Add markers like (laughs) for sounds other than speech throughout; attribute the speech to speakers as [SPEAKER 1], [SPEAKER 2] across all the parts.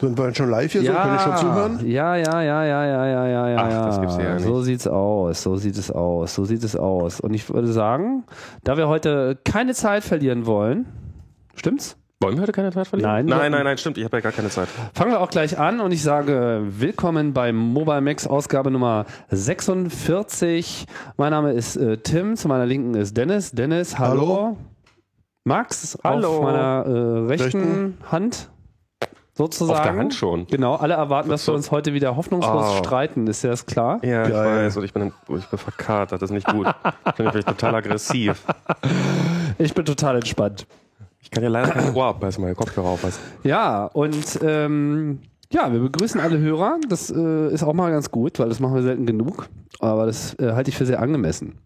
[SPEAKER 1] Sind wir schon live hier so? Können ich schon zuhören?
[SPEAKER 2] Ja, ja, ja, ja, ja, ja, ja, ja.
[SPEAKER 3] Ach, das gibt's ja
[SPEAKER 2] ja
[SPEAKER 3] gar nicht.
[SPEAKER 2] So sieht's aus, so sieht es aus, so sieht es aus. Und ich würde sagen, da wir heute keine Zeit verlieren wollen, stimmt's?
[SPEAKER 3] Wollen wir heute keine Zeit verlieren?
[SPEAKER 2] Nein.
[SPEAKER 3] Nein, nein, nein, stimmt. Ich habe ja gar keine Zeit.
[SPEAKER 2] Fangen wir auch gleich an und ich sage willkommen bei Mobile Max Ausgabe Nummer 46. Mein Name ist äh, Tim, zu meiner Linken ist Dennis. Dennis, hallo.
[SPEAKER 1] Hallo.
[SPEAKER 2] Max auf
[SPEAKER 3] Hallo.
[SPEAKER 2] meiner äh, rechten,
[SPEAKER 1] Rechten.
[SPEAKER 2] Hand sozusagen.
[SPEAKER 3] Auf der Hand schon?
[SPEAKER 2] Genau, alle erwarten, dass
[SPEAKER 3] so.
[SPEAKER 2] wir uns heute wieder hoffnungslos
[SPEAKER 3] Oh.
[SPEAKER 2] streiten, ist ja das klar?
[SPEAKER 3] Ja, ich
[SPEAKER 1] Geil.
[SPEAKER 3] weiß. Und ich bin, ich bin verkatert. Das ist nicht gut. Ich bin natürlich total aggressiv.
[SPEAKER 2] Ich bin total entspannt.
[SPEAKER 3] Ich kann ja leider kein Ohr abbeißen, meine Kopfhörer aufpassen.
[SPEAKER 2] Ja, und ähm, ja, wir begrüßen alle Hörer. Das äh, ist auch mal ganz gut, weil das machen wir selten genug. Aber das äh, halte ich für sehr angemessen.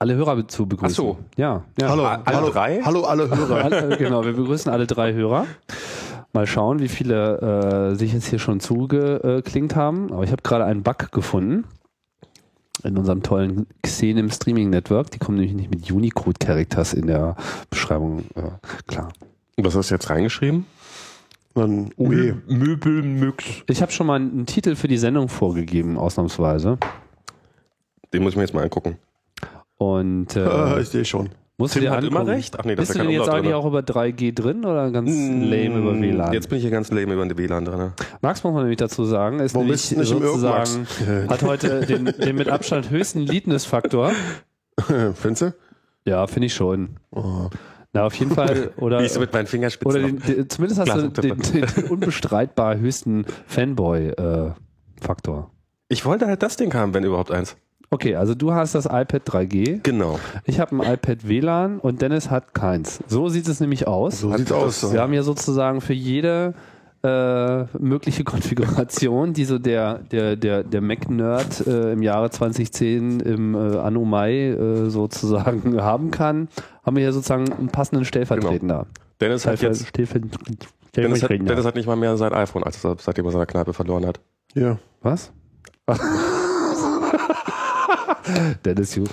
[SPEAKER 2] Alle Hörer be- zu begrüßen.
[SPEAKER 3] Ach so.
[SPEAKER 2] Ja. ja.
[SPEAKER 1] Hallo,
[SPEAKER 3] Alle
[SPEAKER 1] hallo,
[SPEAKER 3] drei?
[SPEAKER 1] hallo alle
[SPEAKER 2] (laughs)
[SPEAKER 1] Hörer.
[SPEAKER 2] Alle, genau, wir begrüßen alle drei Hörer. Mal schauen, wie viele äh, sich jetzt hier schon zugeklingt haben. Aber ich habe gerade einen Bug gefunden in unserem tollen Xenem Streaming Network. Die kommen nämlich nicht mit Unicode Characters in der Beschreibung. Äh, klar.
[SPEAKER 3] Was hast du jetzt reingeschrieben?
[SPEAKER 1] Dann oh UE.
[SPEAKER 2] Mhm.
[SPEAKER 3] Möbelmüx.
[SPEAKER 2] Ich habe schon mal einen Titel für die Sendung vorgegeben, ausnahmsweise.
[SPEAKER 3] Den muss ich mir jetzt mal angucken.
[SPEAKER 2] Und
[SPEAKER 1] Äh,
[SPEAKER 2] äh,
[SPEAKER 1] ich sehe schon. (laughs)
[SPEAKER 2] musst du
[SPEAKER 3] Tim
[SPEAKER 2] dir
[SPEAKER 3] hat
[SPEAKER 2] angucken.
[SPEAKER 3] immer recht. Ach nee, das
[SPEAKER 2] Bist du
[SPEAKER 3] ist ja
[SPEAKER 2] denn
[SPEAKER 3] kein
[SPEAKER 2] jetzt
[SPEAKER 3] Umlaut
[SPEAKER 2] eigentlich
[SPEAKER 3] drin.
[SPEAKER 2] auch über 3G drin oder ganz lame über WLAN?
[SPEAKER 3] Jetzt bin ich hier ganz lame über den WLAN drin. ne?
[SPEAKER 2] Max muss man nämlich dazu sagen, ist
[SPEAKER 1] Warum
[SPEAKER 2] nämlich
[SPEAKER 1] bist du nicht im
[SPEAKER 2] sozusagen,
[SPEAKER 1] (laughs) Irrmax?
[SPEAKER 2] hat heute den, den mit Abstand höchsten Leadness-Faktor.
[SPEAKER 1] Findest du?
[SPEAKER 2] Ja, finde ich schon.
[SPEAKER 1] Oh.
[SPEAKER 2] Na, auf jeden
[SPEAKER 3] Äh,
[SPEAKER 1] (laughs)
[SPEAKER 2] Fall. Oder,
[SPEAKER 3] Wie ich so mit meinen
[SPEAKER 2] oder
[SPEAKER 3] Fingerspitzen.
[SPEAKER 2] den, den, zumindest hast du den, den, den unbestreitbar höchsten Fanboy-Faktor.
[SPEAKER 3] Ich wollte halt das Ding haben, wenn überhaupt eins.
[SPEAKER 2] okay, also du hast das iPad 3G.
[SPEAKER 3] Genau.
[SPEAKER 2] Ich habe ein iPad WLAN und Dennis hat keins. So sieht es nämlich aus.
[SPEAKER 1] So sieht's aus.
[SPEAKER 2] Wir haben hier sozusagen für jede äh, mögliche (laughs) Konfiguration, die so der, der, der, der Mac-Nerd äh, im Jahre 2010 im äh, Anno Mai äh, sozusagen (laughs) haben kann, haben wir hier sozusagen einen passenden Stellvertretender.
[SPEAKER 3] Dennis Genau. hat jetzt.
[SPEAKER 2] Stellvertretender.
[SPEAKER 3] Halt Dennis hat, Dennis hat nicht mal mehr sein iPhone, als er, seitdem er seine Kneipe verloren hat.
[SPEAKER 1] Ja.
[SPEAKER 3] (laughs)
[SPEAKER 2] Was? Dennis, you-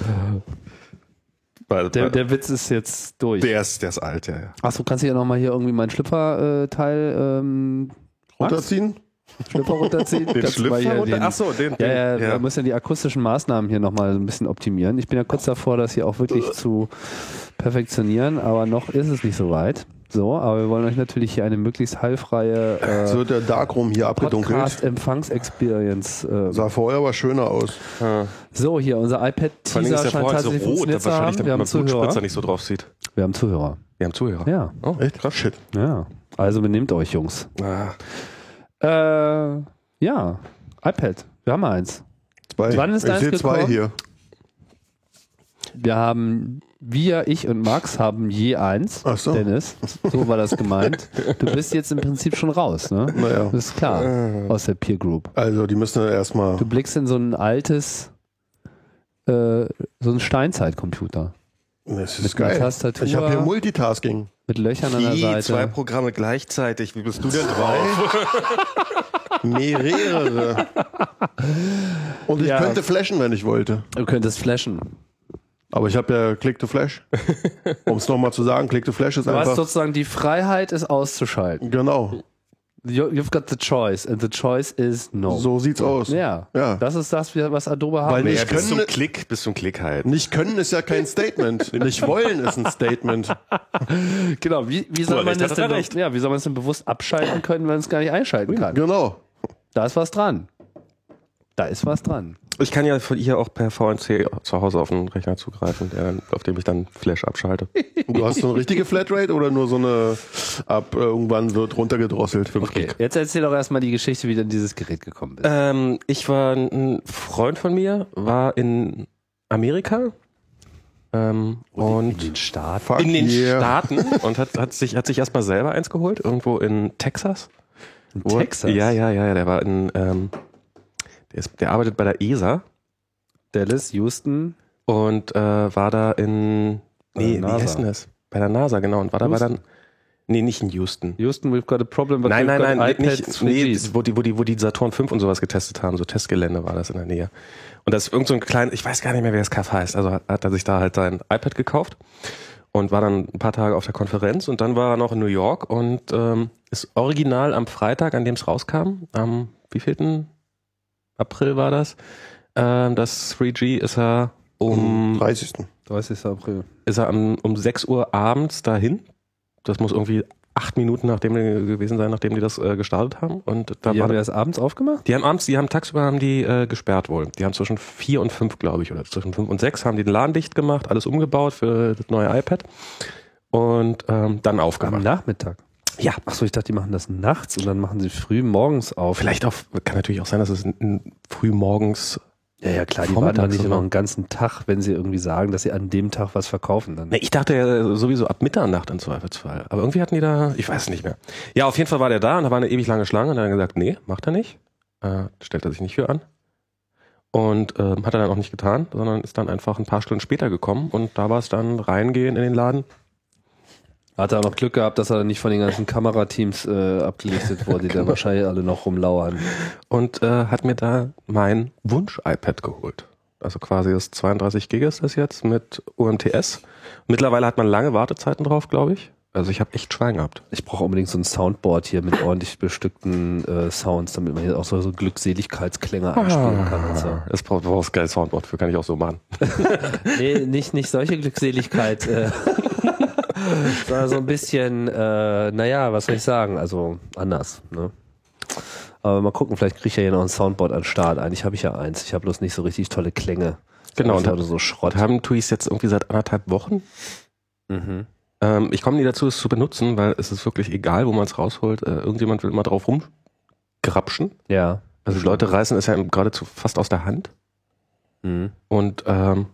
[SPEAKER 3] Weil,
[SPEAKER 2] der,
[SPEAKER 3] weil,
[SPEAKER 2] der Witz ist jetzt durch.
[SPEAKER 1] Der ist, der ist alt, ja. ja.
[SPEAKER 2] Achso, kannst du ja nochmal hier irgendwie meinen Schlüpperteil äh, Teil, ähm, Max?
[SPEAKER 1] Runterziehen?
[SPEAKER 2] Schlüpper runterziehen?
[SPEAKER 3] den
[SPEAKER 2] Kannst du mal
[SPEAKER 3] Schlüpfer
[SPEAKER 2] hier
[SPEAKER 3] runter.
[SPEAKER 2] den-
[SPEAKER 3] Achso, den.
[SPEAKER 2] ja,
[SPEAKER 3] den-
[SPEAKER 2] ja, wir müssen ja die akustischen Maßnahmen hier nochmal so ein bisschen optimieren. Ich bin ja kurz davor, das hier auch wirklich zu perfektionieren, aber noch ist es nicht so weit. So, aber wir wollen euch natürlich hier eine möglichst heilfreie äh,
[SPEAKER 1] So wird der Darkroom hier abgedunkelt.
[SPEAKER 2] Podcast-Empfangs-Experience. Äh.
[SPEAKER 1] Sah vorher aber schöner aus.
[SPEAKER 3] Ja.
[SPEAKER 2] So, hier, unser
[SPEAKER 3] Vor allem ist
[SPEAKER 2] iPad-Teaser
[SPEAKER 3] der
[SPEAKER 2] scheint
[SPEAKER 3] vorhin so
[SPEAKER 2] tatsächlich
[SPEAKER 3] rot,
[SPEAKER 2] funktioniert
[SPEAKER 3] dass
[SPEAKER 2] zu
[SPEAKER 3] wahrscheinlich
[SPEAKER 2] haben.
[SPEAKER 3] der
[SPEAKER 2] Wir haben
[SPEAKER 3] Blutspritzer
[SPEAKER 2] Zuhörer.
[SPEAKER 3] nicht so drauf sieht.
[SPEAKER 2] Wir haben Zuhörer.
[SPEAKER 3] Wir haben Zuhörer.
[SPEAKER 2] Ja,
[SPEAKER 3] Oh,
[SPEAKER 1] Echt? Krass, shit.
[SPEAKER 2] ja. Also benehmt euch, Jungs.
[SPEAKER 3] Ah,
[SPEAKER 2] Äh, ja, iPad. Wir haben eins.
[SPEAKER 1] Zwei.
[SPEAKER 2] Wann ist
[SPEAKER 1] ich
[SPEAKER 2] deins
[SPEAKER 1] sehe zwei
[SPEAKER 2] gekommen?
[SPEAKER 1] hier.
[SPEAKER 2] Wir haben, wir, ich und Max haben je eins.
[SPEAKER 1] Ach so.
[SPEAKER 2] Dennis, so war das gemeint. Du bist jetzt im Prinzip schon raus, ne?
[SPEAKER 1] Naja.
[SPEAKER 2] Das ist klar,
[SPEAKER 1] Ah.
[SPEAKER 2] aus der Peer Group.
[SPEAKER 1] Also, die müssen ja erstmal.
[SPEAKER 2] Du blickst in so ein altes, äh, so einen Steinzeitcomputer
[SPEAKER 1] Das
[SPEAKER 2] mit
[SPEAKER 1] ist geil.
[SPEAKER 2] einer Tastatur.
[SPEAKER 1] Ich habe hier Multitasking.
[SPEAKER 2] mit Löchern an der
[SPEAKER 3] Die
[SPEAKER 2] Seite.
[SPEAKER 3] zwei Programme gleichzeitig. Wie bist du
[SPEAKER 2] (laughs)
[SPEAKER 3] denn drauf?
[SPEAKER 1] Mehrere. Und ich
[SPEAKER 2] Ja.
[SPEAKER 1] könnte flashen, wenn ich wollte.
[SPEAKER 2] Du könntest flashen.
[SPEAKER 1] Aber ich habe ja Click to
[SPEAKER 2] (laughs)
[SPEAKER 1] Flash. Um es nochmal zu sagen, Click to Flash ist
[SPEAKER 2] Du hast
[SPEAKER 1] einfach.
[SPEAKER 2] sozusagen die Freiheit, es auszuschalten.
[SPEAKER 1] Genau.
[SPEAKER 2] You- You've got the choice and the choice is no.
[SPEAKER 1] So sieht's aus.
[SPEAKER 2] Ja,
[SPEAKER 1] Ja.
[SPEAKER 2] das ist das, was Adobe hat.
[SPEAKER 1] Weil
[SPEAKER 3] Nee,
[SPEAKER 1] ich
[SPEAKER 3] bis
[SPEAKER 1] könnte-
[SPEAKER 3] zum Klick, bis zum Klick halt.
[SPEAKER 1] Nicht können ist ja kein Statement. Nicht wollen ist ein Statement.
[SPEAKER 2] Genau, wie, wie soll
[SPEAKER 3] Oder
[SPEAKER 2] man
[SPEAKER 3] recht
[SPEAKER 2] das
[SPEAKER 3] hat er
[SPEAKER 2] denn,
[SPEAKER 3] recht.
[SPEAKER 2] ja, wie soll man es denn bewusst abschalten können, wenn man es gar nicht einschalten kann?
[SPEAKER 1] Genau.
[SPEAKER 2] Da ist was dran. Da ist was dran.
[SPEAKER 3] Ich kann ja von hier auch per VNC zu Hause auf den Rechner zugreifen, der, dann- auf dem ich dann Flash abschalte.
[SPEAKER 1] Und Du hast so eine richtige Flatrate oder nur so eine ab äh, irgendwann wird runtergedrosselt.
[SPEAKER 2] Okay, jetzt erzähl doch erstmal die Geschichte, wie du an dieses Gerät gekommen bist.
[SPEAKER 3] Ähm, ich war ein Freund von mir, war in Amerika ähm, und
[SPEAKER 2] den Start.
[SPEAKER 1] Fuck
[SPEAKER 3] in den
[SPEAKER 1] yeah.
[SPEAKER 3] Staaten und hat, hat sich, hat sich erstmal selber eins geholt, irgendwo in Texas.
[SPEAKER 2] In
[SPEAKER 3] Wo-
[SPEAKER 2] Texas.
[SPEAKER 3] Ja, ja, ja, ja, der war in, ähm, der, ist, der arbeitet bei der ESA
[SPEAKER 2] Dallas, Houston.
[SPEAKER 3] und äh, war da in,
[SPEAKER 2] Bei der
[SPEAKER 3] nee, wie
[SPEAKER 2] NASA.
[SPEAKER 3] heißt denn das? Bei der NASA, genau, und war da, war dann,
[SPEAKER 2] Houston.
[SPEAKER 3] nee, nicht in Houston.
[SPEAKER 2] Houston, we've got a problem. but
[SPEAKER 3] Nein,
[SPEAKER 2] we've
[SPEAKER 3] nein,
[SPEAKER 2] got
[SPEAKER 3] nein,
[SPEAKER 2] iPad
[SPEAKER 3] nicht, nee,
[SPEAKER 2] 3Gs.
[SPEAKER 3] wo die, wo die, wo die Saturn 5 und sowas getestet haben, so Testgelände war das in der Nähe. Und das ist irgend so ein kleines, ich weiß gar nicht mehr, wie das Kaff heißt, also hat, hat er sich da halt sein iPad gekauft und war dann ein paar Tage auf der Konferenz und dann war er noch in New York und ähm, ist original am Freitag, an dem es rauskam, am wievielten April war das, ähm, das 3G ist er um
[SPEAKER 1] 30.
[SPEAKER 2] 30. April.
[SPEAKER 3] ist er am, um 6 Uhr abends dahin. Das muss irgendwie acht Minuten nachdem die gewesen sein, nachdem die das äh, gestartet haben. Und da
[SPEAKER 2] Die
[SPEAKER 3] war
[SPEAKER 2] haben
[SPEAKER 3] der,
[SPEAKER 2] das abends aufgemacht?
[SPEAKER 3] die haben abends, die haben tagsüber haben die äh, gesperrt wohl. Die haben zwischen vier und fünf, glaube ich, oder zwischen fünf und sechs haben die den Laden dicht gemacht, alles umgebaut für das neue iPad und ähm, dann
[SPEAKER 2] Am
[SPEAKER 3] aufgemacht.
[SPEAKER 2] Nachmittag.
[SPEAKER 3] Ja,
[SPEAKER 2] Achso, ich dachte, die machen das nachts und dann machen sie früh morgens auf.
[SPEAKER 3] vielleicht auch, kann natürlich auch sein, dass es n- n- früh morgens.
[SPEAKER 2] Ja, ja, klar, die
[SPEAKER 3] Vormittags
[SPEAKER 2] warten doch nicht
[SPEAKER 3] oder?
[SPEAKER 2] noch einen ganzen Tag, wenn sie irgendwie sagen, dass sie an dem Tag was verkaufen. Dann.
[SPEAKER 3] Ne, ich dachte ja sowieso ab Mitternacht im Zweifelsfall. Aber irgendwie hatten die da, ich weiß nicht mehr. Ja, auf jeden Fall war der da und da war eine ewig lange Schlange und dann hat er gesagt, nee, macht er nicht. Äh, stellt er sich nicht für an. Und ähm, hat er dann auch nicht getan, sondern ist dann einfach ein paar Stunden später gekommen und da war es dann reingehen in den Laden.
[SPEAKER 2] Hat er auch noch Glück gehabt, dass er nicht von den ganzen Kamerateams äh, abgelichtet wurde, die
[SPEAKER 3] (laughs)
[SPEAKER 2] da wahrscheinlich alle noch rumlauern.
[SPEAKER 3] und äh, hat mir da mein Wunsch-iPad geholt. Also quasi das 32 Gig ist das jetzt mit UMTS. Mittlerweile hat man lange Wartezeiten drauf, glaube ich. Also ich habe echt Schwein gehabt.
[SPEAKER 2] Ich brauche unbedingt so ein Soundboard hier mit ordentlich bestückten äh, Sounds, damit man hier auch so, so Glückseligkeitsklänge anspielen kann. Und so.
[SPEAKER 3] Das braucht braucht das geile Soundboard für, kann ich auch so machen.
[SPEAKER 2] Nee, nicht, nicht solche Glückseligkeit. Äh, sondern so ein bisschen, äh, naja, was soll ich sagen? Also anders. Ne? Aber mal gucken, vielleicht kriege ich ja hier noch ein Soundboard an den Start. Eigentlich habe ich ja eins. Ich habe bloß nicht so richtig tolle Klänge.
[SPEAKER 3] Genau,
[SPEAKER 2] Und
[SPEAKER 3] und
[SPEAKER 2] so Schrott.
[SPEAKER 3] Und haben tue ich es jetzt irgendwie seit anderthalb Wochen.
[SPEAKER 2] Mhm.
[SPEAKER 3] Ähm, ich komme nie dazu, es zu benutzen, weil es ist wirklich egal, wo man es rausholt. Äh, irgendjemand will immer drauf rumgrapschen.
[SPEAKER 2] Ja.
[SPEAKER 3] Also die Leute reißen es ja geradezu fast aus der Hand.
[SPEAKER 2] Mhm.
[SPEAKER 3] Und ähm,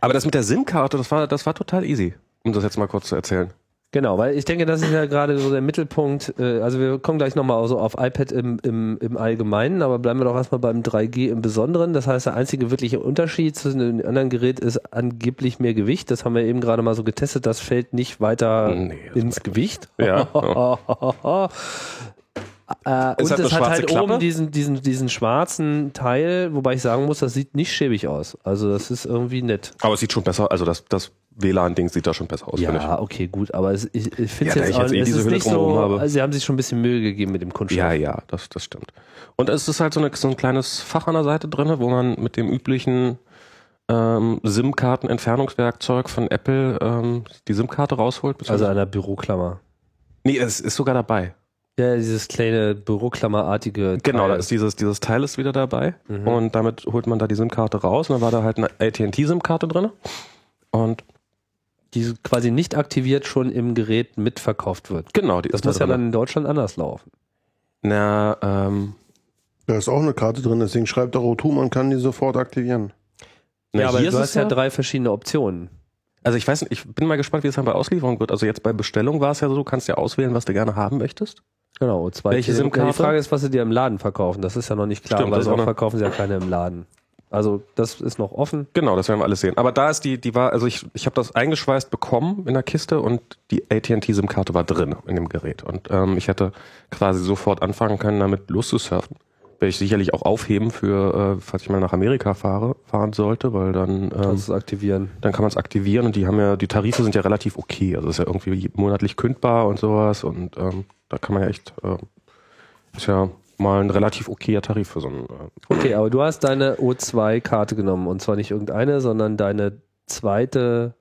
[SPEAKER 3] aber das mit der SIM-Karte, das war, das war total easy, um das jetzt mal kurz zu erzählen.
[SPEAKER 2] Genau, weil ich denke, das ist ja gerade so der Mittelpunkt. äh, Also wir kommen gleich nochmal so auf iPad im, im, im Allgemeinen, aber bleiben wir doch erstmal beim 3G im Besonderen. Das heißt, der einzige wirkliche Unterschied zwischen dem anderen Gerät ist angeblich mehr Gewicht. Das haben wir eben gerade mal so getestet. Das fällt nicht weiter
[SPEAKER 3] Nee, das
[SPEAKER 2] ins Gewicht.
[SPEAKER 3] (laughs) Ja.
[SPEAKER 2] (laughs) Äh, und
[SPEAKER 3] Es hat eine
[SPEAKER 2] es hat
[SPEAKER 3] schwarze
[SPEAKER 2] halt
[SPEAKER 3] Klappe.
[SPEAKER 2] oben diesen, diesen, diesen schwarzen Teil, wobei ich sagen muss, das sieht nicht schäbig aus. Also das ist irgendwie nett.
[SPEAKER 3] Aber es sieht schon besser, also das, das WLAN-Ding sieht da schon besser aus, finde ich.
[SPEAKER 2] Ja, okay, gut, aber es, ich, ich finde
[SPEAKER 3] Ja,
[SPEAKER 2] es
[SPEAKER 3] da
[SPEAKER 2] jetzt
[SPEAKER 3] ich
[SPEAKER 2] auch
[SPEAKER 3] jetzt eh
[SPEAKER 2] es
[SPEAKER 3] diese
[SPEAKER 2] ist
[SPEAKER 3] Hülle
[SPEAKER 2] nicht
[SPEAKER 3] drumherum
[SPEAKER 2] so,
[SPEAKER 3] habe.
[SPEAKER 2] also sie haben sich schon ein bisschen Mühe gegeben mit dem Kunststoff.
[SPEAKER 3] Ja, ja, das, das stimmt. Und es ist halt so, eine, so ein kleines Fach an der Seite drin, ne, wo man mit dem üblichen ähm, SIM-Karten-Entfernungswerkzeug von Apple ähm, die SIM-Karte rausholt.
[SPEAKER 2] Also
[SPEAKER 3] beziehungsweise-
[SPEAKER 2] einer Büroklammer. Also-
[SPEAKER 3] nee, es ist sogar dabei.
[SPEAKER 2] Ja, dieses kleine Büroklammerartige.
[SPEAKER 3] Genau, da
[SPEAKER 2] Teil.
[SPEAKER 3] ist dieses, dieses Teil ist wieder dabei.
[SPEAKER 2] Ah, Mhm.
[SPEAKER 3] Und damit holt man da die SIM-Karte raus. Und dann war da halt eine AT&T-SIM-Karte drin. Und
[SPEAKER 2] die so quasi nicht aktiviert schon im Gerät mitverkauft wird.
[SPEAKER 3] Genau, die
[SPEAKER 2] Das ne? muss
[SPEAKER 3] ist da
[SPEAKER 2] ja
[SPEAKER 3] drin.
[SPEAKER 2] dann in Deutschland anders laufen.
[SPEAKER 3] Na, ähm,
[SPEAKER 1] Da ist auch eine Karte drin, deswegen schreibt der O2, man kann die sofort aktivieren.
[SPEAKER 3] na,
[SPEAKER 2] ja, aber
[SPEAKER 3] hier
[SPEAKER 2] du
[SPEAKER 3] ist
[SPEAKER 2] hast
[SPEAKER 3] es
[SPEAKER 2] ja, drei verschiedene Optionen.
[SPEAKER 3] Also ich weiß nicht, ich bin mal gespannt, wie es dann bei Auslieferung wird. Also jetzt bei Bestellung war es ja so, du kannst ja auswählen, was du gerne haben möchtest.
[SPEAKER 2] Genau, zwei
[SPEAKER 3] Welche
[SPEAKER 2] Themen.
[SPEAKER 3] SIM-Karte?
[SPEAKER 2] Die Frage ist, was sie dir im Laden verkaufen. Das ist ja noch nicht klar,
[SPEAKER 3] Stimmt,
[SPEAKER 2] weil
[SPEAKER 3] das ist auch
[SPEAKER 2] noch
[SPEAKER 3] noch-
[SPEAKER 2] verkaufen sie ja keine im Laden. Also das ist noch offen.
[SPEAKER 3] Genau, das werden wir alles sehen. Aber da ist die, die war, also ich, ich habe das eingeschweißt bekommen in der Kiste und die AT&T-SIM-Karte war drin in dem Gerät. Und ähm, ich hätte quasi sofort anfangen können, damit loszusurfen. Werde ich sicherlich auch aufheben für, äh, falls ich mal nach Amerika fahre, fahren sollte, weil dann... Ähm,
[SPEAKER 2] Kannst du es aktivieren.
[SPEAKER 3] dann kann man es aktivieren und die haben ja, die Tarife sind ja relativ okay. Also ist ja irgendwie monatlich kündbar und sowas und ähm, da kann man ja echt, äh, ist ja mal ein relativ okayer Tarif für so einen. Äh,
[SPEAKER 2] Okay, aber du hast deine O2-Karte genommen und zwar nicht irgendeine, sondern deine zweite.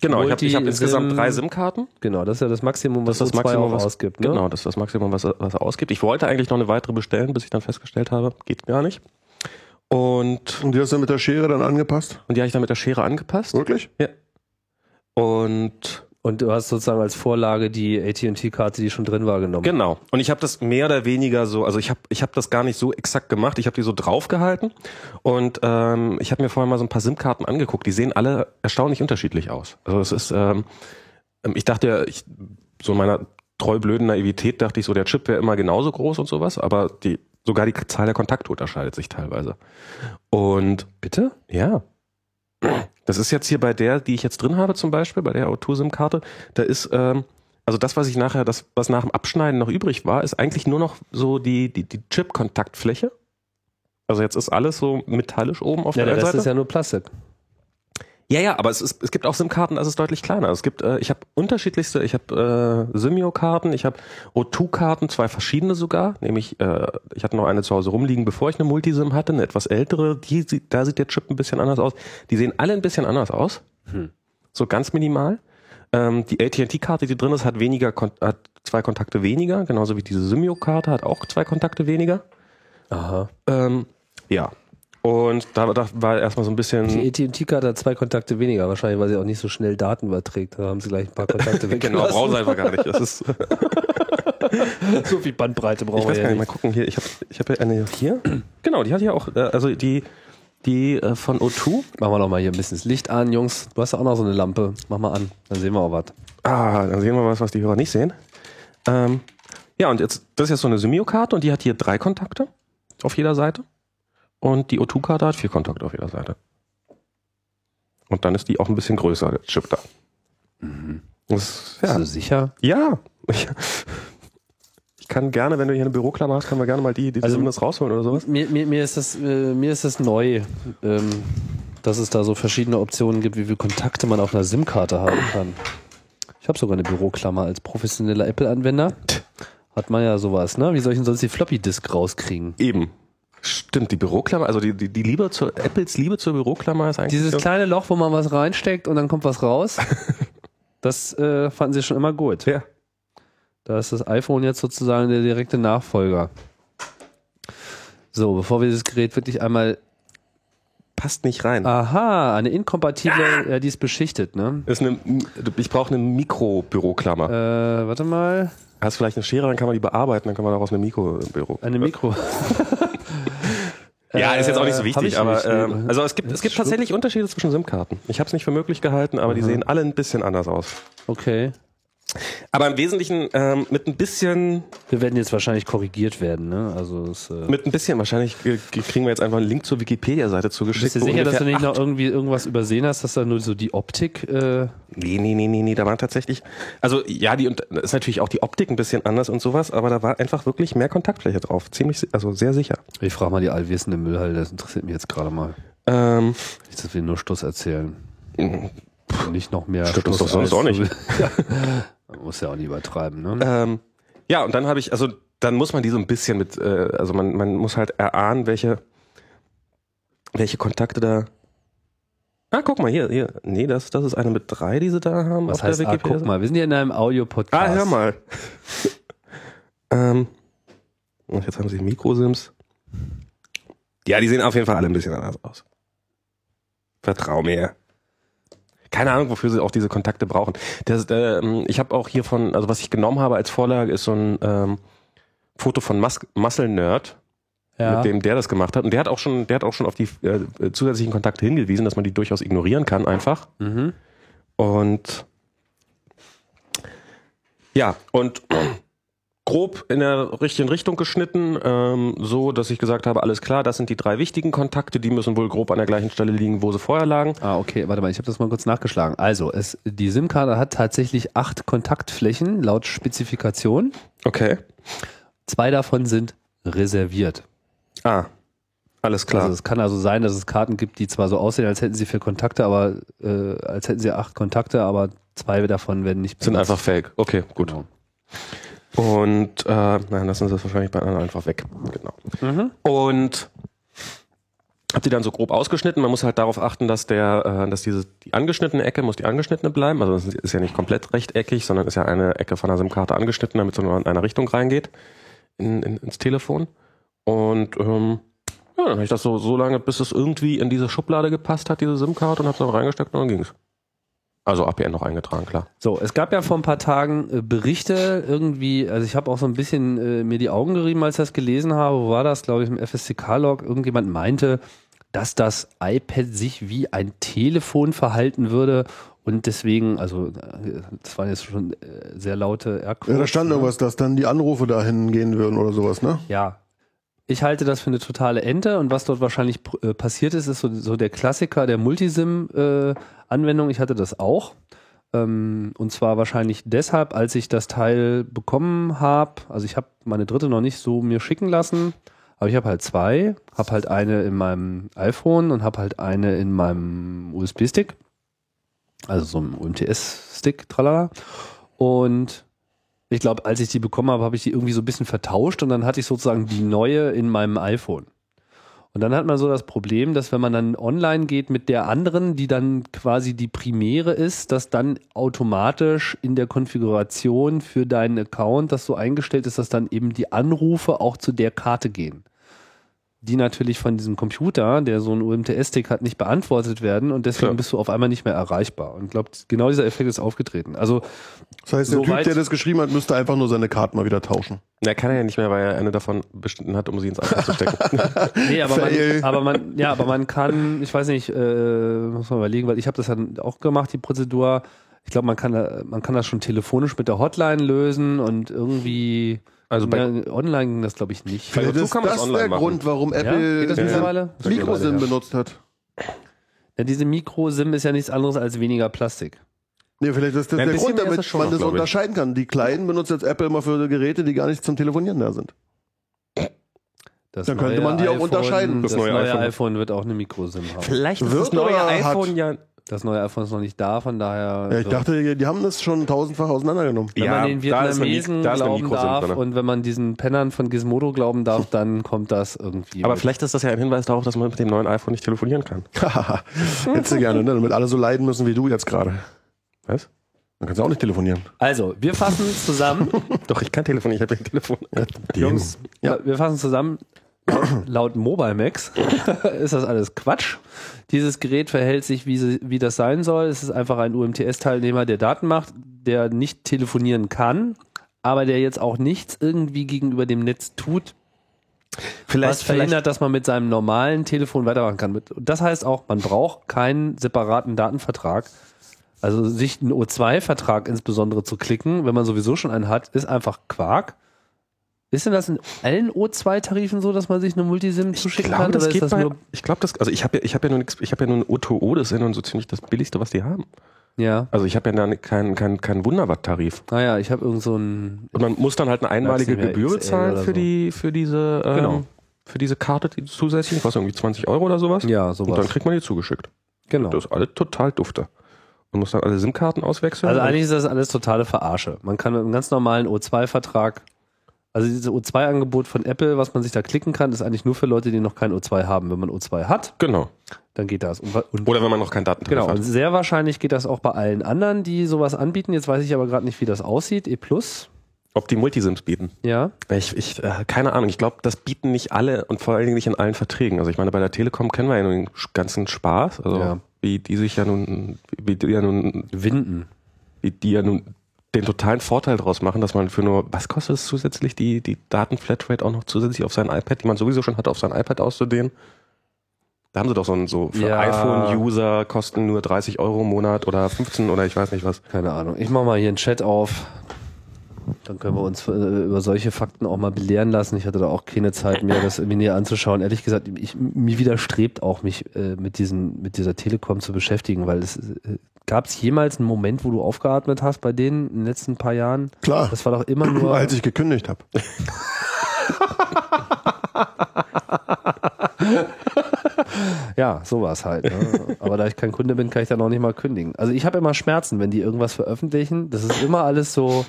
[SPEAKER 3] genau, ich habe ich hab
[SPEAKER 2] Multi-SIM-
[SPEAKER 3] insgesamt drei SIM-Karten.
[SPEAKER 2] Genau, das ist ja das Maximum, was
[SPEAKER 3] Das ist das
[SPEAKER 2] O2
[SPEAKER 3] Maximum,
[SPEAKER 2] auch
[SPEAKER 3] was-
[SPEAKER 2] ausgibt. Ne?
[SPEAKER 3] Genau, das ist das Maximum, was er, was er ausgibt. Ich wollte eigentlich noch eine weitere bestellen, bis ich dann festgestellt habe, geht gar nicht. Und,
[SPEAKER 1] Und die hast du mit der Schere dann angepasst?
[SPEAKER 3] und die habe ich dann mit der Schere angepasst.
[SPEAKER 1] Wirklich?
[SPEAKER 3] Und
[SPEAKER 2] Und du hast sozusagen als Vorlage die AT&T-Karte, die schon drin war, genommen.
[SPEAKER 3] Genau. Und ich habe das mehr oder weniger so, also ich habe ich hab das gar nicht so exakt gemacht. Ich habe die so draufgehalten und ähm, ich habe mir vorher mal so ein paar SIM-Karten angeguckt. Die sehen alle erstaunlich unterschiedlich aus. Also es ist, ähm, ich dachte ja, ich, so in meiner treublöden Naivität dachte ich so, der Chip wäre immer genauso groß und sowas, aber die, sogar die Zahl der Kontakte unterscheidet sich teilweise. Und
[SPEAKER 2] Bitte?
[SPEAKER 3] ja. Das ist jetzt hier bei der, die ich jetzt drin habe, zum Beispiel, bei der O2-SIM-Karte, da ist, ähm, also das, was ich nachher, das, was nach dem Abschneiden noch übrig war, ist eigentlich nur noch so die, die, die Chip-Kontaktfläche. Also jetzt ist alles so metallisch oben auf
[SPEAKER 2] Ja, der
[SPEAKER 3] der einen
[SPEAKER 2] Rest
[SPEAKER 3] Seite.
[SPEAKER 2] ist ja nur Plastik.
[SPEAKER 3] Ja, ja, aber es, ist, es gibt auch SIM-Karten, das ist deutlich kleiner. Es gibt, äh, ich habe unterschiedlichste, ich habe äh, Symio-Karten, ich habe O2-Karten, zwei verschiedene sogar. Nämlich, äh, ich hatte noch eine zu Hause rumliegen, bevor ich eine Multisim hatte, eine etwas ältere. Die, sieht- da sieht der Chip ein bisschen anders aus. Die sehen alle ein bisschen anders aus. So ganz minimal. Ähm, die AT&T-Karte, die drin ist, hat weniger, Kon- hat zwei Kontakte weniger. Genauso wie diese Symio-Karte hat auch zwei Kontakte weniger.
[SPEAKER 4] Aha.
[SPEAKER 3] Ähm, ja. Und da, da war erstmal so ein bisschen...
[SPEAKER 4] Die AT&T-Karte hat zwei Kontakte weniger, wahrscheinlich, weil sie auch nicht so schnell Daten überträgt. Da haben sie gleich ein paar
[SPEAKER 3] (laughs)
[SPEAKER 4] Kontakte
[SPEAKER 3] Genau,
[SPEAKER 4] weggelassen.
[SPEAKER 3] brauchen sie einfach gar nicht. Das (laughs) ist,
[SPEAKER 4] (laughs) so viel Bandbreite brauchen
[SPEAKER 3] ich weiß
[SPEAKER 4] wir
[SPEAKER 3] gar
[SPEAKER 4] ja
[SPEAKER 3] nicht,
[SPEAKER 4] nicht.
[SPEAKER 3] mal gucken hier. Ich habe ich hab ja eine hier. (clears throat) Genau, die hat ja auch, äh, also die, die äh, von O2.
[SPEAKER 4] Machen wir doch mal hier ein bisschen das Licht an, Jungs. Du hast ja auch noch so eine Lampe. Mach mal an, dann sehen wir auch was.
[SPEAKER 3] Ah, dann sehen wir was, was die Hörer nicht sehen. Ähm, ja, und jetzt, das ist jetzt so eine Symio-Karte und die hat hier drei Kontakte auf jeder Seite. Und die O2-Karte hat vier Kontakte auf jeder Seite. Und dann ist die auch ein bisschen größer, der Chip da. Mhm. Das,
[SPEAKER 2] Bist
[SPEAKER 3] ja.
[SPEAKER 2] du sicher?
[SPEAKER 3] ja. (laughs) Ich, ich kann gerne, wenn du hier eine Büroklammer hast, können wir gerne mal die, die
[SPEAKER 4] Also-
[SPEAKER 3] zumindest rausholen oder sowas.
[SPEAKER 4] Mir, mir, mir, ist das, äh, mir ist das neu, ähm, dass es da so verschiedene Optionen gibt, wie viele Kontakte man auf einer SIM-Karte haben kann. Ich habe sogar eine Büroklammer als professioneller Apple-Anwender. Hat man ja sowas, ne? Wie soll ich denn sonst die Floppy-Disk rauskriegen?
[SPEAKER 3] Eben. Stimmt, die Büroklammer, also die, die, die Liebe zur, Apples Liebe zur Büroklammer ist eigentlich.
[SPEAKER 2] Dieses
[SPEAKER 3] so-
[SPEAKER 2] kleine Loch, wo man was reinsteckt und dann kommt was raus, das äh, fanden sie schon immer gut.
[SPEAKER 3] ja.
[SPEAKER 2] Da ist das iPhone jetzt sozusagen der direkte Nachfolger. So, bevor wir dieses Gerät wirklich einmal.
[SPEAKER 3] passt nicht rein.
[SPEAKER 2] Ah. Aha, eine inkompatible, ja, die ist beschichtet, ne?
[SPEAKER 3] Ist eine, ich brauche eine Mikro-Büroklammer.
[SPEAKER 2] Äh, warte mal.
[SPEAKER 3] Hast vielleicht eine Schere, dann kann man die bearbeiten, dann kann man daraus eine Mikro-Büro.
[SPEAKER 2] Eine Mikro.
[SPEAKER 3] Ja, ist jetzt auch nicht so
[SPEAKER 2] Äh, hab ich
[SPEAKER 3] wichtig, aber
[SPEAKER 2] nicht,
[SPEAKER 3] ähm,
[SPEAKER 2] nee.
[SPEAKER 3] also es gibt, es gibt
[SPEAKER 2] Schwupp.
[SPEAKER 3] tatsächlich Unterschiede zwischen SIM-Karten. Ich habe es nicht für möglich gehalten, aber die sehen alle ein bisschen anders aus.
[SPEAKER 2] Okay.
[SPEAKER 3] Aber im Wesentlichen ähm, mit ein bisschen,
[SPEAKER 4] Wir werden jetzt wahrscheinlich korrigiert werden, ne? Also es, äh,
[SPEAKER 3] mit ein bisschen wahrscheinlich äh, kriegen wir jetzt einfach einen Link zur Wikipedia-Seite zugeschickt.
[SPEAKER 2] Bist du
[SPEAKER 3] wo
[SPEAKER 2] sicher, dass du
[SPEAKER 3] ungefähr
[SPEAKER 2] nicht noch irgendwie irgendwas übersehen hast, dass da nur so die Optik. Äh,
[SPEAKER 3] Nee, nee, nee, nee, nee, da waren tatsächlich, also ja, die und ist natürlich auch die Optik ein bisschen anders und sowas, aber da war einfach wirklich mehr Kontaktfläche drauf. Ziemlich, si- also sehr sicher.
[SPEAKER 2] ich frage mal die allwissende Müllhalde, das interessiert mich jetzt gerade mal.
[SPEAKER 3] Ähm,
[SPEAKER 2] Nicht, dass wir nur Stuss erzählen. Und nicht noch mehr
[SPEAKER 3] Stört uns doch
[SPEAKER 2] als-
[SPEAKER 3] sonst
[SPEAKER 2] (laughs)
[SPEAKER 3] auch nicht.
[SPEAKER 2] ja. Man muss ja auch nicht übertreiben, ne?
[SPEAKER 3] ähm, ja, und dann habe ich, also dann muss man die so ein bisschen mit, äh, also man, man muss halt erahnen, welche, welche Kontakte da. Ah, guck mal, hier, hier. Nee, das, das ist eine mit drei, die sie da haben
[SPEAKER 2] Was heißt, ah, guck mal, wir sind ja in einem Audio-Podcast.
[SPEAKER 3] Ah, hör mal. (laughs) ähm, und jetzt haben sie Mikrosims. Ja, die sehen auf jeden Fall alle ein bisschen anders aus. Vertrau mir. Keine Ahnung, wofür sie auch diese Kontakte brauchen. Das, ähm, ich habe auch hier von, also was ich genommen habe als Vorlage, ist so ein ähm, Foto von Mus Muscle Nerd,
[SPEAKER 2] Ja.
[SPEAKER 3] mit dem der das gemacht hat. Und der hat auch schon, der hat auch schon auf die äh, äh, zusätzlichen Kontakte hingewiesen, dass man die durchaus ignorieren kann, einfach.
[SPEAKER 2] Mhm.
[SPEAKER 3] Und ja, und (clears throat) grob in der richtigen Richtung geschnitten, ähm, so dass ich gesagt habe, alles klar, das sind die drei wichtigen Kontakte, die müssen wohl grob an der gleichen Stelle liegen, wo sie vorher lagen.
[SPEAKER 2] Ah, okay, warte mal, ich habe das mal kurz nachgeschlagen. Also, es, die SIM-Karte hat tatsächlich acht Kontaktflächen laut Spezifikation.
[SPEAKER 3] Okay.
[SPEAKER 2] Zwei davon sind reserviert.
[SPEAKER 3] Ah, alles klar.
[SPEAKER 2] Also es kann also sein, dass es Karten gibt, die zwar so aussehen, als hätten sie vier Kontakte, aber äh, als hätten sie acht Kontakte, aber zwei davon werden nicht
[SPEAKER 3] sind
[SPEAKER 2] benutzt.
[SPEAKER 3] einfach fake. Okay, gut.
[SPEAKER 2] Genau.
[SPEAKER 3] Und äh, dann lassen sie das wahrscheinlich bei anderen einfach weg. Genau.
[SPEAKER 2] Mhm.
[SPEAKER 3] Und hab die dann so grob ausgeschnitten. Man muss halt darauf achten, dass der, äh, dass diese die angeschnittene Ecke muss die angeschnittene bleiben. Also es ist ja nicht komplett rechteckig, sondern ist ja eine Ecke von der SIM-Karte angeschnitten, damit es nur in einer Richtung reingeht in, in, ins Telefon. Und ähm, ja, dann habe ich das so, so lange, bis es irgendwie in diese Schublade gepasst hat, diese SIM-Karte, und habe es dann reingesteckt und dann ging's. Also APN noch eingetragen, klar.
[SPEAKER 2] So, es gab ja vor ein paar Tagen äh, Berichte irgendwie, also ich habe auch so ein bisschen äh, mir die Augen gerieben, als ich das gelesen habe. Wo war das, glaube ich, im FSCK-Log? Irgendjemand meinte, dass das iPad sich wie ein Telefon verhalten würde und deswegen, also äh, das waren jetzt schon äh, sehr laute Airquotes,
[SPEAKER 1] Ja, da stand
[SPEAKER 2] ne?
[SPEAKER 1] irgendwas, dass dann die Anrufe dahin gehen würden oder sowas, ne?
[SPEAKER 2] Ja. Ich halte das für eine totale Ente und was dort wahrscheinlich pr- äh, passiert ist, ist so, so der Klassiker der Multisim-Anwendung. ich hatte das auch. Ähm, und zwar wahrscheinlich deshalb, als ich das Teil bekommen habe. Also ich habe meine dritte noch nicht so mir schicken lassen, aber ich habe halt zwei. Habe halt eine in meinem iPhone und habe halt eine in meinem USB-Stick. Also so ein UMTS-Stick, tralala. Und ich glaube, als ich die bekommen habe, habe ich die irgendwie so ein bisschen vertauscht und dann hatte ich sozusagen die neue in meinem iPhone. Und dann hat man so das Problem, dass wenn man dann online geht mit der anderen, die dann quasi die primäre ist, dass dann automatisch in der Konfiguration für deinen Account das so eingestellt ist, dass dann eben die Anrufe auch zu der Karte gehen. Die natürlich von diesem Computer, der so einen UMTS-Stick hat, nicht beantwortet werden und deswegen
[SPEAKER 3] Klar.
[SPEAKER 2] bist du auf einmal nicht mehr erreichbar. Und glaubt, genau dieser Effekt ist aufgetreten. Also
[SPEAKER 1] Das heißt, der
[SPEAKER 2] So
[SPEAKER 1] Typ,
[SPEAKER 2] weit-
[SPEAKER 1] der das geschrieben hat, müsste einfach nur seine Karten mal wieder tauschen.
[SPEAKER 3] Na, kann er ja nicht mehr, weil er eine davon beschnitten hat, um sie ins iPhone zu (laughs) stecken.
[SPEAKER 2] Nee, aber man,
[SPEAKER 1] Fail.
[SPEAKER 2] aber man, ja, aber man kann, ich weiß nicht, äh, muss man überlegen, weil ich habe das dann auch gemacht, die Prozedur. Ich glaube, man kann, da- man kann das schon telefonisch mit der Hotline lösen und irgendwie.
[SPEAKER 3] Also bei-
[SPEAKER 2] Na, online ging das, glaube ich, nicht.
[SPEAKER 3] Vielleicht
[SPEAKER 1] Also das
[SPEAKER 3] dazu kann man's
[SPEAKER 1] das
[SPEAKER 3] online
[SPEAKER 1] der
[SPEAKER 3] machen.
[SPEAKER 1] Grund, warum
[SPEAKER 2] Ja?
[SPEAKER 1] Apple
[SPEAKER 2] Geht das
[SPEAKER 1] diesen
[SPEAKER 2] mittlerweile?
[SPEAKER 1] Mikrosim benutzt hat.
[SPEAKER 2] Ja, diese Mikro-SIM ist ja nichts anderes als weniger Plastik.
[SPEAKER 1] Nee, vielleicht ist das
[SPEAKER 3] Ja, ein
[SPEAKER 1] der
[SPEAKER 3] bisschen
[SPEAKER 1] Grund,
[SPEAKER 3] mehr ist
[SPEAKER 1] damit
[SPEAKER 3] das schon
[SPEAKER 1] man
[SPEAKER 3] noch,
[SPEAKER 1] das
[SPEAKER 3] glaub ich.
[SPEAKER 1] unterscheiden kann. Die Kleinen benutzt jetzt Apple immer für Geräte, die gar nicht zum Telefonieren da sind.
[SPEAKER 2] Das
[SPEAKER 1] Dann könnte
[SPEAKER 2] neue
[SPEAKER 1] man die auch unterscheiden.
[SPEAKER 2] Das,
[SPEAKER 3] Das
[SPEAKER 2] neue,
[SPEAKER 3] neue
[SPEAKER 2] iPhone.
[SPEAKER 3] iPhone.
[SPEAKER 2] wird auch eine Mikro-SIM haben.
[SPEAKER 3] Vielleicht
[SPEAKER 1] Wird oder hat?
[SPEAKER 3] ja.
[SPEAKER 2] Das neue iPhone ist noch nicht da, von daher.
[SPEAKER 3] Also.
[SPEAKER 1] Ja, ich
[SPEAKER 2] wird-
[SPEAKER 1] dachte, die, die haben das schon tausendfach auseinandergenommen. (laughs)
[SPEAKER 2] Wenn man den
[SPEAKER 3] da ist eine Mik-
[SPEAKER 2] Vietnamesen
[SPEAKER 3] da ist eine
[SPEAKER 2] glauben
[SPEAKER 3] Mikrosim ne?
[SPEAKER 2] darf
[SPEAKER 3] drinne.
[SPEAKER 2] und wenn man diesen Pennern von Gizmodo
[SPEAKER 1] (laughs)
[SPEAKER 2] glauben darf, dann kommt das irgendwie.
[SPEAKER 3] Aber
[SPEAKER 2] mit.
[SPEAKER 3] vielleicht ist das ja ein Hinweis darauf, dass man mit dem neuen iPhone nicht
[SPEAKER 2] (laughs)
[SPEAKER 3] telefonieren kann.
[SPEAKER 1] Hahaha. Hättest du gerne, ne? damit alle so leiden müssen wie du jetzt gerade.
[SPEAKER 3] Was?
[SPEAKER 1] Dann kannst du auch nicht telefonieren.
[SPEAKER 2] Also, wir fassen
[SPEAKER 3] (laughs)
[SPEAKER 2] zusammen.
[SPEAKER 3] Doch, ich kann telefonieren, ich habe ein Telefon.
[SPEAKER 1] Jungs. Ja.
[SPEAKER 2] Wir fassen zusammen. Laut MobileMax (laughs) ist das alles Quatsch. Dieses Gerät verhält sich, wie, sie, wie das sein soll. Es ist einfach ein UMTS-Teilnehmer, der Daten macht, der nicht telefonieren kann, aber der jetzt auch nichts irgendwie gegenüber dem Netz tut, was
[SPEAKER 3] Vielleicht,
[SPEAKER 2] verhindert,
[SPEAKER 3] vielleicht,
[SPEAKER 2] dass man mit seinem normalen Telefon weitermachen kann. Mit- Das heißt auch, man braucht keinen separaten Datenvertrag. Also sich einen O2-Vertrag insbesondere zu klicken, wenn man sowieso schon einen hat, ist einfach Quark. Ist denn das in allen O2-Tarifen so, dass man sich eine Multisim
[SPEAKER 3] ich
[SPEAKER 2] zuschicken
[SPEAKER 3] glaube,
[SPEAKER 2] kann?
[SPEAKER 3] das
[SPEAKER 2] oder
[SPEAKER 3] geht
[SPEAKER 2] ist das
[SPEAKER 3] bei,
[SPEAKER 2] nur,
[SPEAKER 3] ich glaube, das, also ich habe ja, ich habe ja nur nix, ich habe ja nur ein O2O, das ist ja nun so ziemlich das billigste, was die haben.
[SPEAKER 2] ja,
[SPEAKER 3] Also ich habe ja dann keinen keinen keinen Wunderwatt-Tarif.
[SPEAKER 2] naja, ich habe irgend so ein,
[SPEAKER 3] Und man muss dann halt eine einmalige
[SPEAKER 2] nicht mehr,
[SPEAKER 3] Gebühr
[SPEAKER 2] XL
[SPEAKER 3] bezahlen
[SPEAKER 2] oder
[SPEAKER 3] für
[SPEAKER 2] so.
[SPEAKER 3] die, für diese, ähm,
[SPEAKER 2] Genau.
[SPEAKER 3] für diese Karte die zusätzlich, was irgendwie 20 Euro oder sowas.
[SPEAKER 2] ja,
[SPEAKER 3] Und dann
[SPEAKER 2] sowas.
[SPEAKER 3] kriegt man die zugeschickt.
[SPEAKER 2] Genau.
[SPEAKER 3] Das ist alle total dufte. Und muss dann alle SIM-Karten auswechseln.
[SPEAKER 2] Also
[SPEAKER 3] Und-
[SPEAKER 2] eigentlich ist das alles totale Verarsche. Man kann mit einem ganz normalen O2-Vertrag, also dieses O2-Angebot von Apple, was man sich da klicken kann, ist eigentlich nur für Leute, die noch kein O2 haben. Wenn man O2 hat,
[SPEAKER 3] genau.
[SPEAKER 2] dann geht das. Und, wa- und,
[SPEAKER 3] Oder wenn man noch keinen Datentarif
[SPEAKER 2] genau,
[SPEAKER 3] hat.
[SPEAKER 2] und sehr wahrscheinlich geht das auch bei allen anderen, die sowas anbieten. Jetzt weiß ich aber gerade nicht, wie das aussieht. E Plus,
[SPEAKER 3] Ob die Multisims bieten?
[SPEAKER 2] ja.
[SPEAKER 3] Ich, ich äh, keine Ahnung. Ich glaube, das bieten nicht alle und vor allen Dingen nicht in allen Verträgen. Also ich meine, bei der Telekom kennen wir ja nun den ganzen Spaß, also
[SPEAKER 2] Ja.
[SPEAKER 3] wie die sich ja nun, wie die ja nun,
[SPEAKER 2] Winden.
[SPEAKER 3] wie die ja nun den totalen Vorteil draus machen, dass man für nur, was kostet es zusätzlich, die, die Datenflatrate auch noch zusätzlich auf sein iPad, die man sowieso schon hat, auf sein iPad auszudehnen. Da haben sie doch so ein, so für
[SPEAKER 2] Ja.
[SPEAKER 3] iPhone-User kosten nur 30 Euro im Monat oder 15 oder ich weiß nicht was.
[SPEAKER 2] Keine Ahnung. Ich mache mal hier einen Chat auf. Dann können wir uns äh, über solche Fakten auch mal belehren lassen. Ich hatte da auch keine Zeit mehr, das irgendwie näher anzuschauen. Ehrlich gesagt, ich, mir widerstrebt auch, mich äh, mit, diesen, mit dieser Telekom zu beschäftigen, weil es äh, gab es jemals einen Moment, wo du aufgeatmet hast bei denen in den letzten paar Jahren?
[SPEAKER 1] Klar,
[SPEAKER 2] Das war doch immer nur.
[SPEAKER 1] als ich gekündigt
[SPEAKER 3] (laughs)
[SPEAKER 1] habe.
[SPEAKER 2] Ja, sowas halt.
[SPEAKER 3] (laughs)
[SPEAKER 2] Ne? Aber da ich kein Kunde bin, kann ich da noch nicht mal kündigen. Also ich habe immer Schmerzen, wenn die irgendwas veröffentlichen. Das ist immer alles so,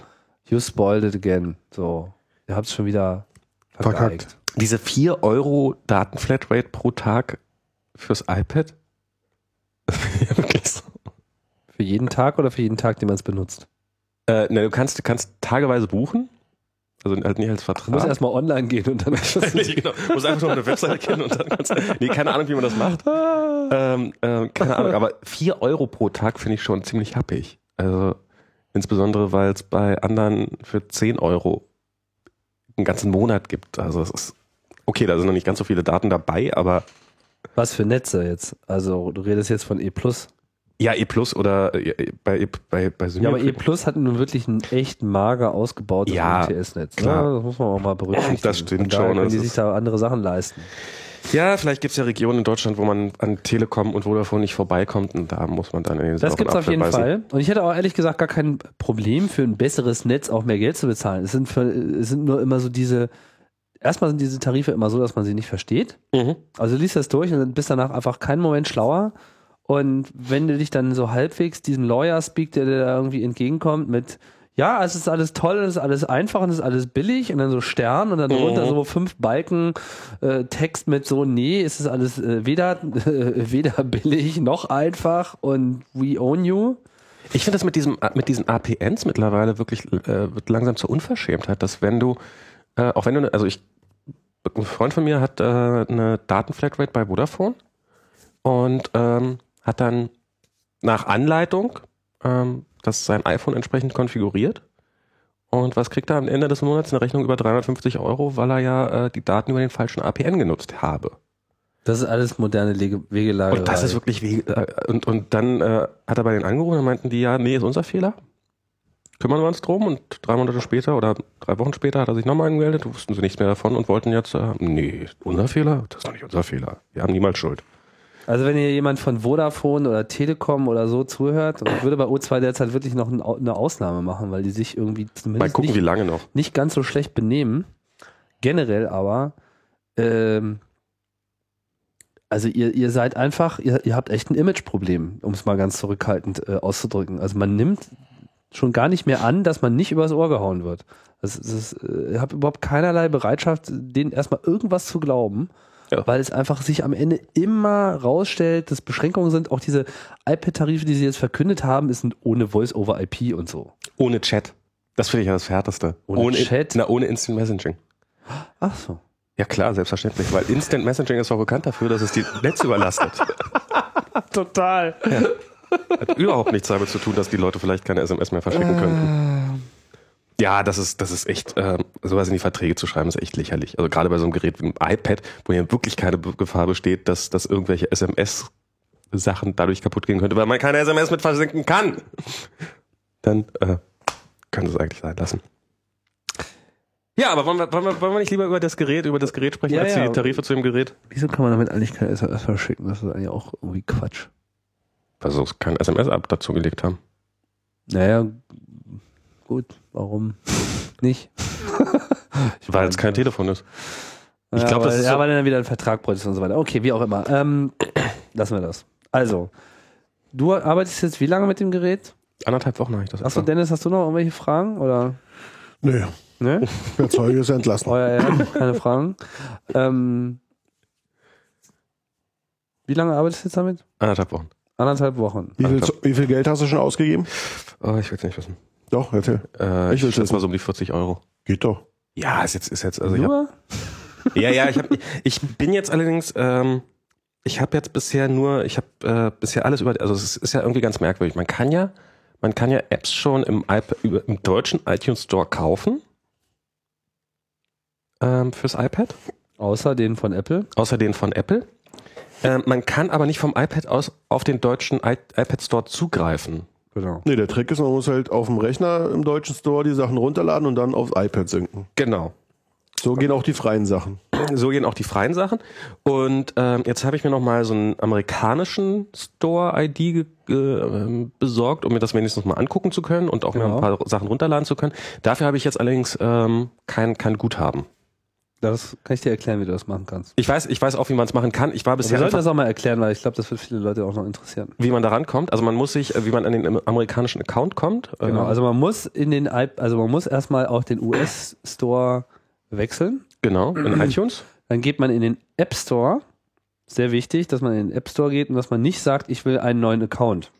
[SPEAKER 2] you spoiled it again. So, ihr habt es schon wieder vergeigt.
[SPEAKER 1] Verkackt.
[SPEAKER 3] Diese 4 Euro Datenflatrate pro Tag fürs iPad? (laughs) ja, wirklich so.
[SPEAKER 2] Für jeden Tag oder für jeden Tag, den man es benutzt?
[SPEAKER 3] Äh, ne, du kannst, du kannst tageweise buchen. Also halt nicht als
[SPEAKER 2] Du musst
[SPEAKER 3] Vertrag.
[SPEAKER 2] erstmal online gehen und dann.
[SPEAKER 3] (laughs) Nee, genau. Du musst einfach nur eine Webseite kennen und dann kannst Nee, keine Ahnung, wie man das macht. Ähm, ähm, keine Ahnung, aber 4 Euro pro Tag finde ich schon ziemlich happig. Also insbesondere, weil es bei anderen für 10 Euro einen ganzen Monat gibt. Also es ist. Okay, da sind noch nicht ganz so viele Daten dabei, aber
[SPEAKER 2] (laughs) Was für Netze jetzt? Also, du redest jetzt von E.
[SPEAKER 3] Ja, E Plus oder äh, bei, E- bei, bei
[SPEAKER 2] Ja, aber E
[SPEAKER 3] Symmetry.
[SPEAKER 2] hat nun wirklich ein echt mager ausgebautes E
[SPEAKER 3] Ja,
[SPEAKER 2] UMTS-Netz.
[SPEAKER 3] klar.
[SPEAKER 2] Ne? Das muss man auch mal berücksichtigen.
[SPEAKER 3] Das stimmt
[SPEAKER 2] Von daher
[SPEAKER 3] schon,
[SPEAKER 2] Können
[SPEAKER 3] das
[SPEAKER 2] die
[SPEAKER 3] ist-
[SPEAKER 2] sich da andere Sachen leisten.
[SPEAKER 3] ja, vielleicht gibt's ja Regionen in Deutschland, wo man an Telekom und Vodafone nicht vorbeikommt und da muss man dann in den
[SPEAKER 2] Das
[SPEAKER 3] sauren
[SPEAKER 2] gibt's auf
[SPEAKER 3] Apfel
[SPEAKER 2] jeden
[SPEAKER 3] beißen.
[SPEAKER 2] Fall. Und ich hätte auch ehrlich gesagt gar kein Problem für ein besseres Netz auch mehr Geld zu bezahlen. Es sind, für, es sind nur immer so diese, erstmal sind diese Tarife immer so, dass man sie nicht versteht.
[SPEAKER 3] Mhm.
[SPEAKER 2] Also liest das durch und dann bist danach einfach keinen Moment schlauer. Und wenn du dich dann so halbwegs diesem Lawyer speak, der dir da irgendwie entgegenkommt mit, ja, es ist alles toll, es ist alles einfach und es ist alles billig und dann so Stern und dann
[SPEAKER 3] Mhm.
[SPEAKER 2] drunter so fünf Balken äh, Text mit so, nee, es ist alles äh, weder, (laughs) äh, weder billig noch einfach und we own you.
[SPEAKER 3] Ich finde das mit, diesem, äh, mit diesen APNs mittlerweile wirklich äh, wird langsam zur Unverschämtheit, dass wenn du, äh, auch wenn du, ne- also ich, ein Freund von mir hat äh, eine Datenflatrate bei Vodafone und ähm, hat dann nach Anleitung ähm, das sein iPhone entsprechend konfiguriert. Und was kriegt er am Ende des Monats? Eine Rechnung über 350 Euro, weil er ja äh, die Daten über den falschen APN genutzt habe.
[SPEAKER 2] Das ist alles moderne Lege Wegelage.
[SPEAKER 3] Und das ist wirklich wie, äh, und, und dann äh, hat er bei den angerufen und meinten die, ja, nee, ist unser Fehler. Kümmern wir uns drum und drei Monate später oder drei Wochen später hat er sich nochmal angemeldet, wussten sie nichts mehr davon und wollten jetzt, äh, nee, unser Fehler? Das ist doch nicht unser Fehler. Wir haben niemals Schuld.
[SPEAKER 2] Also wenn hier jemand von Vodafone oder Telekom oder so zuhört, und ich würde bei O2 derzeit wirklich noch ein Au- eine Ausnahme machen, weil die sich irgendwie
[SPEAKER 3] Mal
[SPEAKER 2] zumindest
[SPEAKER 3] gucken, wie
[SPEAKER 2] nicht,
[SPEAKER 3] lange noch.
[SPEAKER 2] nicht ganz so schlecht benehmen. Generell aber, ähm, also ihr, ihr seid einfach, ihr, ihr habt echt ein Imageproblem, um es mal ganz zurückhaltend äh, auszudrücken. Also man nimmt schon gar nicht mehr an, dass man nicht übers Ohr gehauen wird. Das, das ist, äh, ich habe überhaupt keinerlei Bereitschaft, denen erstmal irgendwas zu glauben,
[SPEAKER 3] Ja.
[SPEAKER 2] weil es einfach sich am Ende immer rausstellt, dass Beschränkungen sind. Auch diese iPad-Tarife, die sie jetzt verkündet haben, ist sind ohne Voice-over-IP und so.
[SPEAKER 3] Ohne Chat. Das finde ich ja das Härteste.
[SPEAKER 2] Ohne Chat?
[SPEAKER 3] Na, ohne Instant Messaging.
[SPEAKER 2] Ach so.
[SPEAKER 3] Ja klar, selbstverständlich, weil Instant Messaging ist doch bekannt dafür, dass es die
[SPEAKER 2] (laughs)
[SPEAKER 3] Netze überlastet.
[SPEAKER 2] Total.
[SPEAKER 3] Hat überhaupt nichts damit zu tun, dass die Leute vielleicht keine SMS mehr verschicken könnten.
[SPEAKER 2] Äh.
[SPEAKER 3] Ja, das ist, das ist echt, ähm, sowas in die Verträge zu schreiben, ist echt lächerlich. Also gerade bei so einem Gerät wie einem iPad, wo ja wirklich keine Be- Gefahr besteht, dass, dass irgendwelche SMS-Sachen dadurch kaputt gehen könnte, weil man keine SMS mit versenken kann. Dann äh, können sie es eigentlich sein lassen. Ja, aber wollen wir, wollen, wir, wollen wir nicht lieber über das Gerät, über das Gerät sprechen,
[SPEAKER 2] Ja,
[SPEAKER 3] als
[SPEAKER 2] ja.
[SPEAKER 3] die Tarife zu dem Gerät?
[SPEAKER 2] Wieso kann man damit eigentlich keine SMS verschicken? Das ist eigentlich auch irgendwie Quatsch.
[SPEAKER 3] Also es kann SMS ab dazu gelegt haben.
[SPEAKER 2] Naja, gut, warum nicht?
[SPEAKER 3] (laughs) Weil es kein Telefon ist. Ich glaub,
[SPEAKER 2] ja,
[SPEAKER 3] das
[SPEAKER 2] weil-
[SPEAKER 3] ist
[SPEAKER 2] ja,
[SPEAKER 3] so-
[SPEAKER 2] weil du dann wieder einen Vertrag bräuchtest und so weiter. Okay, wie auch immer. Ähm, (clears throat) lassen wir das. Also, du arbeitest jetzt wie lange mit dem Gerät?
[SPEAKER 3] Anderthalb Wochen habe ich das
[SPEAKER 2] Achso,
[SPEAKER 3] etwa.
[SPEAKER 2] Dennis, hast du noch irgendwelche Fragen? Oder?
[SPEAKER 1] Nö,
[SPEAKER 2] Ne?
[SPEAKER 1] der Zeuge ist entlassen.
[SPEAKER 2] Euer Ehren,
[SPEAKER 3] (laughs)
[SPEAKER 2] keine Fragen. Ähm, wie lange arbeitest du jetzt damit?
[SPEAKER 3] Anderthalb Wochen.
[SPEAKER 2] Anderthalb Wochen.
[SPEAKER 1] Wie viel, wie viel Geld hast du schon ausgegeben?
[SPEAKER 3] Oh, ich will es nicht wissen.
[SPEAKER 1] Doch, erzähl. Ich
[SPEAKER 3] Äh, ich
[SPEAKER 1] will's
[SPEAKER 3] ich schätze
[SPEAKER 1] wissen.
[SPEAKER 3] mal so um die 40 Euro.
[SPEAKER 1] Geht doch.
[SPEAKER 3] Ja, ist jetzt, ist jetzt, also ich hab,
[SPEAKER 2] Nur?
[SPEAKER 3] ja, ja, ich, hab, ich bin jetzt allerdings, ähm, ich habe jetzt bisher nur, ich habe äh, bisher alles über, also es ist ja irgendwie ganz merkwürdig. Man kann ja, man kann ja Apps schon im, iP über, im deutschen iTunes Store kaufen ähm, fürs iPad,
[SPEAKER 2] Außer den von Apple.
[SPEAKER 3] außer den von Apple. Ähm, man kann aber nicht vom iPad aus auf den deutschen I iPad Store zugreifen.
[SPEAKER 2] Genau.
[SPEAKER 1] Nee, der Trick ist, man muss halt auf dem Rechner im deutschen Store die Sachen runterladen und dann aufs iPad sinken.
[SPEAKER 3] Genau.
[SPEAKER 1] So gehen auch die freien Sachen.
[SPEAKER 3] So gehen auch die freien Sachen. Und ähm, jetzt habe ich mir nochmal so einen amerikanischen Store-ID ge- ge- ähm, besorgt, um mir das wenigstens mal angucken zu können und auch mir
[SPEAKER 2] Genau.
[SPEAKER 3] ein paar Sachen runterladen zu können. Dafür habe ich jetzt allerdings ähm, kein, kein Guthaben.
[SPEAKER 2] Das kann ich dir erklären, wie du das machen kannst.
[SPEAKER 3] Ich weiß, ich weiß auch, wie man es machen kann. Ich war
[SPEAKER 2] Wir
[SPEAKER 3] bisher
[SPEAKER 2] sollten
[SPEAKER 3] einfach,
[SPEAKER 2] das auch mal erklären, weil ich glaube, das wird viele Leute auch noch interessieren.
[SPEAKER 3] wie man da rankommt. Also man muss sich, äh, wie man an den amerikanischen Account kommt.
[SPEAKER 2] Genau.
[SPEAKER 3] Ähm,
[SPEAKER 2] Also man muss in den iP- also man muss erstmal auch den US Store wechseln.
[SPEAKER 3] genau, (clears throat) in iTunes.
[SPEAKER 2] Dann geht man in den App Store. Sehr wichtig, dass man in den App Store geht und dass man nicht sagt, ich will einen neuen Account.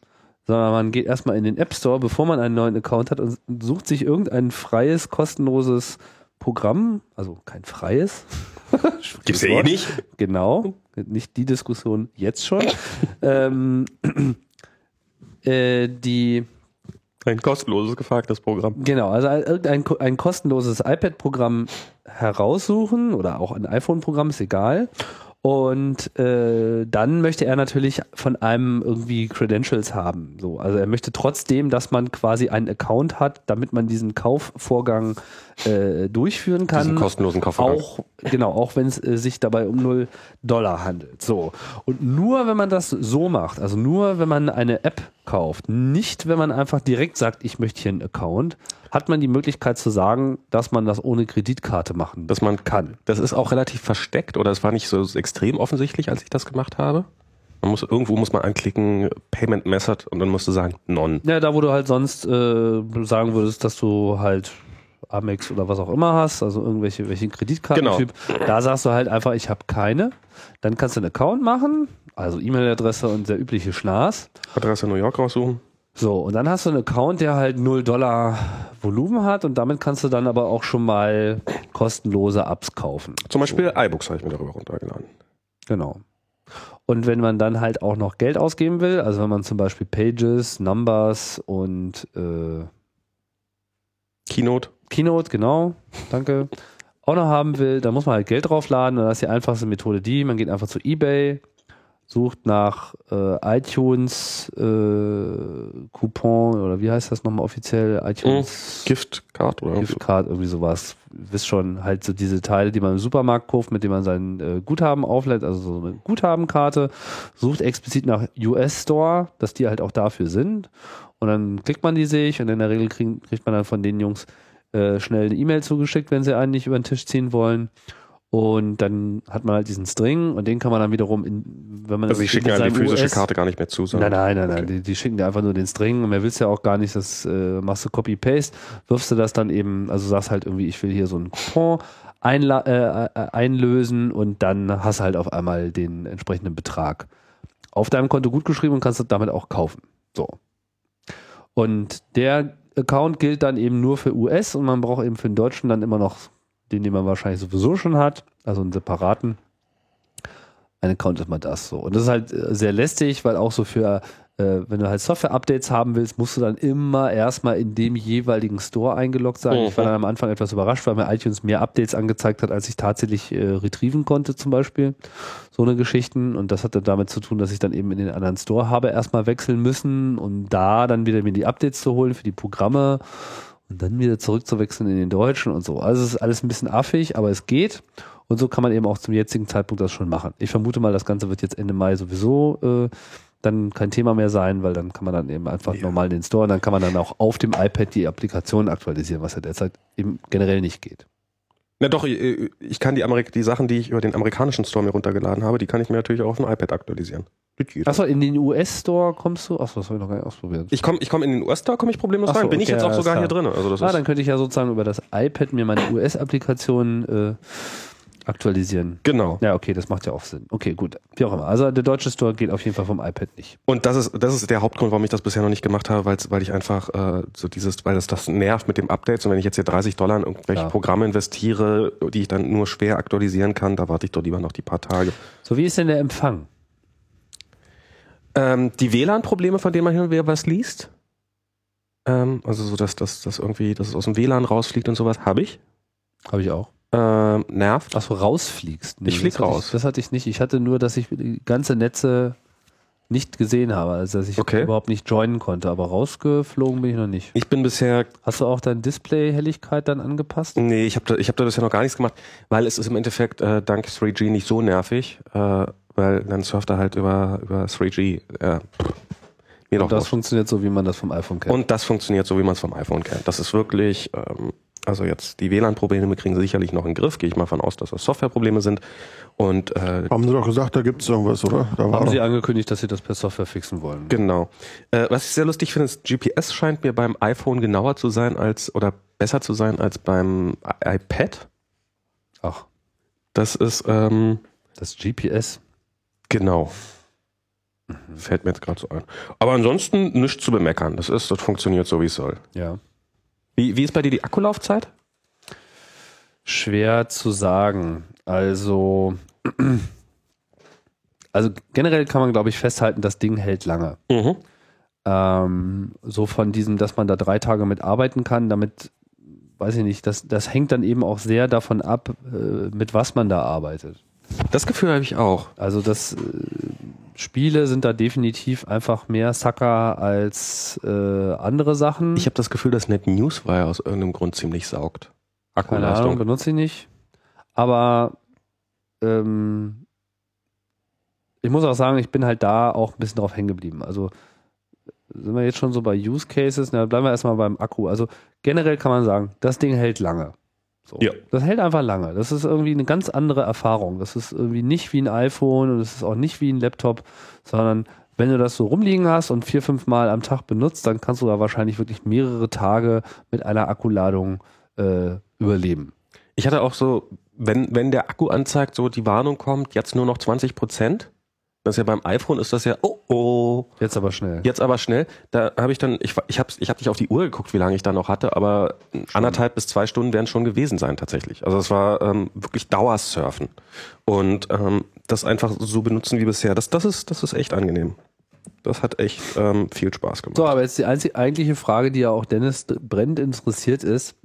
[SPEAKER 2] Sondern man geht erstmal in den App Store, bevor man einen neuen Account hat und sucht sich irgendein freies, kostenloses Programm. Also kein freies. (laughs)
[SPEAKER 3] Gibt's eh
[SPEAKER 2] Wort.
[SPEAKER 3] nicht.
[SPEAKER 2] Genau, nicht die Diskussion jetzt schon. ähm, äh, die,
[SPEAKER 3] Ein kostenloses, gefragtes Programm.
[SPEAKER 2] genau, also ein- irgendein ko- ein kostenloses iPad-Programm heraussuchen oder auch ein iPhone-Programm, ist egal. Und äh, dann möchte er natürlich von einem irgendwie Credentials haben. So, also er möchte trotzdem, dass man quasi einen Account hat, damit man diesen Kaufvorgang äh, durchführen kann.
[SPEAKER 3] Diesen kostenlosen Kaufvorgang.
[SPEAKER 2] Auch, genau, auch wenn es äh, sich dabei um 0 Dollar handelt. So. Und nur wenn man das so macht, also nur wenn man eine App kauft, nicht wenn man einfach direkt sagt, ich möchte hier einen Account, hat man die Möglichkeit zu sagen, dass man das ohne Kreditkarte machen
[SPEAKER 3] dass man
[SPEAKER 2] kann.
[SPEAKER 3] Das ist auch relativ versteckt oder es war nicht so extrem offensichtlich, als ich das gemacht habe. Man muss, irgendwo muss man anklicken, Payment Method und dann musst du sagen, non.
[SPEAKER 2] Ja, da wo du halt sonst äh, sagen würdest, dass du halt Amex oder was auch immer hast, also irgendwelche welchen Kreditkartentyp, da sagst du halt einfach, ich habe keine. Dann kannst du einen Account machen, also E-Mail-Adresse und der übliche Schnaß.
[SPEAKER 3] Adresse New York raussuchen.
[SPEAKER 2] So, und dann hast du einen Account, der halt 0 Dollar Volumen hat und damit kannst du dann aber auch schon mal kostenlose Apps kaufen.
[SPEAKER 3] Zum Beispiel iBooks habe ich mir darüber runtergeladen.
[SPEAKER 2] Genau. Und wenn man dann halt auch noch Geld ausgeben will, also wenn man zum Beispiel Pages, Numbers und äh,
[SPEAKER 3] Keynote.
[SPEAKER 2] Keynote, genau, danke, auch noch haben will, dann muss man halt Geld draufladen. Und das ist die einfachste Methode die, man geht einfach zu eBay, sucht nach äh, iTunes äh, Coupon oder wie heißt das nochmal offiziell? iTunes
[SPEAKER 3] Gift Card oder irgendwie
[SPEAKER 2] Giftcard, irgendwie sowas. Wisst schon, halt so diese Teile, die man im Supermarkt kauft, mit denen man sein äh, Guthaben auflädt, also so eine Guthabenkarte, sucht explizit nach US-Store, dass die halt auch dafür sind. Und dann klickt man die sich und in der Regel kriegen, kriegt man dann von den Jungs äh, schnell eine E-Mail zugeschickt, wenn sie einen nicht über den Tisch ziehen wollen. Und dann hat man halt diesen String und den kann man dann wiederum, in, wenn man
[SPEAKER 3] Also ich
[SPEAKER 2] das Ding
[SPEAKER 3] schicke
[SPEAKER 2] mit
[SPEAKER 3] einem die
[SPEAKER 2] seinem
[SPEAKER 3] physische
[SPEAKER 2] US
[SPEAKER 3] Karte gar nicht mehr zu.
[SPEAKER 2] Nein,
[SPEAKER 3] sondern-
[SPEAKER 2] nein, nein, nein.
[SPEAKER 3] Okay.
[SPEAKER 2] Die, die schicken dir einfach nur den String und mehr willst ja auch gar nicht, das äh, machst du Copy-Paste, wirfst du das dann eben, also sagst halt irgendwie, ich will hier so einen Coupon einla- äh, äh, einlösen und dann hast du halt auf einmal den entsprechenden Betrag auf deinem Konto gut geschrieben und kannst das damit auch kaufen. So. Und der Account gilt dann eben nur für US und man braucht eben für den Deutschen dann immer noch den, den man wahrscheinlich sowieso schon hat, also einen separaten. Ein Account ist mal das so. Und das ist halt äh, sehr lästig, weil auch so für, äh, wenn du halt Software-Updates haben willst, musst du dann immer erstmal in dem jeweiligen Store eingeloggt sein. Ich war dann am Anfang etwas überrascht, weil mir iTunes mehr Updates angezeigt hat, als ich tatsächlich äh, retrieven konnte zum Beispiel. So eine Geschichten. Und das hat dann damit zu tun, dass ich dann eben in den anderen Store habe erstmal wechseln müssen, um da dann wieder mir die Updates zu holen für die Programme und dann wieder zurückzuwechseln in den Deutschen und so. Also es ist alles ein bisschen affig, aber es geht. Und so kann man eben auch zum jetzigen Zeitpunkt das schon machen. Ich vermute mal, das Ganze wird jetzt Ende Mai sowieso äh, dann kein Thema mehr sein, weil dann kann man dann eben einfach normal in den Store und dann kann man dann auch auf dem iPad die Applikation aktualisieren, was ja derzeit eben generell nicht geht.
[SPEAKER 3] Na doch, ich, äh, ich kann die, Amerik die Sachen, die ich über den amerikanischen Store mir runtergeladen habe, die kann ich mir natürlich auch auf dem iPad aktualisieren. Das geht.
[SPEAKER 2] Achso, in den US-Store kommst du? Achso, das habe ich noch gar nicht ausprobiert.
[SPEAKER 3] Ich komme ich komm in den US-Store, komme ich problemlos
[SPEAKER 2] Ach so,
[SPEAKER 3] rein. Bin ich
[SPEAKER 2] okay,
[SPEAKER 3] jetzt auch
[SPEAKER 2] alles
[SPEAKER 3] sogar
[SPEAKER 2] klar.
[SPEAKER 3] hier drin. Also das
[SPEAKER 2] Ah,
[SPEAKER 3] ist,
[SPEAKER 2] dann könnte ich ja sozusagen über das iPad mir meine US-Applikation äh, aktualisieren.
[SPEAKER 3] genau.
[SPEAKER 2] Ja, okay, das macht ja auch Sinn. Okay, gut. Wie auch immer. Also der deutsche Store geht auf jeden Fall vom iPad nicht.
[SPEAKER 3] Und das ist, das ist der Hauptgrund, warum ich das bisher noch nicht gemacht habe, weil's, weil ich einfach äh, so dieses, weil das, das nervt mit dem Updates und wenn ich jetzt hier 30 Dollar in irgendwelche
[SPEAKER 2] Ja.
[SPEAKER 3] Programme investiere, die ich dann nur schwer aktualisieren kann, da warte ich doch lieber noch die paar Tage.
[SPEAKER 2] So, wie ist denn der Empfang?
[SPEAKER 3] Ähm, die WLAN-Probleme, von denen man hin und wieder was liest, ähm, also so, dass das dass irgendwie, dass es aus dem WLAN rausfliegt und sowas, habe ich.
[SPEAKER 2] Habe ich auch.
[SPEAKER 3] Ähm, nervt.
[SPEAKER 2] Achso, rausfliegst.
[SPEAKER 3] Ich flieg
[SPEAKER 2] das hatte
[SPEAKER 3] raus.
[SPEAKER 2] Ich, das hatte ich nicht. Ich hatte nur, dass ich die ganze Netze nicht gesehen habe. Also, dass ich
[SPEAKER 3] Okay.
[SPEAKER 2] überhaupt nicht joinen konnte. Aber rausgeflogen bin ich noch nicht.
[SPEAKER 3] Ich bin bisher
[SPEAKER 2] Hast du auch deine Display-Helligkeit dann angepasst?
[SPEAKER 3] Nee, ich habe da, ich hab da bisher noch gar nichts gemacht, weil es ist im Endeffekt äh, dank 3G nicht so nervig, äh, weil dann surft er halt über, über 3G. Äh, pff, mir doch
[SPEAKER 2] das
[SPEAKER 3] wurscht.
[SPEAKER 2] funktioniert so, wie man das vom iPhone kennt.
[SPEAKER 3] Und das funktioniert so, wie man es vom iPhone kennt. Das ist wirklich, ähm, also jetzt die WLAN-Probleme kriegen sie sicherlich noch in den Griff, gehe ich mal von aus, dass das Softwareprobleme sind. Und äh,
[SPEAKER 1] Haben sie doch gesagt, da gibt's irgendwas, oder? Da war
[SPEAKER 2] haben sie
[SPEAKER 1] doch.
[SPEAKER 2] angekündigt, dass sie das per Software fixen wollen.
[SPEAKER 3] genau. Äh, was ich sehr lustig finde, ist, GPS scheint mir beim iPhone genauer zu sein als oder besser zu sein als beim I iPad.
[SPEAKER 2] Ach,
[SPEAKER 3] Das ist ähm,
[SPEAKER 2] das GPS.
[SPEAKER 3] Genau. Fällt mir jetzt gerade so ein. Aber ansonsten nichts zu bemeckern. Das ist, das funktioniert so, wie es soll.
[SPEAKER 2] Ja.
[SPEAKER 3] Wie, wie ist bei dir die Akkulaufzeit?
[SPEAKER 2] Schwer zu sagen. Also, (clears throat) also generell kann man, glaube ich, festhalten, das Ding hält lange.
[SPEAKER 3] Mhm.
[SPEAKER 2] Ähm, so von diesem, dass man da drei Tage mit arbeiten kann, damit, weiß ich nicht, das, das hängt dann eben auch sehr davon ab, äh, mit was man da arbeitet.
[SPEAKER 3] Das Gefühl habe ich auch.
[SPEAKER 2] Also das äh, Spiele sind da definitiv einfach mehr Sucker als äh, andere Sachen.
[SPEAKER 3] Ich habe das Gefühl, dass Net Newswire aus irgendeinem Grund ziemlich saugt.
[SPEAKER 2] Keine Ahnung,
[SPEAKER 3] Akkuleistung.
[SPEAKER 2] benutze ich nicht. Aber ähm, ich muss auch sagen, ich bin halt da auch ein bisschen drauf hängen geblieben. Also sind wir jetzt schon so bei Use Cases, na, bleiben wir erstmal beim Akku. Also generell kann man sagen, das Ding hält lange. So.
[SPEAKER 3] Ja.
[SPEAKER 2] Das hält einfach lange. Das ist irgendwie eine ganz andere Erfahrung. Das ist irgendwie nicht wie ein iPhone und es ist auch nicht wie ein Laptop, sondern wenn du das so rumliegen hast und vier, fünf Mal am Tag benutzt, dann kannst du da wahrscheinlich wirklich mehrere Tage mit einer Akkuladung äh, überleben.
[SPEAKER 3] Ich hatte auch so, wenn, wenn der Akku anzeigt, so die Warnung kommt, jetzt nur noch 20 Prozent. Das ist ja beim iPhone ist das ja, oh, oh,
[SPEAKER 2] Jetzt aber schnell.
[SPEAKER 3] jetzt aber schnell. Da habe ich dann, ich, wa- ich habe ich hab nicht auf die Uhr geguckt, wie lange ich da noch hatte, aber anderthalb bis zwei Stunden werden schon gewesen sein tatsächlich. Also es war ähm, wirklich Dauersurfen. Und ähm, das einfach so benutzen wie bisher, das, das, ist, das ist echt angenehm. Das hat echt ähm, viel Spaß gemacht.
[SPEAKER 2] So, aber jetzt die einzig, eigentliche Frage, die ja auch Dennis Brent interessiert ist.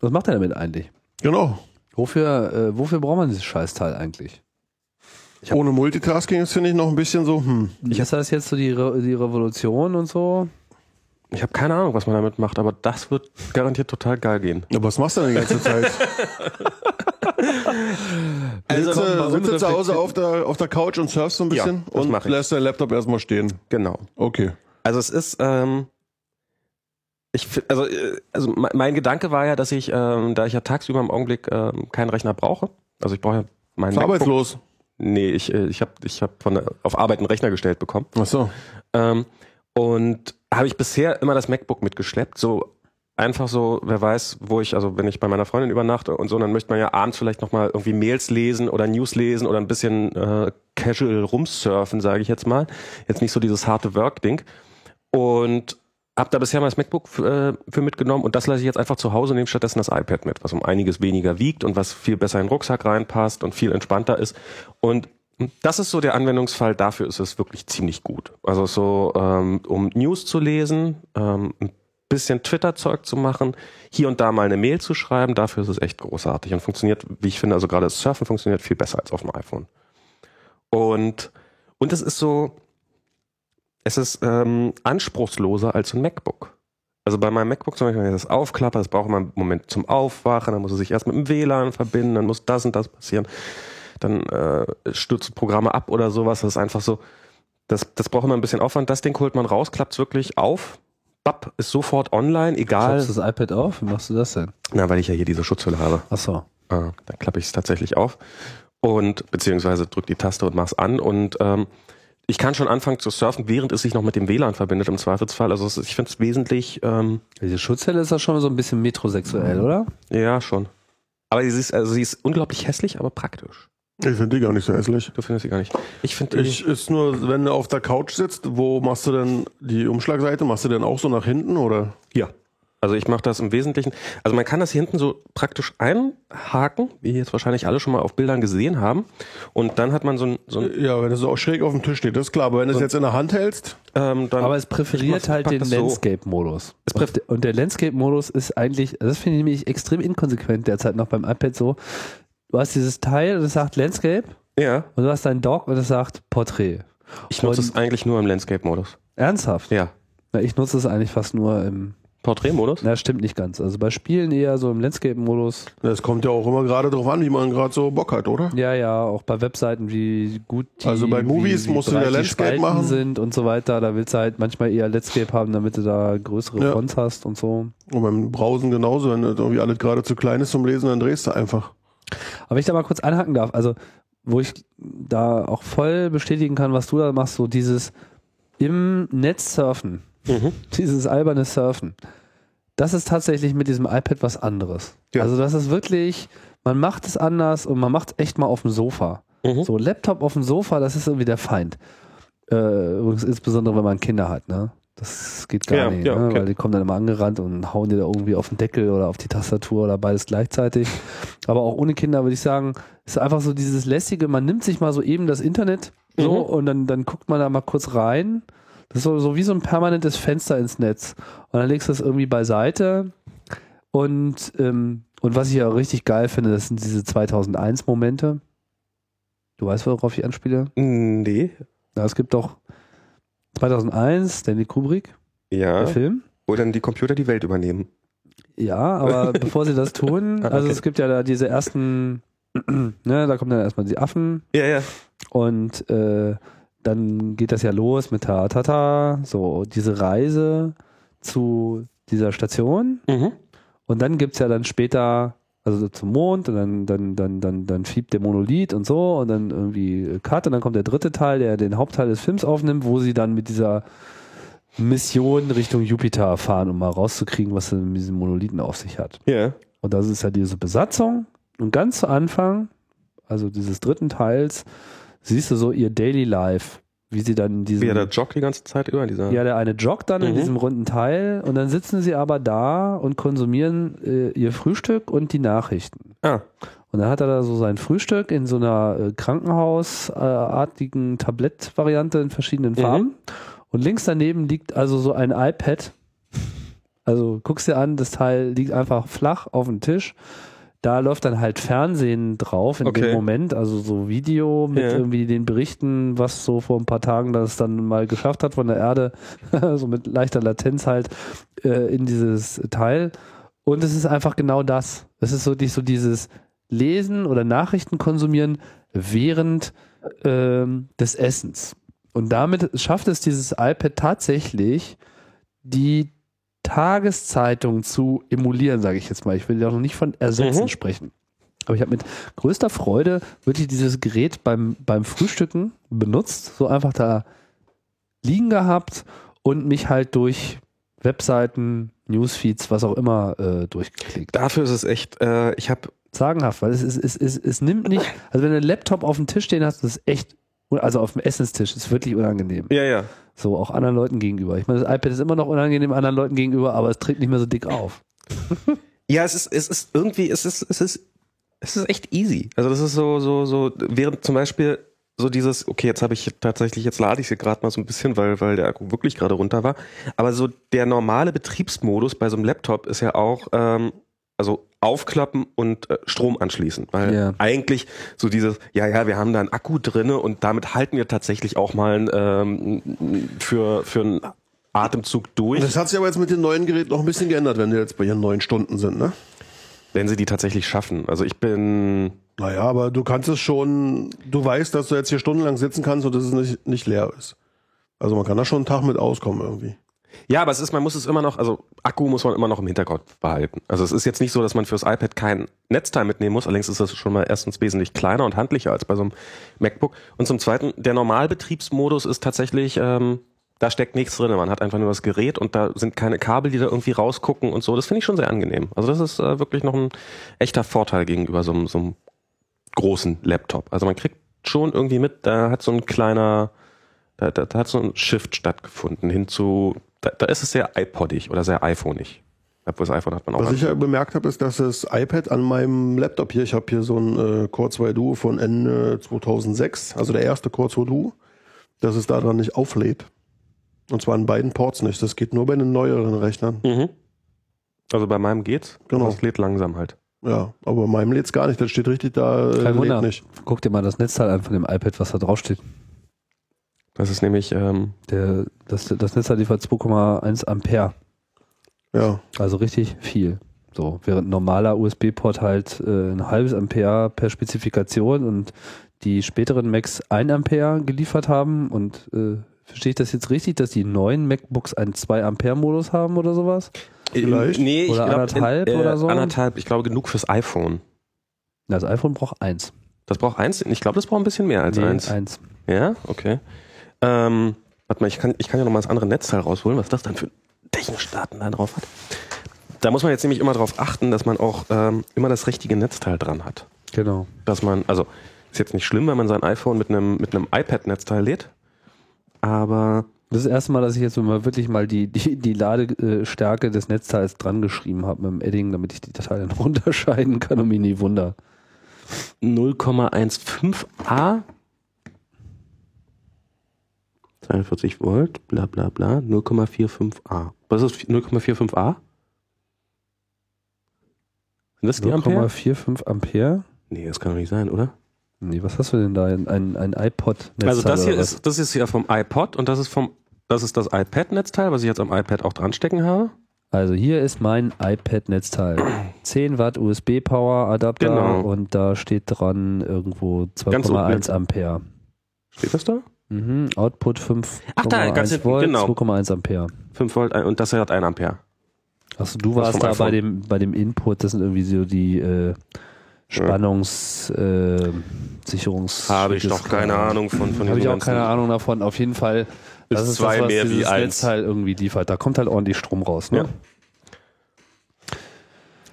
[SPEAKER 2] Was macht er damit eigentlich?
[SPEAKER 1] Genau.
[SPEAKER 2] Wofür, äh, wofür braucht man dieses Scheißteil eigentlich?
[SPEAKER 1] Ohne Multitasking ist, finde ich, noch ein bisschen so, hm.
[SPEAKER 2] ist das jetzt so die, Re die Revolution und so?
[SPEAKER 3] Ich habe keine Ahnung, was man damit macht, aber das wird garantiert total geil gehen.
[SPEAKER 1] Ja, was machst du denn die ganze Zeit? (laughs) Also
[SPEAKER 3] Also,
[SPEAKER 1] Sitzt du-
[SPEAKER 2] komm, mal
[SPEAKER 1] sitzt du zu
[SPEAKER 2] unreflektiert.
[SPEAKER 1] Hause auf der, auf der Couch und surfst so ein
[SPEAKER 3] Ja,
[SPEAKER 1] bisschen
[SPEAKER 3] das mach
[SPEAKER 1] und
[SPEAKER 3] ich.
[SPEAKER 1] lässt deinen Laptop erstmal stehen.
[SPEAKER 3] Genau.
[SPEAKER 1] Okay.
[SPEAKER 3] Also es ist, ähm, ich, fi- also, äh, also me- mein Gedanke war ja, dass ich, ähm, da ich ja tagsüber im Augenblick ähm, keinen Rechner brauche, also ich brauche ja meinen
[SPEAKER 1] Ist arbeitslos.
[SPEAKER 3] Nee, ich, äh, ich habe ich hab von der, auf Arbeit einen Rechner gestellt bekommen.
[SPEAKER 1] Ach so.
[SPEAKER 3] Ähm, und habe ich bisher immer das MacBook mitgeschleppt, so einfach so, wer weiß, wo ich, also wenn ich bei meiner Freundin übernachte und so, dann möchte man ja abends vielleicht nochmal irgendwie Mails lesen oder News lesen oder ein bisschen äh, casual rumsurfen, sage ich jetzt mal. Jetzt nicht so dieses harte Work-Ding. Und habe da bisher mal das MacBook f- äh, für mitgenommen und das lasse ich jetzt einfach zu Hause nehmen, stattdessen das iPad mit, was um einiges weniger wiegt und was viel besser in den Rucksack reinpasst und viel entspannter ist. Und das ist so der Anwendungsfall, dafür ist es wirklich ziemlich gut. Also so, ähm, um News zu lesen, ähm, ein bisschen Twitter-Zeug zu machen, hier und da mal eine Mail zu schreiben, dafür ist es echt großartig und funktioniert, wie ich finde, also gerade das Surfen funktioniert viel besser als auf dem iPhone. Und, und es ist so, es ist ähm, anspruchsloser als ein MacBook. Also bei meinem MacBook zum Beispiel, wenn ich das aufklappe, das braucht man einen Moment zum Aufwachen, dann muss es sich erst mit dem WLAN verbinden, dann muss das und das passieren, dann äh, stürzen Programme ab oder sowas. Das ist einfach so, das, das braucht immer ein bisschen Aufwand. Das Ding holt man raus, klappt es wirklich auf, bapp, ist sofort online, egal.
[SPEAKER 2] Klappst du das iPad auf? Wie machst du das denn?
[SPEAKER 3] Na, weil ich ja hier diese Schutzhülle habe.
[SPEAKER 2] Achso.
[SPEAKER 3] Äh, dann klappe ich es tatsächlich auf und beziehungsweise drücke die Taste und mach's an und ähm, ich kann schon anfangen zu surfen, während es sich noch mit dem WLAN verbindet im Zweifelsfall. Also es- ich finde es wesentlich, ähm,
[SPEAKER 2] Diese Schutzhelle ist ja schon so ein bisschen metrosexuell, oder?
[SPEAKER 3] ja schon. Aber sie ist, also sie ist unglaublich hässlich, aber praktisch.
[SPEAKER 1] Ich finde die gar nicht so hässlich.
[SPEAKER 3] Du findest sie gar nicht. Ich finde
[SPEAKER 1] Ich ist nur, wenn du auf der Couch sitzt, wo machst du denn die Umschlagseite? Machst du denn auch so nach hinten oder?
[SPEAKER 3] ja. Also ich mache das im Wesentlichen. Also man kann das hier hinten so praktisch einhaken, wie jetzt wahrscheinlich alle schon mal auf Bildern gesehen haben. Und dann hat man so ein, so ein
[SPEAKER 1] Ja, wenn es so auch schräg auf dem Tisch steht, das ist klar. Aber wenn du es jetzt in der Hand hältst,
[SPEAKER 3] ähm, dann
[SPEAKER 2] Aber es
[SPEAKER 3] Ich
[SPEAKER 2] präferiert
[SPEAKER 3] mach-
[SPEAKER 2] halt
[SPEAKER 3] pack
[SPEAKER 2] den
[SPEAKER 3] das so.
[SPEAKER 2] Landscape-Modus.
[SPEAKER 3] Es
[SPEAKER 2] Und der- Und der Landscape-Modus ist eigentlich, das finde ich nämlich extrem inkonsequent derzeit noch beim iPad so. Du hast dieses Teil und es sagt Landscape
[SPEAKER 3] ja.
[SPEAKER 2] und du hast deinen Dock und es sagt Porträt.
[SPEAKER 3] Ich nutze
[SPEAKER 2] Und-
[SPEAKER 3] es eigentlich nur im Landscape-Modus.
[SPEAKER 2] Ernsthaft?
[SPEAKER 3] Ja.
[SPEAKER 2] Na, ich nutze es eigentlich fast nur im,
[SPEAKER 3] Porträtmodus?
[SPEAKER 2] na stimmt nicht ganz. Also bei Spielen eher so im Landscape-Modus.
[SPEAKER 1] das kommt ja auch immer gerade drauf an, wie man gerade so Bock hat, oder?
[SPEAKER 2] Ja, ja, auch bei Webseiten, wie gut die
[SPEAKER 1] Also bei
[SPEAKER 2] wie-
[SPEAKER 1] Movies
[SPEAKER 2] wie
[SPEAKER 1] musst du
[SPEAKER 2] breit
[SPEAKER 1] ja
[SPEAKER 2] die
[SPEAKER 1] Landscape
[SPEAKER 2] Spalten
[SPEAKER 1] machen.
[SPEAKER 2] sind und so weiter. Da willst du halt manchmal eher Landscape haben, damit du da größere
[SPEAKER 1] Ja.
[SPEAKER 2] Fonts hast und so.
[SPEAKER 1] Und beim Browsen genauso, wenn das irgendwie alles gerade zu klein ist zum Lesen, dann drehst du einfach.
[SPEAKER 2] Aber wenn ich da mal kurz einhaken darf, also wo ich da auch voll bestätigen kann, was du da machst, so dieses im Netz surfen,
[SPEAKER 3] Mhm.
[SPEAKER 2] (laughs) dieses alberne Surfen, das ist tatsächlich mit diesem iPad was anderes.
[SPEAKER 1] Ja.
[SPEAKER 2] Also das ist wirklich, man macht es anders und man macht es echt mal auf dem Sofa.
[SPEAKER 3] Mhm.
[SPEAKER 2] So Laptop auf dem Sofa, das ist irgendwie der Feind. Äh, übrigens insbesondere, wenn man Kinder hat, ne? Das geht gar
[SPEAKER 3] Ja,
[SPEAKER 2] nicht,
[SPEAKER 3] ja,
[SPEAKER 2] ne?
[SPEAKER 3] okay.
[SPEAKER 2] weil die kommen dann immer angerannt und hauen dir da irgendwie auf den Deckel oder auf die Tastatur oder beides
[SPEAKER 3] (laughs)
[SPEAKER 2] gleichzeitig. Aber auch ohne Kinder würde ich sagen, ist einfach so dieses lässige, man nimmt sich mal so eben das Internet so
[SPEAKER 3] Mhm.
[SPEAKER 2] und dann, dann guckt man da mal kurz rein. Das ist so, so wie so ein permanentes Fenster ins Netz. Und dann legst du das irgendwie beiseite und, ähm, und was ich ja richtig geil finde, das sind diese 2001-Momente. Du weißt, worauf ich anspiele?
[SPEAKER 3] Nee.
[SPEAKER 2] Na, es gibt doch 2001, Stanley Kubrick,
[SPEAKER 3] Ja.
[SPEAKER 2] der Film.
[SPEAKER 3] Wo dann die Computer die Welt übernehmen.
[SPEAKER 2] Ja,
[SPEAKER 3] (laughs)
[SPEAKER 2] aber bevor sie das tun,
[SPEAKER 3] Ah,
[SPEAKER 2] also
[SPEAKER 3] okay.
[SPEAKER 2] es gibt ja da diese ersten, (clears throat) ne, da kommen dann erstmal die Affen
[SPEAKER 3] Ja, ja.
[SPEAKER 2] und äh, dann geht das ja los mit Tatata, so diese Reise zu dieser Station.
[SPEAKER 3] Mhm.
[SPEAKER 2] Und dann gibt es ja dann später Also zum Mond und dann, dann, dann, dann, dann schiebt der Monolith und so und dann irgendwie Cut und dann kommt der dritte Teil, der den Hauptteil des Films aufnimmt, wo sie dann mit dieser Mission Richtung Jupiter fahren, um mal rauszukriegen, was er mit diesen Monolithen auf sich hat.
[SPEAKER 3] Ja.
[SPEAKER 2] Und das ist ja diese Besatzung. Und ganz zu Anfang, also dieses dritten Teils, siehst du so ihr Daily Life, wie sie dann in diesem.
[SPEAKER 3] Wie der joggt die ganze Zeit über, dieser.
[SPEAKER 2] Ja, der eine joggt dann in
[SPEAKER 3] Mhm.
[SPEAKER 2] diesem runden Teil und dann sitzen sie aber da und konsumieren äh, ihr Frühstück und die Nachrichten.
[SPEAKER 3] Ah.
[SPEAKER 2] Und dann hat er da so sein Frühstück in so einer äh, krankenhausartigen Tablettvariante in
[SPEAKER 3] Mhm.
[SPEAKER 2] verschiedenen Farben. Und links daneben liegt also so ein iPad. Also guckst dir an, das Teil liegt einfach flach auf dem Tisch. Da läuft dann halt Fernsehen drauf in
[SPEAKER 3] Okay.
[SPEAKER 2] dem Moment, also so Video mit
[SPEAKER 3] Ja.
[SPEAKER 2] irgendwie den Berichten, was so vor ein paar Tagen das dann mal geschafft hat von der Erde, (laughs) so mit leichter Latenz halt äh, in dieses Teil. Und es ist einfach genau das. Es ist so, die, so dieses Lesen oder Nachrichten konsumieren während ähm, des Essens. Und damit schafft es dieses iPad tatsächlich, die Tageszeitung zu emulieren, sage ich jetzt mal. Ich will ja noch nicht von ersetzen
[SPEAKER 3] Mhm.
[SPEAKER 2] sprechen. Aber ich habe mit größter Freude wirklich dieses Gerät beim, beim Frühstücken benutzt, so einfach da liegen gehabt und mich halt durch Webseiten, Newsfeeds, was auch immer äh, durchgeklickt.
[SPEAKER 3] Dafür ist es echt, äh, ich habe
[SPEAKER 2] Sagenhaft, weil es, es, es, es, es nimmt nicht, also wenn du einen Laptop auf dem Tisch stehen hast, das ist echt, also auf dem Essenstisch, ist wirklich unangenehm.
[SPEAKER 3] ja, ja.
[SPEAKER 2] So, auch anderen Leuten gegenüber. Ich meine, das iPad ist immer noch unangenehm anderen Leuten gegenüber, aber es trägt nicht mehr so dick auf.
[SPEAKER 3] Ja, es ist, es ist irgendwie, es ist, es ist, es ist echt easy. Also das ist so, so, so, während zum Beispiel so dieses, okay, jetzt habe ich tatsächlich, jetzt lade ich sie gerade mal so ein bisschen, weil, weil der Akku wirklich gerade runter war. Aber so der normale Betriebsmodus bei so einem Laptop ist ja auch, ähm, also aufklappen und äh, Strom anschließen. Weil
[SPEAKER 2] Ja.
[SPEAKER 3] eigentlich so dieses, ja, ja, wir haben da einen Akku drinne und damit halten wir tatsächlich auch mal einen, ähm, für, für einen Atemzug durch.
[SPEAKER 1] Das hat sich aber jetzt mit den neuen Geräten noch ein bisschen geändert, wenn die jetzt bei ihren neun Stunden sind, ne?
[SPEAKER 3] Wenn sie die tatsächlich schaffen. Also ich bin
[SPEAKER 1] Naja, aber du kannst es schon, du weißt, dass du jetzt hier stundenlang sitzen kannst und dass es nicht, nicht leer ist. Also man kann da schon einen Tag mit auskommen irgendwie.
[SPEAKER 3] Ja, aber es ist, man muss es immer noch, also Akku muss man immer noch im Hintergrund behalten. Also es ist jetzt nicht so, dass man fürs iPad kein Netzteil mitnehmen muss. Allerdings ist das schon mal erstens wesentlich kleiner und handlicher als bei so einem MacBook. Und zum Zweiten, der Normalbetriebsmodus ist tatsächlich, ähm, da steckt nichts drin. Man hat einfach nur das Gerät und da sind keine Kabel, die da irgendwie rausgucken und so. Das finde ich schon sehr angenehm. Also das ist äh, wirklich noch ein echter Vorteil gegenüber so, einem- so einem großen Laptop. Also man kriegt schon irgendwie mit, da hat so ein kleiner da, da, da hat so ein Shift stattgefunden hin zu, da, da ist es sehr iPodig oder sehr iPhoneig. Obwohl das iPhone hat man auch.
[SPEAKER 1] Was
[SPEAKER 3] an-
[SPEAKER 1] ich ja bemerkt habe, ist, dass das iPad an meinem Laptop hier, ich habe hier so ein äh, Core 2 Duo von Ende 2006, also der erste Core 2 Duo, dass es daran nicht auflädt. Und zwar an beiden Ports nicht. Das geht nur bei den neueren Rechnern.
[SPEAKER 3] mhm. Also bei meinem geht's.
[SPEAKER 1] Genau.
[SPEAKER 3] aber Es lädt langsam halt.
[SPEAKER 1] Ja, aber bei meinem lädt es gar nicht. Das steht richtig da, äh,
[SPEAKER 2] Kein Wunder.
[SPEAKER 1] lädt nicht.
[SPEAKER 2] Guck dir mal das Netzteil an von dem iPad, was da draufsteht.
[SPEAKER 3] Das ist nämlich, ähm,
[SPEAKER 2] Der, das, das Netzteil liefert 2,1 Ampere.
[SPEAKER 1] Ja.
[SPEAKER 2] Also richtig viel. So, während ein normaler USB-Port halt äh, ein halbes Ampere per Spezifikation und die späteren Macs 1 Ampere geliefert haben und äh, verstehe ich das jetzt richtig, dass die neuen MacBooks einen 2 Ampere Modus haben oder sowas?
[SPEAKER 1] Vielleicht.
[SPEAKER 3] äh, nee,
[SPEAKER 2] Oder
[SPEAKER 3] ich glaub,
[SPEAKER 2] anderthalb
[SPEAKER 3] in-
[SPEAKER 2] oder so?
[SPEAKER 3] Anderthalb, ich glaube genug fürs iPhone.
[SPEAKER 2] Na, Das iPhone braucht 1.
[SPEAKER 3] Das braucht eins, ich glaube, das braucht ein bisschen mehr als eins.
[SPEAKER 2] eins.
[SPEAKER 3] Ja, okay. Ähm, warte mal, ich kann, ich kann ja nochmal das andere Netzteil rausholen, was das dann für Technikdaten da drauf hat. Da muss man jetzt nämlich immer darauf achten, dass man auch ähm, immer das richtige Netzteil dran hat.
[SPEAKER 2] Genau.
[SPEAKER 3] dass man, also ist jetzt nicht schlimm, wenn man sein iPhone mit einem mit einem iPad-Netzteil lädt, aber
[SPEAKER 2] Das ist das erste Mal, dass ich jetzt mal wirklich mal die, die, die Ladestärke des Netzteils dran geschrieben habe mit dem Edding, damit ich die Datei dann (laughs) runterscheiden kann und mich nie wunder.
[SPEAKER 3] 0,15a 42 Volt, bla bla bla, 0,45a. Was ist 0,45a? Sind das die Ampere?
[SPEAKER 2] 0,45 Ampere?
[SPEAKER 3] Nee, das kann doch nicht sein, oder?
[SPEAKER 2] Nee, was hast du denn da? Ein, ein, ein iPod-Netzteil?
[SPEAKER 3] Also das hier
[SPEAKER 2] oder was?
[SPEAKER 3] ist das ist ja vom iPod und das ist vom das ist das iPad-Netzteil, was ich jetzt am iPad auch dran stecken habe.
[SPEAKER 2] Also hier ist mein
[SPEAKER 3] (clears throat)
[SPEAKER 2] iPad-Netzteil. 10 Watt USB-Power-Adapter
[SPEAKER 3] Genau.
[SPEAKER 2] und da steht dran irgendwo
[SPEAKER 3] Ganz unten
[SPEAKER 2] 2,1 Ampere.
[SPEAKER 3] Steht das da?
[SPEAKER 2] Mhm, Output 5
[SPEAKER 3] Ach, da, ganz hinten,
[SPEAKER 2] Volt,
[SPEAKER 3] genau.
[SPEAKER 2] 2,1 Ampere.
[SPEAKER 3] 5 Volt ein- und das hat 1 Ampere.
[SPEAKER 2] Achso, du warst
[SPEAKER 3] vom
[SPEAKER 2] da bei
[SPEAKER 3] iPhone.
[SPEAKER 2] dem, bei dem Input, das sind irgendwie so die äh, Spannungs, äh, Sicherungs.
[SPEAKER 3] Habe ich doch keine Ahnung von, von
[SPEAKER 2] Habe ich
[SPEAKER 3] diesem
[SPEAKER 2] auch keine
[SPEAKER 3] ganzen-
[SPEAKER 2] Ahnung davon. Auf jeden Fall, das
[SPEAKER 3] Ist
[SPEAKER 2] ist
[SPEAKER 3] zwei
[SPEAKER 2] das, was
[SPEAKER 3] mehr wie
[SPEAKER 2] dieses
[SPEAKER 3] eins.
[SPEAKER 2] Netzteil irgendwie liefert. Da kommt halt ordentlich Strom raus. Ne?
[SPEAKER 3] Ja.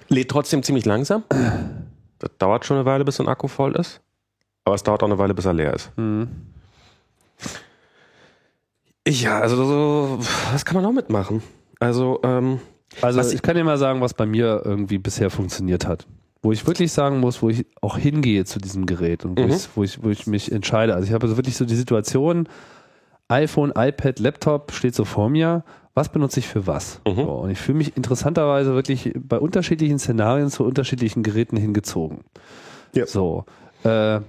[SPEAKER 3] Lädt trotzdem ziemlich langsam. Das dauert schon eine Weile, bis so ein Akku voll ist. Aber es dauert auch eine Weile, bis er leer ist.
[SPEAKER 2] Mhm.
[SPEAKER 3] Ja, also so, was kann man noch mitmachen? Also, ähm,
[SPEAKER 2] Also
[SPEAKER 3] Was
[SPEAKER 2] ich kann dir mal sagen, was bei mir irgendwie bisher funktioniert hat. Wo ich wirklich sagen muss, wo ich auch hingehe zu diesem Gerät und wo,
[SPEAKER 3] Mhm.
[SPEAKER 2] ich, wo, ich, wo ich mich entscheide. Also ich habe so wirklich so die Situation, iPhone, iPad, Laptop steht so vor mir. Was benutze ich für was?
[SPEAKER 3] Mhm.
[SPEAKER 2] So, und ich fühle mich interessanterweise wirklich bei unterschiedlichen Szenarien zu unterschiedlichen Geräten hingezogen.
[SPEAKER 1] Ja.
[SPEAKER 2] So. Äh,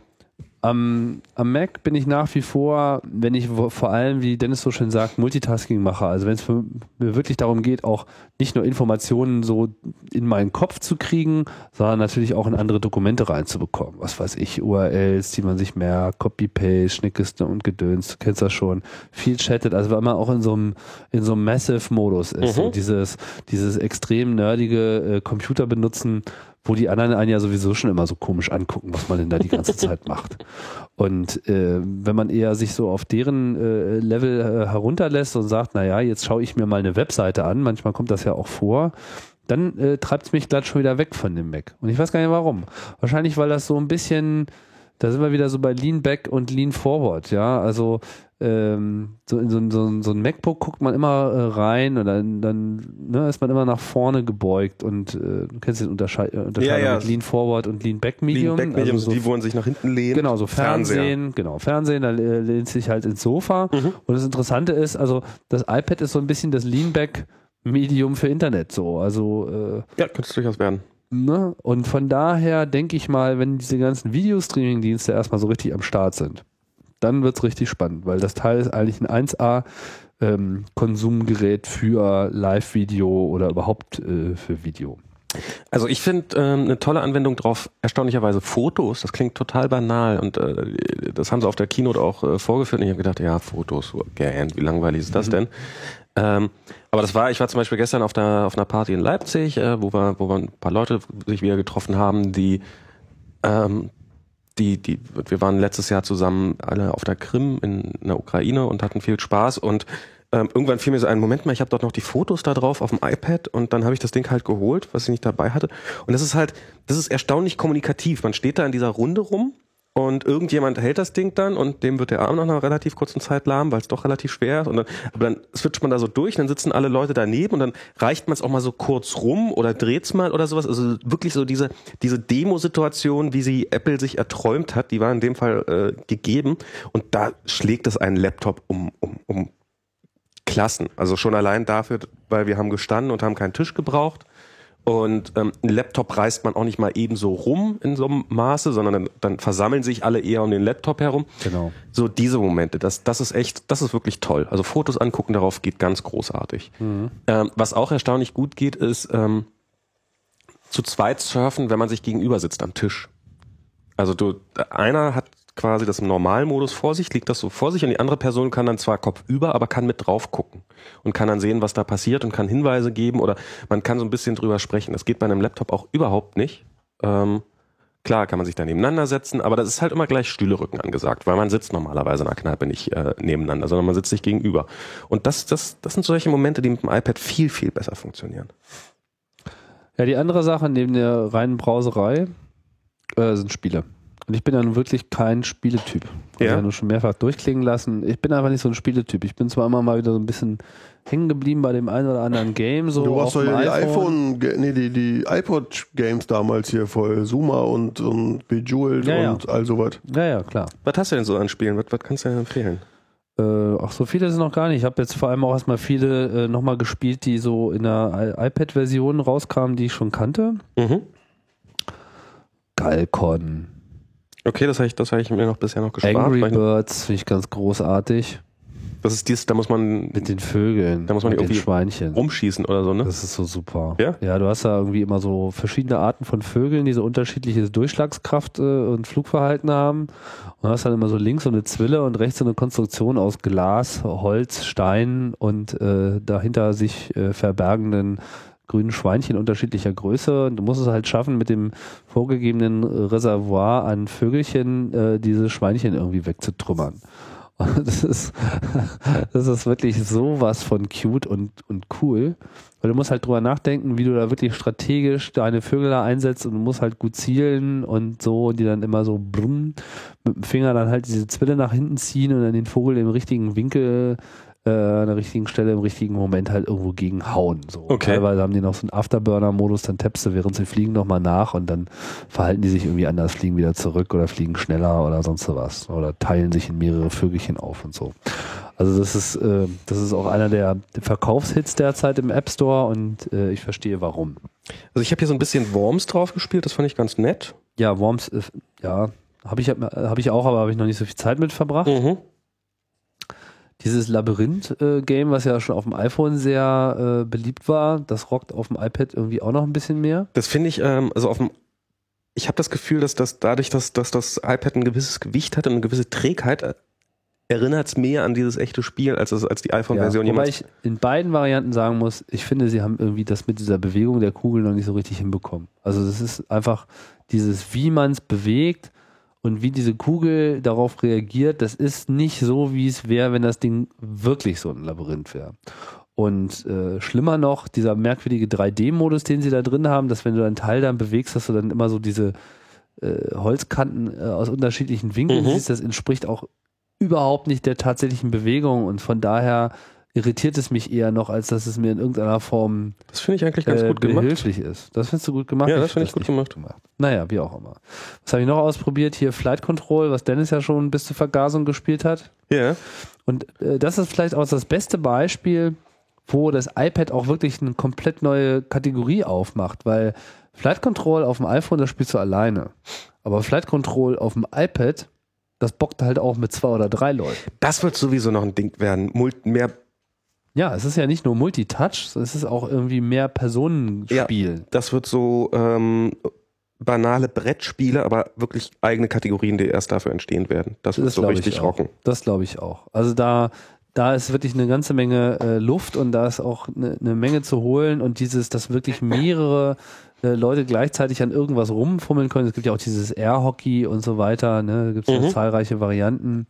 [SPEAKER 2] am, am Mac bin ich nach wie vor, wenn ich wo- vor allem, wie Dennis so schön sagt, Multitasking mache. Also wenn es für- mir wirklich darum geht, auch nicht nur Informationen so in meinen Kopf zu kriegen, sondern natürlich auch in andere Dokumente reinzubekommen. Was weiß ich, URLs, die man sich merkt, Copy-Paste, Schnickeste und Gedöns, du kennst das schon. Viel chattet, also wenn man auch in so einem, in so einem Massive-Modus ist. So dieses, dieses extrem nerdige äh, Computer benutzen, wo die anderen einen ja sowieso schon immer so komisch angucken, was man denn da die ganze Zeit macht. Und äh, wenn man eher sich so auf deren äh, Level äh, herunterlässt und sagt, naja, jetzt schaue ich mir mal eine Webseite an, manchmal kommt das ja auch vor, dann äh, treibt es mich glatt schon wieder weg von dem Mac. Und ich weiß gar nicht warum. Wahrscheinlich, weil das so ein bisschen, da sind wir wieder so bei Lean Back und Lean Forward, ja. Also ähm, so in so, ein- so, ein- so ein MacBook guckt man immer äh, rein und dann, dann ne, ist man immer nach vorne gebeugt und äh, du kennst den Unterscheid äh, Unterscheidung
[SPEAKER 3] ja.
[SPEAKER 2] mit Lean Forward und Lean Back Medium.
[SPEAKER 3] Lean Back Medium,
[SPEAKER 2] also so
[SPEAKER 3] die wollen sich nach hinten lehnen.
[SPEAKER 2] Genau, so Fernsehen,
[SPEAKER 3] Fernseher.
[SPEAKER 2] genau, Fernsehen, da äh, lehnt sich halt ins Sofa. Und das Interessante ist, also das iPad ist so ein bisschen das Leanback-Medium für Internet so. Also,
[SPEAKER 3] Ja, könnte es durchaus werden.
[SPEAKER 2] äh, ne? Und von daher denke ich mal, wenn diese ganzen Videostreaming-Dienste erstmal so richtig am Start sind, dann wird es richtig spannend, weil das Teil ist eigentlich ein 1A. ähm, Konsumgerät für Live-Video oder überhaupt äh, für Video.
[SPEAKER 3] Also ich finde ähm, eine tolle Anwendung drauf, erstaunlicherweise Fotos. Das klingt total banal und äh, das haben sie auf der Keynote auch äh, vorgeführt. Und ich habe gedacht, ja, Fotos, okay, wie langweilig ist das denn? Ähm, aber das war, ich war zum Beispiel gestern auf, der, auf einer Party in Leipzig, äh, wo, wir, wo wir ein paar Leute sich wieder getroffen haben, die, ähm, die, die, wir waren letztes Jahr zusammen alle auf der Krim in, in der Ukraine und hatten viel Spaß und ähm, irgendwann fiel mir so ein Moment mal, ich habe dort noch die Fotos da drauf auf dem iPad und dann habe ich das Ding halt geholt, was ich nicht dabei hatte. Und das ist halt, das ist erstaunlich kommunikativ. Man steht da in dieser Runde rum und irgendjemand hält das Ding dann und dem wird der Arm nach einer relativ kurzen Zeit lahm, weil es doch relativ schwer ist. Und dann, aber dann switcht man da so durch, dann sitzen alle Leute daneben und dann reicht man es auch mal so kurz rum oder dreht's mal oder sowas. Also wirklich so diese, diese Demo-Situation, wie sie Apple sich erträumt hat, die war in dem Fall äh, gegeben. Und da schlägt es einen Laptop um, um, um Klassen. Also schon allein dafür, weil wir haben gestanden und haben keinen Tisch gebraucht. Und ähm, einen Laptop reißt man auch nicht mal eben so rum in so einem Maße, sondern dann, dann versammeln sich alle eher um den Laptop herum.
[SPEAKER 2] Genau.
[SPEAKER 3] So diese Momente, das, das ist echt, das ist wirklich toll. Also Fotos angucken darauf geht ganz großartig. Ähm, was auch erstaunlich gut geht, ist ähm, zu zweit surfen, wenn man sich gegenüber sitzt am Tisch. Also du, einer hat quasi das im Normalmodus vor sich, liegt das so vor sich und die andere Person kann dann zwar kopfüber, aber kann mit drauf gucken und kann dann sehen, was da passiert und kann Hinweise geben oder man kann so ein bisschen drüber sprechen. Das geht bei einem Laptop auch überhaupt nicht. Ähm, klar kann man sich da nebeneinander setzen, aber das ist halt immer gleich Stühlerücken angesagt, weil man sitzt normalerweise in der Kneipe nicht äh, nebeneinander, sondern man sitzt sich gegenüber. Und das, das, das sind solche Momente, die mit dem iPad viel, viel besser funktionieren.
[SPEAKER 2] Ja, die andere Sache neben der reinen Brauserei äh, sind Spiele. Und ich bin ja nun wirklich kein Spieletyp. Hab
[SPEAKER 3] Ja.
[SPEAKER 2] Ich nur schon mehrfach durchklingen lassen. Ich bin einfach nicht so ein Spieletyp. Ich bin zwar immer mal wieder so ein bisschen hängen geblieben bei dem einen oder anderen Game. So
[SPEAKER 1] Du warst
[SPEAKER 2] auf
[SPEAKER 1] doch
[SPEAKER 2] dem
[SPEAKER 1] ja die iPhone, Ga- nee, die, die iPod-Games damals hier voll. Zuma und, und Bejeweled
[SPEAKER 2] Ja, ja.
[SPEAKER 1] und all sowas.
[SPEAKER 2] Ja, ja, klar.
[SPEAKER 3] Was hast du denn so an Spielen? Was, was kannst du denn empfehlen?
[SPEAKER 2] Äh, ach, so viele sind noch gar nicht. Ich habe jetzt vor allem auch erstmal viele äh, nochmal gespielt, die so in der I- iPad-Version rauskamen, die ich schon kannte.
[SPEAKER 3] Mhm.
[SPEAKER 2] Galcon,
[SPEAKER 3] Okay, das habe ich, das hab ich mir noch bisher noch gespart.
[SPEAKER 2] Angry
[SPEAKER 3] weil ich-
[SPEAKER 2] Birds finde ich ganz großartig.
[SPEAKER 3] Das ist dies, da muss man
[SPEAKER 2] Mit den Vögeln,
[SPEAKER 3] Da muss man die
[SPEAKER 2] mit den
[SPEAKER 3] irgendwie
[SPEAKER 2] Schweinchen.
[SPEAKER 3] rumschießen oder so, ne?
[SPEAKER 2] Das ist so super.
[SPEAKER 3] Ja?
[SPEAKER 2] du hast da irgendwie immer so verschiedene Arten von Vögeln, die so unterschiedliche Durchschlagskraft äh, und Flugverhalten haben. Und hast dann immer so links so eine Zwille und rechts so eine Konstruktion aus Glas, Holz, Stein und äh, dahinter sich äh, verbergenden grünen Schweinchen unterschiedlicher Größe. Und du musst es halt schaffen, mit dem vorgegebenen Reservoir an Vögelchen äh, diese Schweinchen irgendwie wegzutrümmern. (laughs) Und das ist, (laughs) das ist wirklich sowas von cute und, und cool. Weil du musst halt drüber nachdenken, wie du da wirklich strategisch deine Vögel da einsetzt und du musst halt gut zielen und so, und die dann immer so brumm, mit dem Finger dann halt diese Zwille nach hinten ziehen und dann den Vogel im richtigen Winkel, äh, an der richtigen Stelle, im richtigen Moment halt irgendwo gegenhauen. So. Und
[SPEAKER 3] Okay.
[SPEAKER 2] Teilweise haben die noch so einen Afterburner-Modus, dann tappst du, während sie fliegen, nochmal nach und dann verhalten die sich irgendwie anders, fliegen wieder zurück oder fliegen schneller oder sonst was. Oder teilen sich in mehrere Vögelchen auf und so. Also das ist, äh, das ist auch einer der Verkaufshits derzeit im App Store und äh, ich verstehe warum.
[SPEAKER 3] Also ich habe hier so ein bisschen Worms drauf gespielt, das fand ich ganz nett.
[SPEAKER 2] Ja, Worms, äh, ja, habe ich, hab ich auch, aber habe ich noch nicht so viel Zeit mit verbracht.
[SPEAKER 3] Mhm.
[SPEAKER 2] Dieses Labyrinth-Game, was ja schon auf dem iPhone sehr äh, beliebt war, das rockt auf dem iPad irgendwie auch noch ein bisschen mehr.
[SPEAKER 3] Das finde ich, ähm, also auf dem, ich habe das Gefühl, dass das dadurch, dass, dass das iPad ein gewisses Gewicht hat und eine gewisse Trägheit, äh, erinnert es mehr an dieses echte Spiel, als, es, als die iPhone-Version
[SPEAKER 2] Ja, wobei
[SPEAKER 3] jemals.
[SPEAKER 2] ich in beiden Varianten sagen muss, ich finde, sie haben irgendwie das mit dieser Bewegung der Kugel noch nicht so richtig hinbekommen. Also das ist einfach dieses, wie man es bewegt und wie diese Kugel darauf reagiert, das ist nicht so, wie es wäre, wenn das Ding wirklich so ein Labyrinth wäre. Und äh, schlimmer noch, dieser merkwürdige 3D-Modus, den sie da drin haben, dass wenn du einen Teil dann bewegst, dass du dann immer so diese äh, Holzkanten äh, aus unterschiedlichen Winkeln
[SPEAKER 3] Mhm.
[SPEAKER 2] siehst, das entspricht auch überhaupt nicht der tatsächlichen Bewegung und von daher irritiert es mich eher noch, als dass es mir in irgendeiner Form
[SPEAKER 3] das finde ich eigentlich ganz
[SPEAKER 2] äh,
[SPEAKER 3] gut gemacht.
[SPEAKER 2] behilflich ist. Das findest du gut gemacht?
[SPEAKER 3] Ja, das finde ich
[SPEAKER 2] find
[SPEAKER 3] gut gemacht.
[SPEAKER 2] Naja, wie auch immer. Was habe ich noch ausprobiert? Hier Flight Control, was Dennis ja schon bis zur Vergasung gespielt hat.
[SPEAKER 3] Ja.
[SPEAKER 2] Und äh, das ist vielleicht auch das beste Beispiel, wo das iPad auch wirklich eine komplett neue Kategorie aufmacht, weil Flight Control auf dem iPhone, das spielst du alleine. Aber Flight Control auf dem iPad, das bockt halt auch mit zwei oder drei Leuten.
[SPEAKER 3] Das wird sowieso noch ein Ding werden. Mul mehr,
[SPEAKER 2] Ja, es ist ja nicht nur Multitouch, es ist auch irgendwie mehr Personenspiel.
[SPEAKER 3] das wird so ähm, banale Brettspiele, aber wirklich eigene Kategorien, die erst dafür entstehen werden. Das wird so
[SPEAKER 2] glaub
[SPEAKER 3] richtig
[SPEAKER 2] ich
[SPEAKER 3] rocken.
[SPEAKER 2] Auch. Das glaube ich auch. Also da, da ist wirklich eine ganze Menge äh, Luft und da ist auch eine, eine Menge zu holen und dieses, dass wirklich mehrere äh, Leute gleichzeitig an irgendwas rumfummeln können. Es gibt ja auch dieses Air-Hockey und so weiter, ne? da gibt es ja
[SPEAKER 3] Mhm.
[SPEAKER 2] zahlreiche Varianten.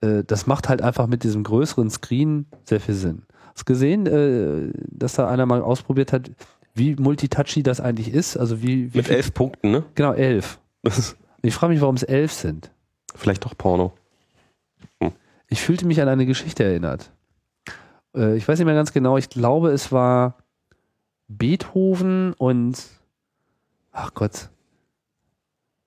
[SPEAKER 2] Äh, das macht halt einfach mit diesem größeren Screen sehr viel Sinn. Hast gesehen, äh, dass da einer mal ausprobiert hat, wie multitouchy das eigentlich ist? Also wie, wie
[SPEAKER 3] Mit
[SPEAKER 2] viel-
[SPEAKER 3] elf Punkten, ne?
[SPEAKER 2] Genau, elf.
[SPEAKER 3] Das ist
[SPEAKER 2] Ich frage mich, warum es elf sind.
[SPEAKER 3] vielleicht doch Porno.
[SPEAKER 2] Ich fühlte mich an eine Geschichte erinnert. Äh, ich weiß nicht mehr ganz genau, ich glaube, es war Beethoven und ach Gott.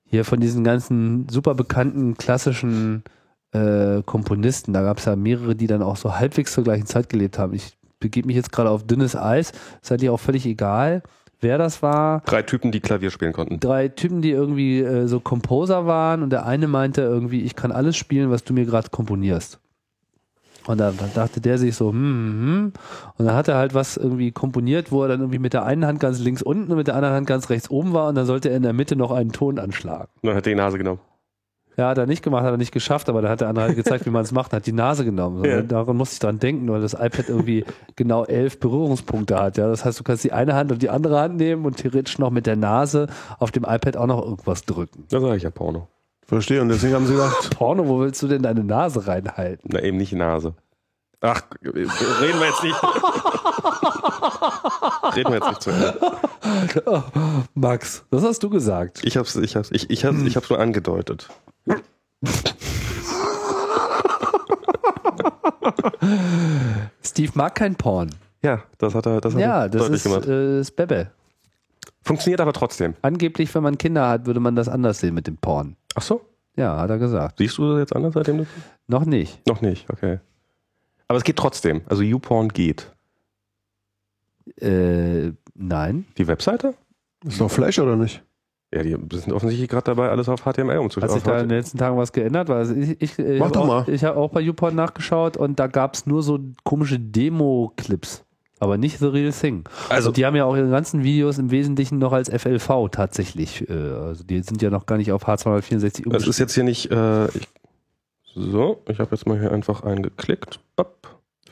[SPEAKER 2] Hier von diesen ganzen super bekannten klassischen äh, Komponisten. Da gab es ja mehrere, die dann auch so halbwegs zur gleichen Zeit gelebt haben. Ich begebe mich jetzt gerade auf dünnes Eis. Ist eigentlich auch völlig egal, wer das war
[SPEAKER 3] Drei Typen, die Klavier spielen konnten.
[SPEAKER 2] drei Typen, die irgendwie äh, so Composer waren und der eine meinte irgendwie, ich kann alles spielen, was du mir gerade komponierst. Und dann, dann dachte der sich so, hm, hm, hm. Und dann hat er halt was irgendwie komponiert, wo er dann irgendwie mit der einen Hand ganz links unten und mit der anderen Hand ganz rechts oben war und dann sollte er in der Mitte noch einen Ton anschlagen.
[SPEAKER 3] Dann hat er die Nase genommen.
[SPEAKER 2] Ja, hat er nicht gemacht, hat er nicht geschafft, aber da hat der andere halt gezeigt, wie man es macht, hat die Nase genommen. ne?
[SPEAKER 3] Ja.
[SPEAKER 2] Daran musste ich dran denken, weil das iPad irgendwie genau elf Berührungspunkte hat. Ja, das heißt, du kannst die eine Hand und die andere Hand nehmen und theoretisch noch mit der Nase auf dem iPad auch noch irgendwas drücken.
[SPEAKER 3] Da sage ich ja Porno.
[SPEAKER 1] Verstehe. Und deswegen haben sie gedacht,
[SPEAKER 2] Porno, wo willst du denn deine Nase reinhalten?
[SPEAKER 3] Na, eben nicht Nase. Ach, reden wir jetzt (laughs) nicht. reden wir jetzt nicht zu Ende.
[SPEAKER 2] Max, das hast du gesagt.
[SPEAKER 3] Ich hab's, ich hab's, ich, ich hab's, ich hab's nur angedeutet.
[SPEAKER 2] Steve mag kein Porn.
[SPEAKER 3] Ja, das hat er, das hat
[SPEAKER 2] Ja,
[SPEAKER 3] er
[SPEAKER 2] das
[SPEAKER 3] deutlich
[SPEAKER 2] ist,
[SPEAKER 3] gemacht.
[SPEAKER 2] äh, ist Bebe.
[SPEAKER 3] Funktioniert aber trotzdem.
[SPEAKER 2] Angeblich, wenn man Kinder hat, würde man das anders sehen mit dem Porn.
[SPEAKER 3] Ach so.
[SPEAKER 2] Ja, hat er gesagt.
[SPEAKER 3] Siehst du das jetzt anders seitdem du?
[SPEAKER 2] Noch nicht.
[SPEAKER 3] Noch nicht, okay. Aber es geht trotzdem. Also YouPorn geht.
[SPEAKER 2] Äh, nein.
[SPEAKER 3] Die Webseite?
[SPEAKER 1] ist doch Flash oder nicht?
[SPEAKER 3] Ja, die sind offensichtlich gerade dabei, alles auf HTML
[SPEAKER 2] Hat sich
[SPEAKER 3] umzustellen.
[SPEAKER 2] da
[SPEAKER 3] Auf-
[SPEAKER 2] in den letzten Tagen was geändert? Weil ich ich, ich
[SPEAKER 1] Mach
[SPEAKER 2] hab
[SPEAKER 1] doch
[SPEAKER 2] auch,
[SPEAKER 1] mal.
[SPEAKER 2] Ich habe auch bei YouPorn nachgeschaut und da gab es nur so komische Demo-Clips. Aber nicht The Real Thing.
[SPEAKER 3] Also,
[SPEAKER 2] Und die haben ja auch ihre ganzen Videos im Wesentlichen noch als FLV tatsächlich. äh, Also die sind ja noch gar nicht auf H264
[SPEAKER 3] das ist jetzt hier nicht. Äh, ich, so, ich habe jetzt mal hier einfach einen geklickt. Bap.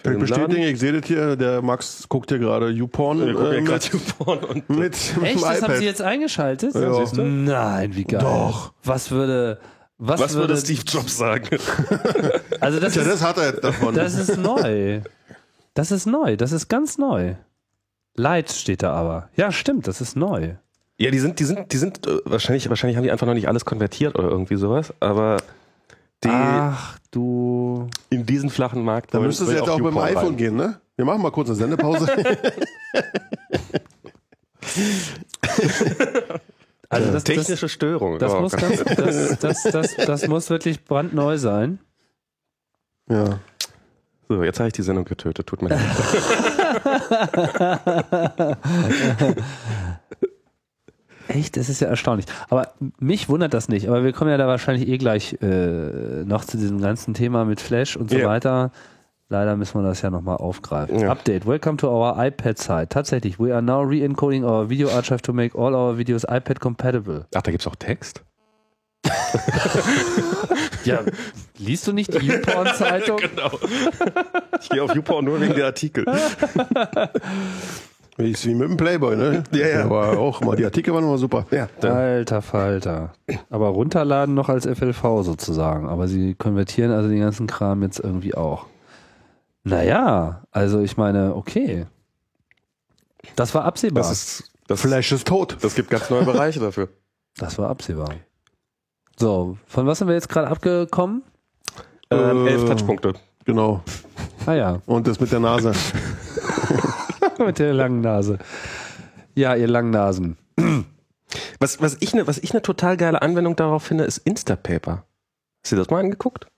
[SPEAKER 1] Ich bestätige, ich sehe das hier, der Max guckt hier gerade YouPorn
[SPEAKER 3] Wir gucken
[SPEAKER 1] äh,
[SPEAKER 3] ja gerade
[SPEAKER 1] mit,
[SPEAKER 3] YouPorn und
[SPEAKER 1] mit, mit dem
[SPEAKER 2] Echt? Das haben
[SPEAKER 1] iPad.
[SPEAKER 2] sie jetzt eingeschaltet?
[SPEAKER 1] Ja.
[SPEAKER 3] siehst du?
[SPEAKER 2] Nein, wie geil.
[SPEAKER 1] Doch.
[SPEAKER 2] Was würde. Was,
[SPEAKER 3] Was
[SPEAKER 2] würde,
[SPEAKER 3] würde Steve Jobs sagen?
[SPEAKER 2] Also das,
[SPEAKER 1] ja,
[SPEAKER 2] ist,
[SPEAKER 1] das hat er davon.
[SPEAKER 2] das ist neu. Das ist neu. Das ist ganz neu. Light steht da aber. Ja, stimmt, das ist neu.
[SPEAKER 3] Ja, die sind, die sind, die sind, äh, wahrscheinlich, wahrscheinlich haben die einfach noch nicht alles konvertiert oder irgendwie sowas, aber die
[SPEAKER 2] Ach du.
[SPEAKER 3] in diesen flachen Markt
[SPEAKER 1] da
[SPEAKER 3] wollen-
[SPEAKER 1] müsste es
[SPEAKER 3] will
[SPEAKER 1] jetzt auch mit dem
[SPEAKER 3] YouPorn
[SPEAKER 1] iPhone
[SPEAKER 3] rein.
[SPEAKER 1] gehen, ne? Wir machen mal kurz eine Sendepause.
[SPEAKER 2] Also das, das,
[SPEAKER 3] Technische Störung.
[SPEAKER 2] das,
[SPEAKER 3] Oh,
[SPEAKER 2] muss
[SPEAKER 3] Gott.
[SPEAKER 2] ganz, das, das, das, das muss wirklich brandneu sein.
[SPEAKER 1] ja.
[SPEAKER 3] (laughs) so, jetzt habe ich die Sendung getötet, tut mir leid.
[SPEAKER 2] Echt, das ist ja erstaunlich. Aber mich wundert das nicht. Aber wir kommen ja da wahrscheinlich eh gleich äh, noch zu diesem ganzen Thema mit Flash und so
[SPEAKER 3] Ja.
[SPEAKER 2] weiter. Leider müssen wir das ja nochmal aufgreifen.
[SPEAKER 3] Ja.
[SPEAKER 2] Update. Welcome to our iPad site. Tatsächlich, we are now re-encoding our video archive to make all our videos iPad compatible.
[SPEAKER 3] Ach, da gibt's auch Text?
[SPEAKER 2] Ja, liest du nicht die YouPorn-Zeitung?
[SPEAKER 3] Genau. Ich gehe auf YouPorn nur wegen der Artikel.
[SPEAKER 1] Ist wie mit dem Playboy, ne?
[SPEAKER 3] Ja, ja.
[SPEAKER 1] Aber auch mal, die Artikel waren immer super. Ja.
[SPEAKER 2] Alter Falter. Aber runterladen noch als FLV sozusagen. Aber sie konvertieren also den ganzen Kram jetzt irgendwie auch. Naja, also ich meine, okay. Das war absehbar.
[SPEAKER 3] Das ist, das,
[SPEAKER 1] Flash ist tot.
[SPEAKER 3] das gibt ganz neue Bereiche dafür.
[SPEAKER 2] das war absehbar. So, von was sind wir jetzt gerade abgekommen?
[SPEAKER 3] Ähm,
[SPEAKER 1] Äh.
[SPEAKER 3] elf Touchpunkte.
[SPEAKER 1] Genau.
[SPEAKER 2] Ah
[SPEAKER 3] (laughs)
[SPEAKER 2] ja,
[SPEAKER 1] Und das mit der Nase.
[SPEAKER 2] mit der langen Nase. Ja, ihr langen Nasen.
[SPEAKER 3] Was, was ich eine, was ich eine total geile Anwendung darauf finde, ist Instapaper. Hast du dir das mal angeguckt?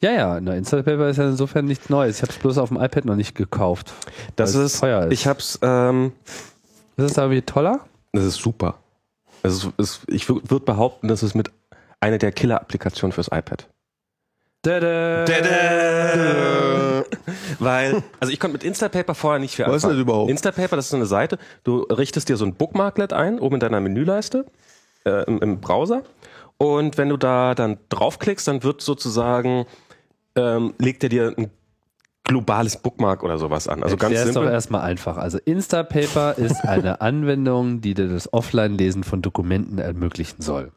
[SPEAKER 2] Ja, ja, na, Instant Paper ist ja insofern nichts Neues. Ich habe es bloß auf dem iPad noch nicht gekauft.
[SPEAKER 3] Das
[SPEAKER 2] Weil's
[SPEAKER 3] ist,
[SPEAKER 2] teuer ist.
[SPEAKER 3] ich hab's, ähm,
[SPEAKER 2] Ist es da wie toller?
[SPEAKER 3] das ist super. Es ist, es, ich würde behaupten, das ist mit einer der Killer-Applikationen fürs iPad.
[SPEAKER 2] Tada.
[SPEAKER 1] äh,
[SPEAKER 3] Weil, (laughs) also ich konnte mit Instapaper vorher nicht viel
[SPEAKER 1] Was ist das überhaupt?
[SPEAKER 3] Instapaper, das ist so eine Seite, du richtest dir so ein Bookmarklet ein, oben in deiner Menüleiste, äh, im, im Browser. Und wenn du da dann draufklickst, dann wird sozusagen, ähm, legt er dir ein globales Bookmark oder sowas an. Also ganz
[SPEAKER 2] Der ist doch
[SPEAKER 3] simpel.
[SPEAKER 2] erstmal einfach. Also Instapaper ist
[SPEAKER 1] (laughs)
[SPEAKER 2] eine Anwendung, die dir das Offline-Lesen von Dokumenten ermöglichen soll.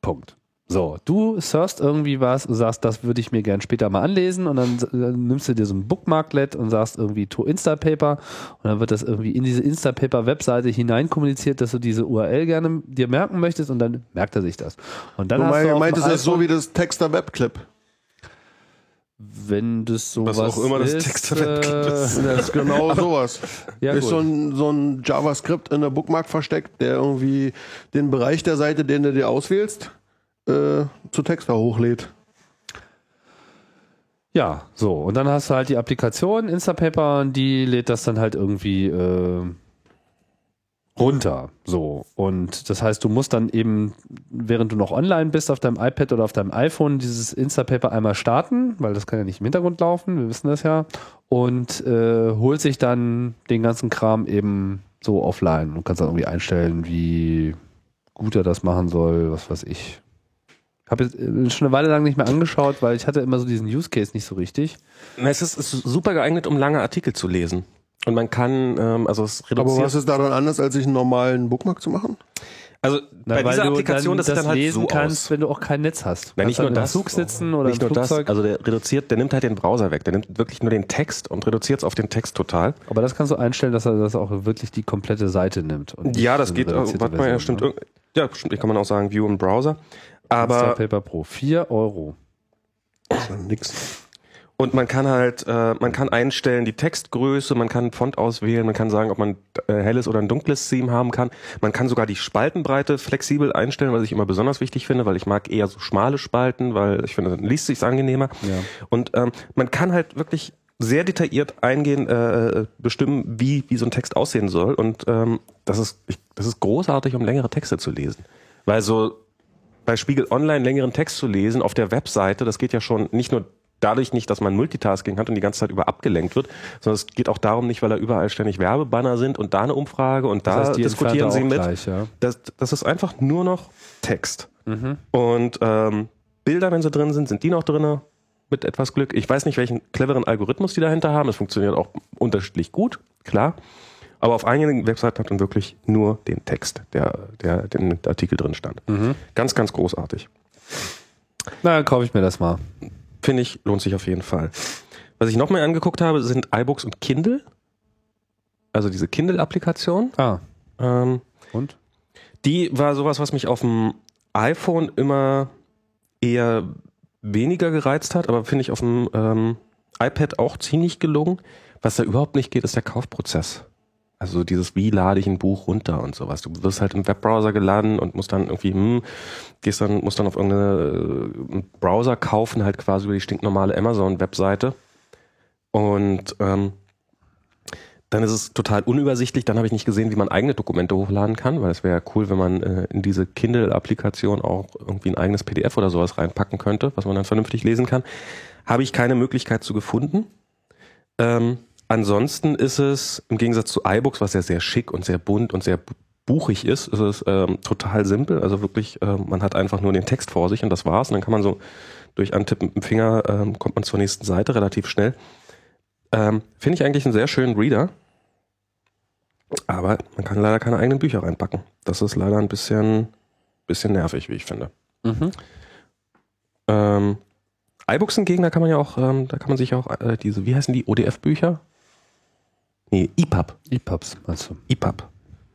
[SPEAKER 2] Punkt. So, du surfst irgendwie was und sagst, das würde ich mir gern später mal anlesen und dann, dann nimmst du dir so ein Bookmarklet und sagst irgendwie to Instapaper und dann wird das irgendwie in diese Instapaper-Webseite hineinkommuniziert, dass du diese URL gerne dir merken möchtest und dann merkt er sich das. Und dann
[SPEAKER 1] du
[SPEAKER 2] hast du
[SPEAKER 1] mein,
[SPEAKER 2] auf
[SPEAKER 1] meintest
[SPEAKER 2] dem
[SPEAKER 1] das so
[SPEAKER 2] iPhone-
[SPEAKER 1] wie das Texter Webclip.
[SPEAKER 2] wenn das sowas
[SPEAKER 3] Was auch immer das
[SPEAKER 2] ist,
[SPEAKER 3] Textwebclip
[SPEAKER 2] äh,
[SPEAKER 3] ist.
[SPEAKER 1] (laughs) Das (laughs) ist genau sowas.
[SPEAKER 2] Ja,
[SPEAKER 1] ist
[SPEAKER 2] gut.
[SPEAKER 1] so ein, so ein JavaScript in der Bookmark versteckt, der irgendwie den Bereich der Seite, den du dir auswählst, äh, zu Texter hochlädt.
[SPEAKER 2] Ja, so. Und dann hast du halt die Applikation Instapaper und die lädt das dann halt irgendwie äh, runter. So. Und das heißt, du musst dann eben, während du noch online bist, auf deinem iPad oder auf deinem iPhone dieses Instapaper einmal starten, weil das kann ja nicht im Hintergrund laufen, wir wissen das ja. Und äh, holt sich dann den ganzen Kram eben so offline und kannst dann irgendwie einstellen, wie gut er das machen soll, was weiß ich. Habe jetzt äh, schon eine Weile lang nicht mehr angeschaut, weil ich hatte immer so diesen Use Case nicht so richtig.
[SPEAKER 1] äh
[SPEAKER 3] Na, Es ist, es ist super geeignet, um lange Artikel zu lesen. Und man kann, ähm, also es
[SPEAKER 1] Aber was
[SPEAKER 3] reduziert.
[SPEAKER 1] ist daran anders, als sich einen normalen Bookmark zu machen?
[SPEAKER 3] Also
[SPEAKER 2] Na,
[SPEAKER 3] bei
[SPEAKER 2] weil
[SPEAKER 3] dieser
[SPEAKER 2] du dann
[SPEAKER 3] Applikation, das sieht dann halt
[SPEAKER 2] lesen
[SPEAKER 3] so
[SPEAKER 2] kannst,
[SPEAKER 3] aus.
[SPEAKER 2] wenn du auch kein Netz hast.
[SPEAKER 3] Nein,
[SPEAKER 2] Kannst
[SPEAKER 3] nicht nur
[SPEAKER 2] dann im
[SPEAKER 3] das.
[SPEAKER 2] Zug sitzen oder
[SPEAKER 3] nicht
[SPEAKER 2] im
[SPEAKER 3] nur das,
[SPEAKER 2] Flugzeug.
[SPEAKER 3] also der reduziert, der nimmt halt den Browser weg, der nimmt wirklich nur den Text und reduziert es auf den Text total.
[SPEAKER 2] aber das kannst du einstellen, dass er das auch wirklich die komplette Seite nimmt. und
[SPEAKER 3] Ja,
[SPEAKER 2] nicht
[SPEAKER 3] das
[SPEAKER 2] eine
[SPEAKER 3] geht, äh,
[SPEAKER 2] reduzierte
[SPEAKER 3] warte mal, ja,
[SPEAKER 2] Version,
[SPEAKER 3] stimmt.
[SPEAKER 2] ne?
[SPEAKER 3] irg- Ja, stimmt, ich kann man auch sagen, View im Browser. Aber,
[SPEAKER 2] Instapaper Pro, 4 Euro.
[SPEAKER 1] Nix.
[SPEAKER 3] und man kann halt, äh, man kann einstellen die Textgröße, man kann Font auswählen, man kann sagen, ob man äh, helles oder ein dunkles Theme haben kann. Man kann sogar die Spaltenbreite flexibel einstellen, was ich immer besonders wichtig finde, weil ich mag eher so schmale Spalten, weil ich finde, dann liest sich's angenehmer.
[SPEAKER 2] Ja.
[SPEAKER 3] Und ähm, man kann halt wirklich sehr detailliert eingehen, äh, bestimmen, wie, wie so ein Text aussehen soll. Und ähm, das, ist, ich, das ist großartig, um längere Texte zu lesen. Weil so bei Spiegel Online längeren Text zu lesen auf der Webseite, das geht ja schon nicht nur dadurch nicht, dass man Multitasking hat und die ganze Zeit über abgelenkt wird, sondern es geht auch darum nicht, weil da überall ständig Werbebanner sind und da eine Umfrage und da
[SPEAKER 2] Das heißt, die
[SPEAKER 3] diskutieren
[SPEAKER 2] entfernt er
[SPEAKER 3] sie
[SPEAKER 2] auch
[SPEAKER 3] mit.
[SPEAKER 2] Gleich, ja.
[SPEAKER 3] Das, das ist einfach Mhm. nur noch Text. Und ähm, Bilder, wenn sie drin sind, sind die noch drin. mit etwas Glück. Ich weiß nicht, welchen cleveren Algorithmus die dahinter haben. Es funktioniert auch unterschiedlich gut, klar. Aber auf einigen Webseiten hat man wirklich nur den Text, der, der den Artikel drin stand. Ganz, ganz großartig.
[SPEAKER 2] Mhm. Na, dann kaufe ich mir das mal.
[SPEAKER 3] Finde ich, lohnt sich auf jeden Fall. Was ich noch mehr angeguckt habe, sind iBooks und Kindle. Also diese Kindle-Applikation.
[SPEAKER 2] Ah,
[SPEAKER 3] Ähm,
[SPEAKER 2] und?
[SPEAKER 3] Die war sowas, was mich auf dem iPhone immer eher weniger gereizt hat, aber finde ich auf dem ähm, iPad auch ziemlich gelungen. Was da überhaupt nicht geht, ist der Kaufprozess. Also dieses, wie lade ich ein Buch runter und sowas. Du wirst halt im Webbrowser geladen und musst dann irgendwie, hm, gehst dann, musst dann auf irgendeine äh, einen Browser kaufen, halt quasi über die stinknormale Amazon-Webseite. Und ähm, dann ist es total unübersichtlich. Dann habe ich nicht gesehen, wie man eigene Dokumente hochladen kann, weil es wäre ja cool, wenn man äh, in diese Kindle-Applikation auch irgendwie ein eigenes PDF oder sowas reinpacken könnte, was man dann vernünftig lesen kann. Habe ich keine Möglichkeit zu gefunden. Ähm, ansonsten ist es im Gegensatz zu iBooks, was ja sehr schick und sehr bunt und sehr bu- buchig ist, ist es ähm, total simpel. Also wirklich, äh, man hat einfach nur den Text vor sich und das war's. Und dann kann man so durch Antippen mit dem Finger ähm, kommt man zur nächsten Seite relativ schnell. Ähm, Finde ich eigentlich einen sehr schönen Reader. Aber man kann leider keine eigenen Bücher reinpacken. Das ist leider ein bisschen, bisschen nervig, wie ich finde.
[SPEAKER 2] Mhm.
[SPEAKER 3] Ähm, iBooks hingegen, da kann man ja auch, ähm, da kann man sich auch äh, diese, wie heißen die, ODF-Bücher? Nee, E EPUB.
[SPEAKER 2] EPUBs, meinst du?
[SPEAKER 3] EPUB.